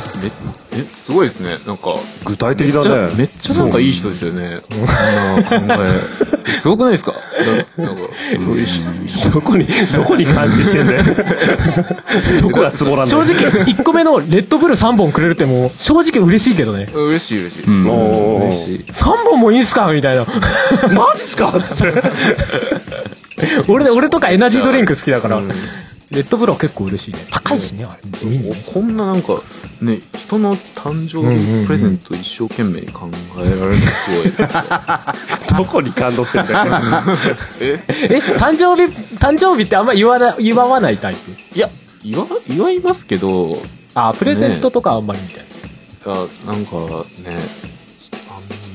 [SPEAKER 7] え、すごいですね。なんか。
[SPEAKER 6] 具体
[SPEAKER 5] 的だね
[SPEAKER 7] めっちゃめっちゃなんかいい人ですよね。あの考えすごくないですかななんか、
[SPEAKER 6] どこに、どこに監視してんだよ。どこがつぼらんだ
[SPEAKER 5] 正
[SPEAKER 6] よ
[SPEAKER 5] 直、1個目のレッドブル3本くれるってもう、正直嬉しいけどね。
[SPEAKER 7] 嬉しい嬉しい。
[SPEAKER 6] んおー
[SPEAKER 7] 嬉しい。
[SPEAKER 5] 3本もいいんすかみたいな。 マジっすかつって。俺ね、俺とかエナジードリンク好きだから、レッドブルは結構嬉しいね。高いしね、あれ。地味にね。
[SPEAKER 7] こんななんか、ね、人の誕生日プレゼント一生懸命に考えられるのすごい。
[SPEAKER 6] どこに感動してんだよ。
[SPEAKER 7] え
[SPEAKER 5] え、誕生日、誕生日ってあんま言わな、祝わないタイプ
[SPEAKER 7] いや、祝、祝いますけど、
[SPEAKER 5] あ、プレゼントとかあんまりみたい
[SPEAKER 7] あなんかね、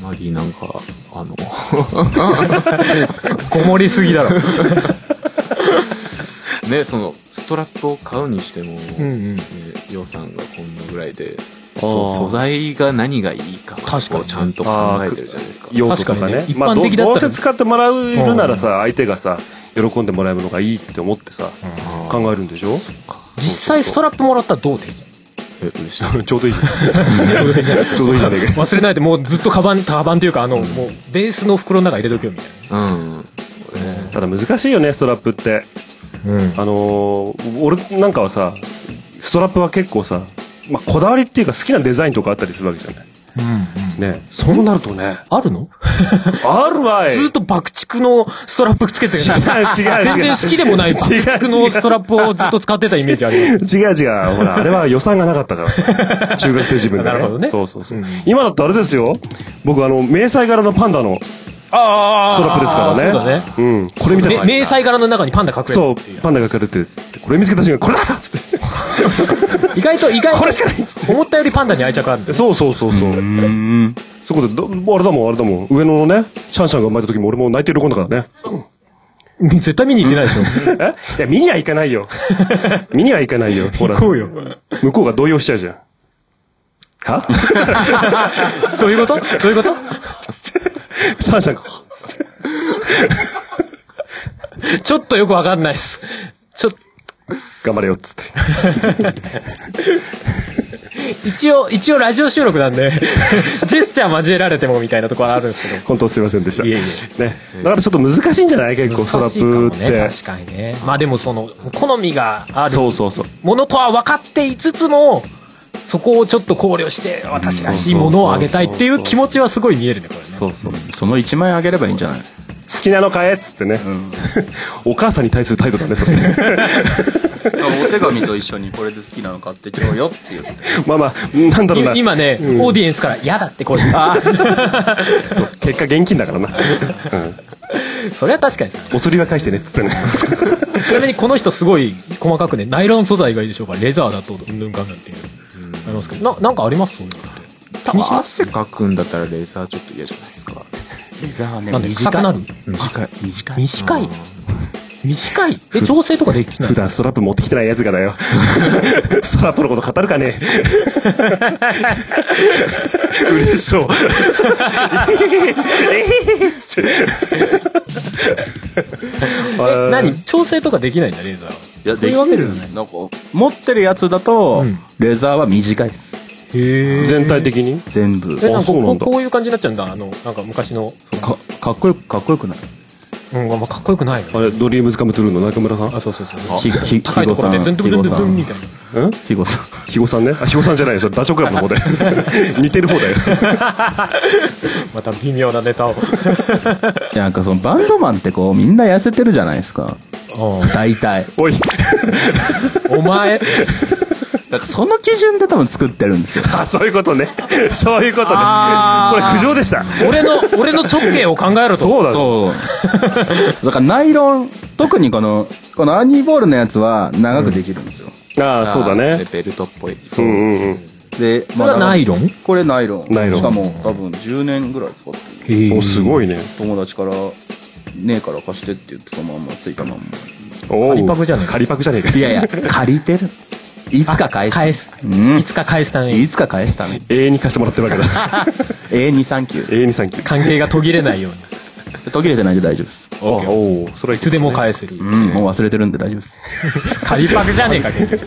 [SPEAKER 7] あんまりなんか、あの、
[SPEAKER 5] な。 こもりすぎだろ。
[SPEAKER 7] ね、その、ストラップを買うにしても、
[SPEAKER 5] うんうん
[SPEAKER 7] ね、予算がこんなぐらいで、
[SPEAKER 6] あー
[SPEAKER 7] そう素材が何がいいか
[SPEAKER 5] 確かに
[SPEAKER 7] をちゃんと考えてるじゃないですか。
[SPEAKER 6] 用途とか
[SPEAKER 5] 確か
[SPEAKER 6] ね
[SPEAKER 5] にね。
[SPEAKER 6] まあ、
[SPEAKER 5] 一般
[SPEAKER 6] ど
[SPEAKER 5] 的だった
[SPEAKER 6] ど
[SPEAKER 5] ら
[SPEAKER 6] うせ使ってもらえるならさ、相手がさ、喜んでもらえるのがいいって思ってさ、考えるんでしょ
[SPEAKER 5] 実際ストラップもらったらどうでいい
[SPEAKER 7] え嬉しい。
[SPEAKER 6] ちょうどいいじゃん。ちょうどいいじゃね えか。
[SPEAKER 5] 忘れないで、もうずっとカバン、カバンというか、あの、もう、ベースの袋の中入れとけよ、みたい
[SPEAKER 7] うん。そうね。
[SPEAKER 6] ただ難しいよね、ストラップって。
[SPEAKER 5] な。うん。
[SPEAKER 6] あのー俺なんかはさ、ストラップは結構さ、まあ、こだわりっていうか好きなデザインとかあったりするわけじゃない。ねそうなるとね、
[SPEAKER 5] あるの
[SPEAKER 6] あるわい。
[SPEAKER 5] ずっと爆竹のストラップつけてる。
[SPEAKER 6] 違 う違う違う
[SPEAKER 5] 全然好きでもない爆竹のストラップをずっと使ってたイメージあるよ。
[SPEAKER 6] 違う違う。ほら、あれは予算がなかっ たから。中学生自分で、ね。
[SPEAKER 5] なるほどね
[SPEAKER 6] そうそうそう。今だってあれですよ。僕、あの、迷彩柄のパンダのス
[SPEAKER 5] あ
[SPEAKER 6] トラップですからね。
[SPEAKER 5] そうだね。
[SPEAKER 6] うん。これ見たし。
[SPEAKER 5] め迷彩柄の中にパンダ隠れてる
[SPEAKER 6] そう
[SPEAKER 5] ってい、
[SPEAKER 6] パンダがかかるってやつって、これ見つけた瞬間、これだっつ って。
[SPEAKER 5] う。意外と、意外と、
[SPEAKER 6] これしかないっつって
[SPEAKER 5] 思ったよりパンダに愛着あるんだよ
[SPEAKER 6] そうそうそうそう。そういうことで、どあれだもん、あれだもん。上野のね、シャンシャンが生まれた時も俺も泣いて喜んだからね。
[SPEAKER 5] 絶対見に行ってないでしょ。
[SPEAKER 6] えいや、見には行かな いよ。見には行かないよ。ほら。
[SPEAKER 5] こうよ。
[SPEAKER 6] 向こうが動揺しちゃうじゃん。は
[SPEAKER 5] どういうことどういうこと
[SPEAKER 6] シャンシャンが、
[SPEAKER 5] ちょっとよくわかんないっす。ちょ、
[SPEAKER 6] 頑張れよ、つって。
[SPEAKER 5] 一応、一応ラジオ収録なんで、 ジェスチャー交えられてもみたいなところあるんですけど。
[SPEAKER 6] 本当すいませんでした。
[SPEAKER 5] いえい
[SPEAKER 6] ね。だからちょっと難しいんじゃない結構、ストラップって。
[SPEAKER 5] 難しいかもね、確かにね。まあでもその、好みがある
[SPEAKER 6] そうそうそう。
[SPEAKER 5] ものとは分かっていつつも、そこをちょっと考慮して、私らしいものをあげたいっていう気持ちはすごい見えるね、これね。
[SPEAKER 6] そうそう。好
[SPEAKER 4] その1万円あげればいいんじゃない
[SPEAKER 6] きなの買えっつってね。お母さんに対する態度だね、それ。
[SPEAKER 2] お手紙と一緒にこれで好きなの買ってちょうよって言って。
[SPEAKER 6] まあまあ、なんだろうな。
[SPEAKER 5] い今ね、オーディエンスから、嫌だってこれ。
[SPEAKER 6] そう結果現金だからな。うん
[SPEAKER 5] それは確かにさ。
[SPEAKER 6] お釣りは返してね、っ つってね。
[SPEAKER 5] ちなみにこの人すごい細かくね、ナイロン素材がいいでしょうから、レザーだと、うんぬんかんなんっていう。ありますけど、な、なんかありますそんなのって
[SPEAKER 7] 多分汗かくんだったらレーザーちょっと嫌じゃないですか。
[SPEAKER 4] レザーね
[SPEAKER 5] なんで臭くなる
[SPEAKER 7] 短い。
[SPEAKER 4] 短い。
[SPEAKER 5] 短い短い。え、調整とかできない
[SPEAKER 6] 普段ストラップ持ってきてないやつが だよ。ストラップのこと語るかね嬉しそう。
[SPEAKER 5] え何調整とかできないんだ、レーザーは。
[SPEAKER 4] いや
[SPEAKER 5] そういうわけではない。
[SPEAKER 4] なんか、持ってるやつだと、レザーは短いです。
[SPEAKER 6] 全体的に
[SPEAKER 4] 全部。
[SPEAKER 5] え、なんかこうこういう感じになっちゃうんだ。あの、なんか昔の。
[SPEAKER 4] かかっこよく、かっこよくない
[SPEAKER 5] うん、まあかっこよくないよね。
[SPEAKER 6] あれ、ドリームズカムトゥルーの中村さん
[SPEAKER 5] あ、そうそうそう
[SPEAKER 4] ひひ
[SPEAKER 5] 高いところで、
[SPEAKER 4] ひ
[SPEAKER 5] ドゥ
[SPEAKER 4] ごさん
[SPEAKER 5] ンドゥンドゥンドゥンドゥンみたいな。
[SPEAKER 6] ん
[SPEAKER 4] ひごさん。
[SPEAKER 6] ひごさんね。あ、ひごさんじゃないよ。それダチョクラブ の方で。似てる方だよ。
[SPEAKER 5] また微妙なネタを。
[SPEAKER 4] いやなんかそのバンドマンってこう、みんな痩せてるじゃないですか。大体。
[SPEAKER 6] おい。
[SPEAKER 5] お前。
[SPEAKER 4] だからその基準で多分作ってるんですよ。
[SPEAKER 6] あ、そういうことね。そういうことね。
[SPEAKER 5] あ
[SPEAKER 6] こ
[SPEAKER 5] ー
[SPEAKER 6] れ苦情でした。
[SPEAKER 5] 俺の、俺の直径を考えろと。
[SPEAKER 6] そうだろ。
[SPEAKER 4] そう。だからナイロン、特にこの、このアニーボールのやつは長くできるんですよ。
[SPEAKER 6] ああ、そうだね。
[SPEAKER 7] ベルトっぽい。
[SPEAKER 6] うんうんうん。
[SPEAKER 4] で、
[SPEAKER 5] それはナイロン
[SPEAKER 4] これナイロン。
[SPEAKER 6] ナイロン
[SPEAKER 4] しかも多分10年ぐらい使ってる
[SPEAKER 6] お、すごいね。
[SPEAKER 4] 友達から、ねえから貸してって言ってそのまんまついたまんま。
[SPEAKER 6] お
[SPEAKER 5] リパクじゃねえ
[SPEAKER 6] カリパクじゃねえか。
[SPEAKER 4] いやいや、借りてる。いつか返す。
[SPEAKER 5] 返す。
[SPEAKER 4] うん
[SPEAKER 5] い。つか返すために
[SPEAKER 4] いつか返すために。
[SPEAKER 6] 永遠に貸してもらってるわけだ。
[SPEAKER 4] 永遠にサンキュー。
[SPEAKER 6] 永遠に3級。
[SPEAKER 5] 関係が途切れないように。
[SPEAKER 4] 途切れてないんで大丈夫です。
[SPEAKER 6] おおそれはい
[SPEAKER 5] つでも返せる
[SPEAKER 4] う。ん、もう忘れてるんで大丈夫です。
[SPEAKER 5] 仮パクじゃねえか、結局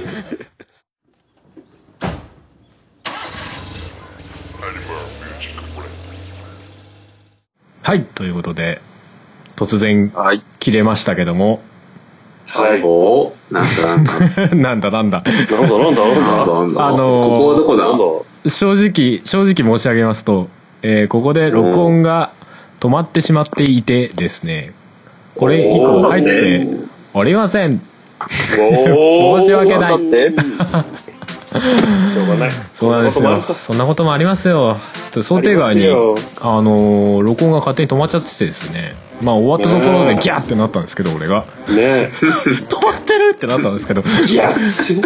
[SPEAKER 5] はい、ということで、突然
[SPEAKER 7] はい。
[SPEAKER 5] 切れましたけども、
[SPEAKER 3] はい。
[SPEAKER 7] おなんだなんだ。
[SPEAKER 5] なんだなんだ。
[SPEAKER 3] なんだなん
[SPEAKER 7] な
[SPEAKER 3] だなんん
[SPEAKER 7] だ
[SPEAKER 3] だ。
[SPEAKER 7] なんだ。
[SPEAKER 5] あのー
[SPEAKER 7] ここはどこだ
[SPEAKER 5] 正直、正直申し上げますと、えーここで録音が止まってしまっていてですね、これ以降入っておりません。
[SPEAKER 3] おー
[SPEAKER 5] 申し訳ない
[SPEAKER 3] 頑張ってしょうがない。
[SPEAKER 5] そうなんです
[SPEAKER 3] そんなこともあ
[SPEAKER 5] よ。
[SPEAKER 3] るさ
[SPEAKER 5] そんなこともありますよ。ちょっと想定外に、
[SPEAKER 3] あ
[SPEAKER 5] あ
[SPEAKER 3] ります
[SPEAKER 5] のー録音が勝手に止まっちゃっててですね。まあ終わったところでギャーってなったんですけど、俺が。
[SPEAKER 3] ね
[SPEAKER 5] 止まってるってなったんですけど。
[SPEAKER 3] え。いや、つっ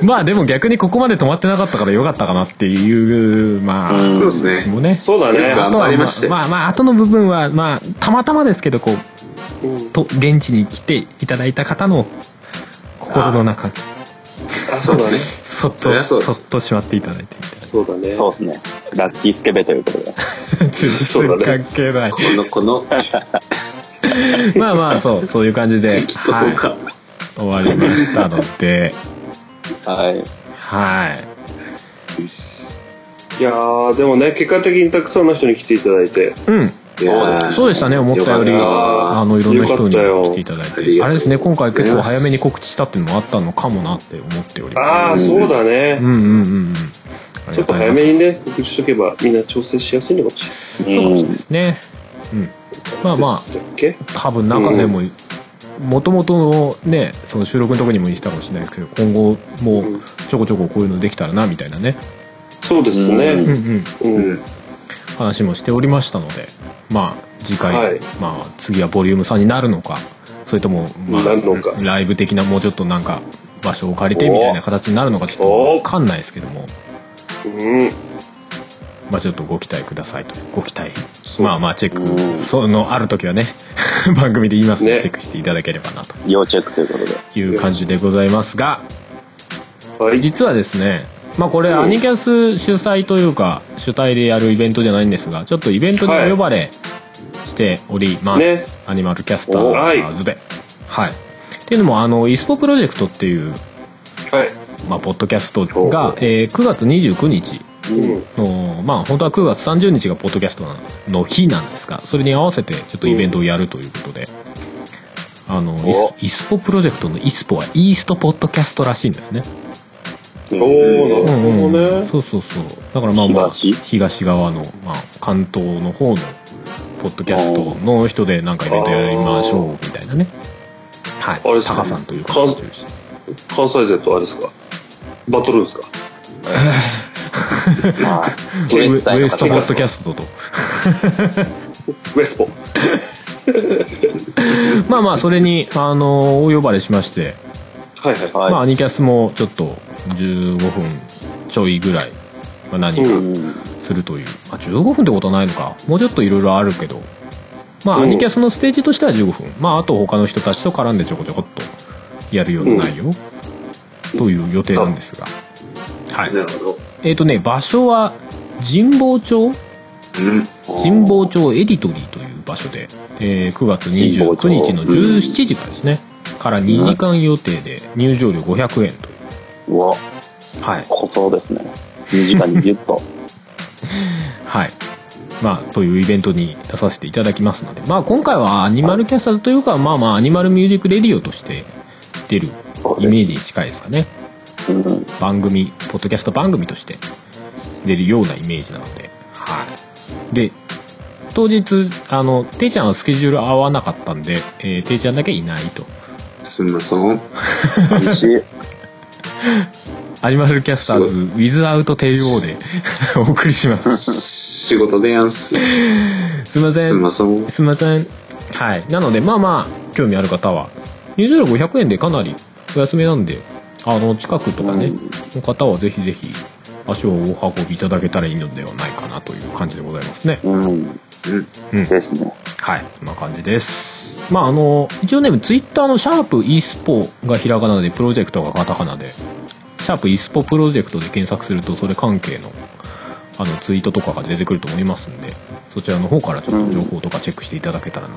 [SPEAKER 3] て
[SPEAKER 5] まあでも逆にここまで止まってなかったからよかったかなっていう、まあ、
[SPEAKER 7] そうですね。
[SPEAKER 5] もうね。
[SPEAKER 3] そうだね。
[SPEAKER 7] 頑張りまして。
[SPEAKER 5] まあまあ、後の部分は、まあ、たまたまですけど、こう、と、現地に来ていただいた方の心の中に、
[SPEAKER 3] あ、そうだね。
[SPEAKER 5] そっ
[SPEAKER 7] そり
[SPEAKER 5] と、
[SPEAKER 7] ゃそうです
[SPEAKER 5] そっとしまっていただいてみたい
[SPEAKER 3] そうだね。
[SPEAKER 13] そうですね。ラッキースケベということで。
[SPEAKER 5] な。全
[SPEAKER 3] そうだね
[SPEAKER 5] 然関係ない。
[SPEAKER 7] この、この、
[SPEAKER 5] まあまあ、そう、そういう感じで、
[SPEAKER 7] ど
[SPEAKER 5] は
[SPEAKER 7] こ
[SPEAKER 5] い、
[SPEAKER 7] か。
[SPEAKER 5] 終わりましたので、
[SPEAKER 13] はい。
[SPEAKER 5] はい。
[SPEAKER 3] いやー、でもね、結果的にたくさんの人に来ていただいて。
[SPEAKER 5] うん。
[SPEAKER 7] いやー
[SPEAKER 5] そうでしたね、思ったより、
[SPEAKER 7] よかった
[SPEAKER 5] あの、いろんな人に
[SPEAKER 3] よか
[SPEAKER 5] 来
[SPEAKER 3] ったよ
[SPEAKER 5] ていただい
[SPEAKER 7] ありがと
[SPEAKER 5] て。
[SPEAKER 7] う
[SPEAKER 5] あれですね、今回結構早めに告知したっていうのもあったのかもなって思っております。
[SPEAKER 3] ああ、そうだね
[SPEAKER 5] うん。うんうんうん。あり
[SPEAKER 3] ち
[SPEAKER 5] が
[SPEAKER 3] ょっと
[SPEAKER 5] たい
[SPEAKER 3] 早
[SPEAKER 5] な
[SPEAKER 3] めにね、告知しとけば、みんな調整しやすいのかもし
[SPEAKER 13] うん。
[SPEAKER 5] ね。うん。まあ
[SPEAKER 3] れ
[SPEAKER 5] ま
[SPEAKER 3] な
[SPEAKER 5] あ
[SPEAKER 3] い。、だっけ
[SPEAKER 5] 多分中でも、もともとのね、その収録のとこにも言ってたかもしれないですけど、今後も
[SPEAKER 3] うん
[SPEAKER 5] ちょこちょここういうのできたらな、みたいなね。
[SPEAKER 3] そうです
[SPEAKER 5] うん
[SPEAKER 3] ね。
[SPEAKER 5] うん。
[SPEAKER 3] うん。
[SPEAKER 5] 話もしておりましたのでまあ次回、
[SPEAKER 3] はい
[SPEAKER 5] まあ次はボリューム3になるのかそれとも、ま
[SPEAKER 3] なるのか
[SPEAKER 5] あ、ライブ的なもうちょっとなんか場所を借りてみたいな形になるのかちょっと分かんないですけども
[SPEAKER 3] うん。
[SPEAKER 5] まあちょっとご期待くださいとご期待
[SPEAKER 3] う
[SPEAKER 5] まあまあチェックそのある時はね 番組で言いますので、
[SPEAKER 3] ね
[SPEAKER 5] チェックしていただければなと
[SPEAKER 13] 要チェックということで。
[SPEAKER 5] いう感じでございますが
[SPEAKER 3] はい。
[SPEAKER 5] 実はですねまあこれアニキャス主催というか主体でやるイベントじゃないんですがちょっとイベントにお呼ばれしております、
[SPEAKER 3] ね
[SPEAKER 5] アニマルキャスタ
[SPEAKER 3] おはい
[SPEAKER 5] ーズではいっていうのもあのイスポプロジェクトっていう、
[SPEAKER 3] はい。
[SPEAKER 5] まあ、ポッドキャストが、えー9月29日
[SPEAKER 3] うん。
[SPEAKER 5] のまあ本当は9月30日がポッドキャストの日なんですがそれに合わせてちょっとイベントをやるということで、あのイスイスポプロジェクトのイスポはイーストポッドキャストらしいんですね
[SPEAKER 3] おー、
[SPEAKER 5] う
[SPEAKER 3] なる
[SPEAKER 5] ん
[SPEAKER 3] ほど
[SPEAKER 5] うん、
[SPEAKER 3] ね。
[SPEAKER 5] そうそうそうだからまあまあ
[SPEAKER 13] 東
[SPEAKER 5] 東側の、まあ、関東の方のポッドキャストの人でなんかイベントやりましょうみたいなねはい
[SPEAKER 3] あれです
[SPEAKER 5] タ
[SPEAKER 3] ね
[SPEAKER 5] カさんというか
[SPEAKER 3] 関関西勢とあれですかバトルんですか
[SPEAKER 13] まあ、
[SPEAKER 5] ウエ
[SPEAKER 13] の方
[SPEAKER 5] ウエストポッドキャストと
[SPEAKER 3] ウエスポ。
[SPEAKER 5] まあまあそれにあのお呼ばれしまして、
[SPEAKER 3] はいはい。
[SPEAKER 13] はい
[SPEAKER 5] まあアニキャスもちょっと15分ちょいぐらい、まあ、何
[SPEAKER 3] う
[SPEAKER 5] か
[SPEAKER 3] ん。
[SPEAKER 5] するという、まあ、15分ってことはないのかもうちょっといろいろあるけどまあ、
[SPEAKER 11] うん
[SPEAKER 5] アニキャスのステージとしては15分。まあ、あと他の人たちと絡んでちょこちょこっとやるような内容、という予定なんですが。はい。なるほど。えっ、とね、場所は神保町神保町エディトリーという場所で、えー9月29日の17時からですね、から2時間予定で入場料500円といううわはい小僧ですね2時間にギュッと はいまあというイベントに出させていただきますのでまあ今回はアニマルキャスターズというかまあまあアニマルミュージックレディオとして出るイメージに近いですかね番組ポッドキャスト番組として出るようなイメージなのではいで当日あのていちゃんはスケジュール合わなかったんで、えー、ていちゃんだけいないと
[SPEAKER 14] すんまそん。
[SPEAKER 5] 寂しいアニマルキャスターズウィズアウト帝王で お送り します
[SPEAKER 14] 仕事でやんす。
[SPEAKER 5] すいません
[SPEAKER 14] すんまそん。
[SPEAKER 5] すみませんはいなのでまあまあ興味ある方は入場料500円でかなりお安めなんであの近くとかね、の方はぜひぜひ足をお運びいただけたらいいのではないかなという感じでございますねうん、うん、ですねはいこんな感じですまああの一応ねツイッターの「シャープ e スポ」がひらがなでプロジェクトがカタカナで「シャープ e スポプロジェクト」で検索するとそれ関係のあのツイートとかが出てくると思いますんでそちらの方からちょっと情報とかチェックしていただけたらな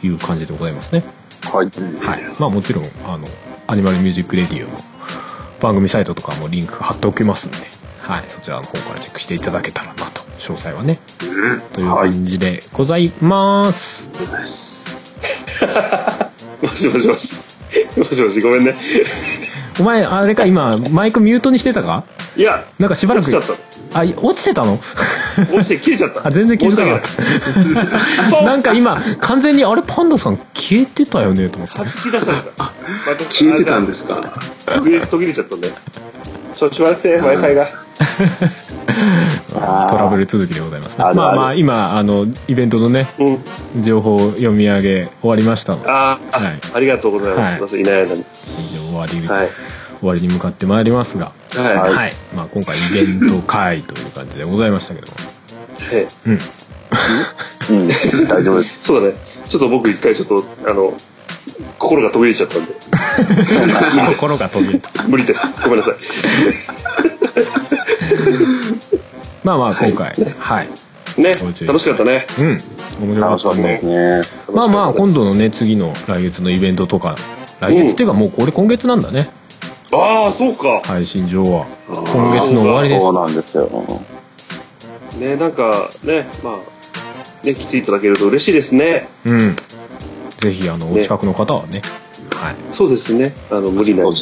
[SPEAKER 5] という感じでございますねはい、まあもちろんあのアニマルミュージックレディオの番組サイトとかもリンク貼っておきますんで、はい、そちらの方からチェックしていただけたらなと詳細はねという感じでございます、
[SPEAKER 14] もしもしもし。 もしもし、ごめんね。
[SPEAKER 5] お前あれか今マイクミュートにしてたか
[SPEAKER 14] いや、
[SPEAKER 5] なんかしばらく
[SPEAKER 14] 落ちちゃっ
[SPEAKER 5] あい落ちてたの
[SPEAKER 14] 落ちて消えちゃった。
[SPEAKER 5] あ全然気づかなかった。 なんか今、完全に、あれ、パンダさん消えてたよね、と思って。
[SPEAKER 14] 突き出された。消えてたんですか途切れ途切れちゃったんだよ。ちょ、しばらくせ、Wi-Fi が。
[SPEAKER 5] トラブル続きでございますね。
[SPEAKER 14] ある
[SPEAKER 5] まあま
[SPEAKER 14] あ
[SPEAKER 5] あ、今、あの、イベントのね、情報を読み上げ終わりましたので、
[SPEAKER 14] あーあ、ありがとうございます。すい
[SPEAKER 5] は
[SPEAKER 14] ません、いない間に。
[SPEAKER 5] 終わり、終わりに向かってまいりますが、
[SPEAKER 14] はい
[SPEAKER 5] まあ、今回、イベント会という感じでございましたけども。
[SPEAKER 14] え
[SPEAKER 5] え
[SPEAKER 14] うん。大丈夫です。そうだね。ちょっと僕一回ちょっと、あの、心が途切れちゃったんで。
[SPEAKER 5] 心が途切れた。
[SPEAKER 14] 無理です。ごめんなさい。
[SPEAKER 5] まあまあ、今回、はい。
[SPEAKER 14] ね、楽しかったね。
[SPEAKER 5] うん。面白かったね。まあまあ、今度のね、次の来月のイベントとか、来月っていうか、もうこれ今月なんだね。
[SPEAKER 14] ああ、そうか。
[SPEAKER 5] 配信上は。今月の終わりです。
[SPEAKER 13] そうなんですよ。
[SPEAKER 14] ね、なんか、ね、まあ、ね、来ていただけると嬉しいですね。
[SPEAKER 5] うん。ぜひ、あの、お近くの方はね。はい。
[SPEAKER 14] そうですね。あの、無理なく、あの、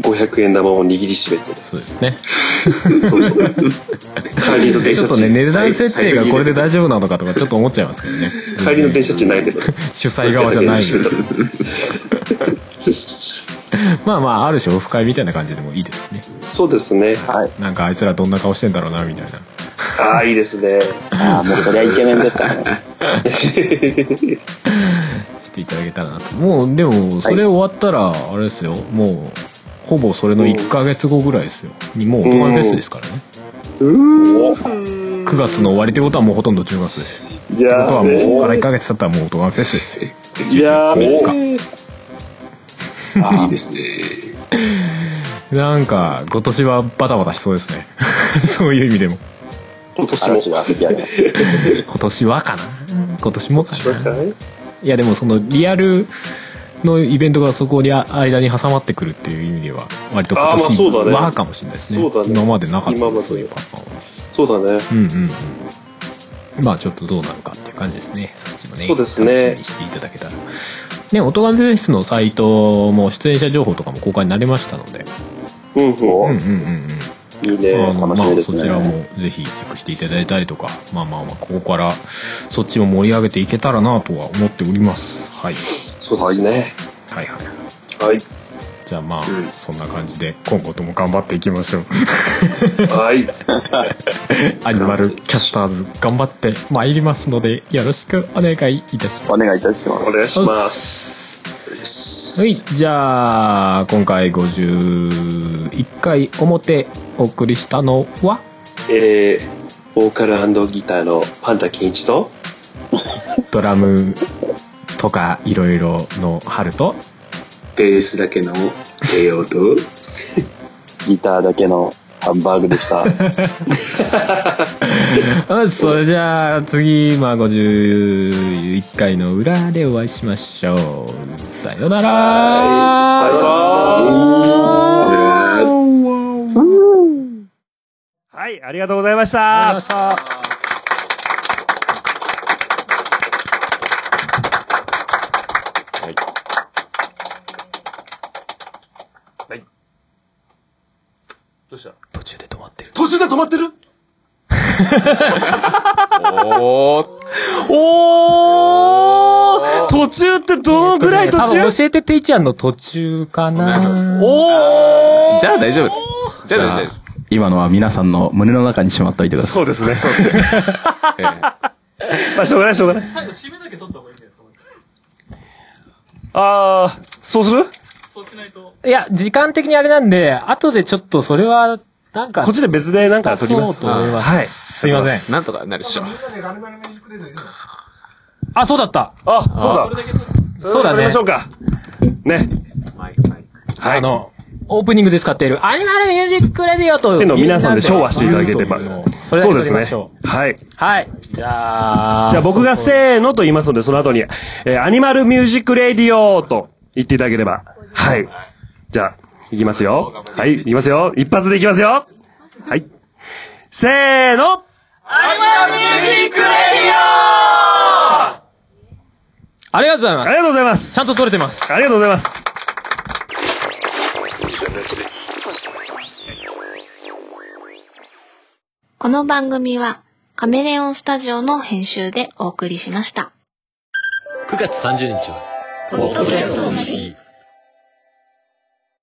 [SPEAKER 14] 500円玉を握りしめて。
[SPEAKER 5] そうですね。
[SPEAKER 14] 帰りの電
[SPEAKER 5] ちょ
[SPEAKER 14] 車
[SPEAKER 5] っとね、値段設定がこれで大丈夫なのかとか、ちょっと思っちゃいますけどね。
[SPEAKER 14] 帰りの電車じゃないけど。
[SPEAKER 5] 主催側じゃないんですけ どまあまあ、ある種オフ会みたいな感じでもいいですね。
[SPEAKER 14] そうですね。
[SPEAKER 5] はい。なんか、あいつらどんな顔してんだろうな、みたいな。
[SPEAKER 14] ああ、いいですね。ああ、もうそりゃイケメンですからね。
[SPEAKER 5] していただけたらなともうでもそれ終わったらあれですよ、もうほぼそれの1ヶ月後ぐらいですよにもうオトマフェスですからね9月の終わりってことはもうほとんど10月ですよ
[SPEAKER 14] いやー
[SPEAKER 5] ってことはもうそこから1ヶ月経ったらもうオトマフェスですよ
[SPEAKER 14] いや
[SPEAKER 5] ー
[SPEAKER 14] いいですね。
[SPEAKER 5] なんか今年はバタバタしそうですね そういう意味でも
[SPEAKER 14] 今年も。
[SPEAKER 5] 今年はかな今年もかないやでもそのリアルのイベントがそこにあ間に挟まってくるっていう意味では割と今
[SPEAKER 14] あーまあ
[SPEAKER 5] 年
[SPEAKER 14] そうだね
[SPEAKER 5] はかもしれないですね
[SPEAKER 14] そうだね
[SPEAKER 5] 今までなかった
[SPEAKER 14] 今ま
[SPEAKER 5] で
[SPEAKER 14] です
[SPEAKER 5] そういうパターンは
[SPEAKER 14] そうだね。
[SPEAKER 5] うんうんうんまあちょっとどうなるかっていう感じですねそっちもね
[SPEAKER 14] そうですね
[SPEAKER 5] 楽しみにしていただけたらね音楽フェスのサイトも出演者情報とかも公開になりましたので
[SPEAKER 14] うんうん
[SPEAKER 5] うんうん
[SPEAKER 14] うん。いいね。
[SPEAKER 5] あの
[SPEAKER 14] 楽しみですね。
[SPEAKER 5] まあ、そちらもぜひチェックしていただいたりとか、まあまあまあ、ここからそっちを盛り上げていけたらなとは思っております。はい。
[SPEAKER 14] そうですね。
[SPEAKER 5] はいはい。
[SPEAKER 14] はい。
[SPEAKER 5] じゃあまあ、そんな感じで、今後とも頑張っていきましょう。
[SPEAKER 14] はい。
[SPEAKER 5] アニマルキャスターズ、頑張ってまいりますので、よろしくお願いいたします。お
[SPEAKER 13] 願いいたします。
[SPEAKER 14] お願いします。
[SPEAKER 5] はい、じゃあ、今回51回表お送りしたのは、
[SPEAKER 14] えー、ボーカルギターのパンダケンイチと、
[SPEAKER 5] ドラムとかいろいろの春と、
[SPEAKER 13] ベースだけの栄養と、ギターだけのハンバーグでした。
[SPEAKER 5] はいそれじゃあ次、まあ、51回の裏でお会いしましょう。さよならさよなら
[SPEAKER 6] はい、ありがとうございました。ありがとうございました。
[SPEAKER 9] どうした
[SPEAKER 5] 途中で止まってる。
[SPEAKER 9] 途中で止まって る
[SPEAKER 6] おーおー途中ってどのぐらい途中、
[SPEAKER 5] 多分教えてていちゃんの途中かな
[SPEAKER 6] おー
[SPEAKER 4] じゃあ大丈夫。じゃあ大丈夫。今のは皆さんの胸の中にしまっといてください。
[SPEAKER 6] そうですね。 まあ、しょうがない、しょうがない。
[SPEAKER 11] 最後締めだけ取った方がいいんだよ。
[SPEAKER 6] あー、そうする
[SPEAKER 11] そうしないと。
[SPEAKER 5] いや、時間的にあれなんで、後でちょっとそれは、なんか。
[SPEAKER 6] こっちで別でなんか
[SPEAKER 5] 撮
[SPEAKER 6] 撮ります。
[SPEAKER 5] そうと思います。
[SPEAKER 6] はい。
[SPEAKER 5] すいません。
[SPEAKER 7] なんとかなるっしょ。
[SPEAKER 5] あ、そうだった。
[SPEAKER 6] あ、そうだ。
[SPEAKER 5] そうだ
[SPEAKER 6] 撮り
[SPEAKER 5] ね
[SPEAKER 6] まし。ょうか。ね。
[SPEAKER 5] あの、オープニングで使っている、アニマルミュージックレディオと。
[SPEAKER 6] の皆さんでショーはしていただければ
[SPEAKER 5] いうの。それだ
[SPEAKER 6] そ
[SPEAKER 5] け撮
[SPEAKER 6] うで
[SPEAKER 5] り
[SPEAKER 6] す
[SPEAKER 5] ま
[SPEAKER 6] ね
[SPEAKER 5] しょ。
[SPEAKER 6] はい。
[SPEAKER 5] う。はい。じゃあ。
[SPEAKER 6] じゃあ僕がせーのと言いますので、その後に、えーアニマルミュージックレディオと言っていただければ。はい。じゃあ、いきますよ。はい、いきますよ。一発でいきますよ。はい。せーの
[SPEAKER 5] ありがとうございます。
[SPEAKER 6] ありがとうございます。
[SPEAKER 5] ちゃんと撮れてます。
[SPEAKER 6] ありがとうございます。
[SPEAKER 15] この番組はカメレオンスタジオの編集でお送りしました。
[SPEAKER 16] 9月30日は、
[SPEAKER 15] ポッドキャストの日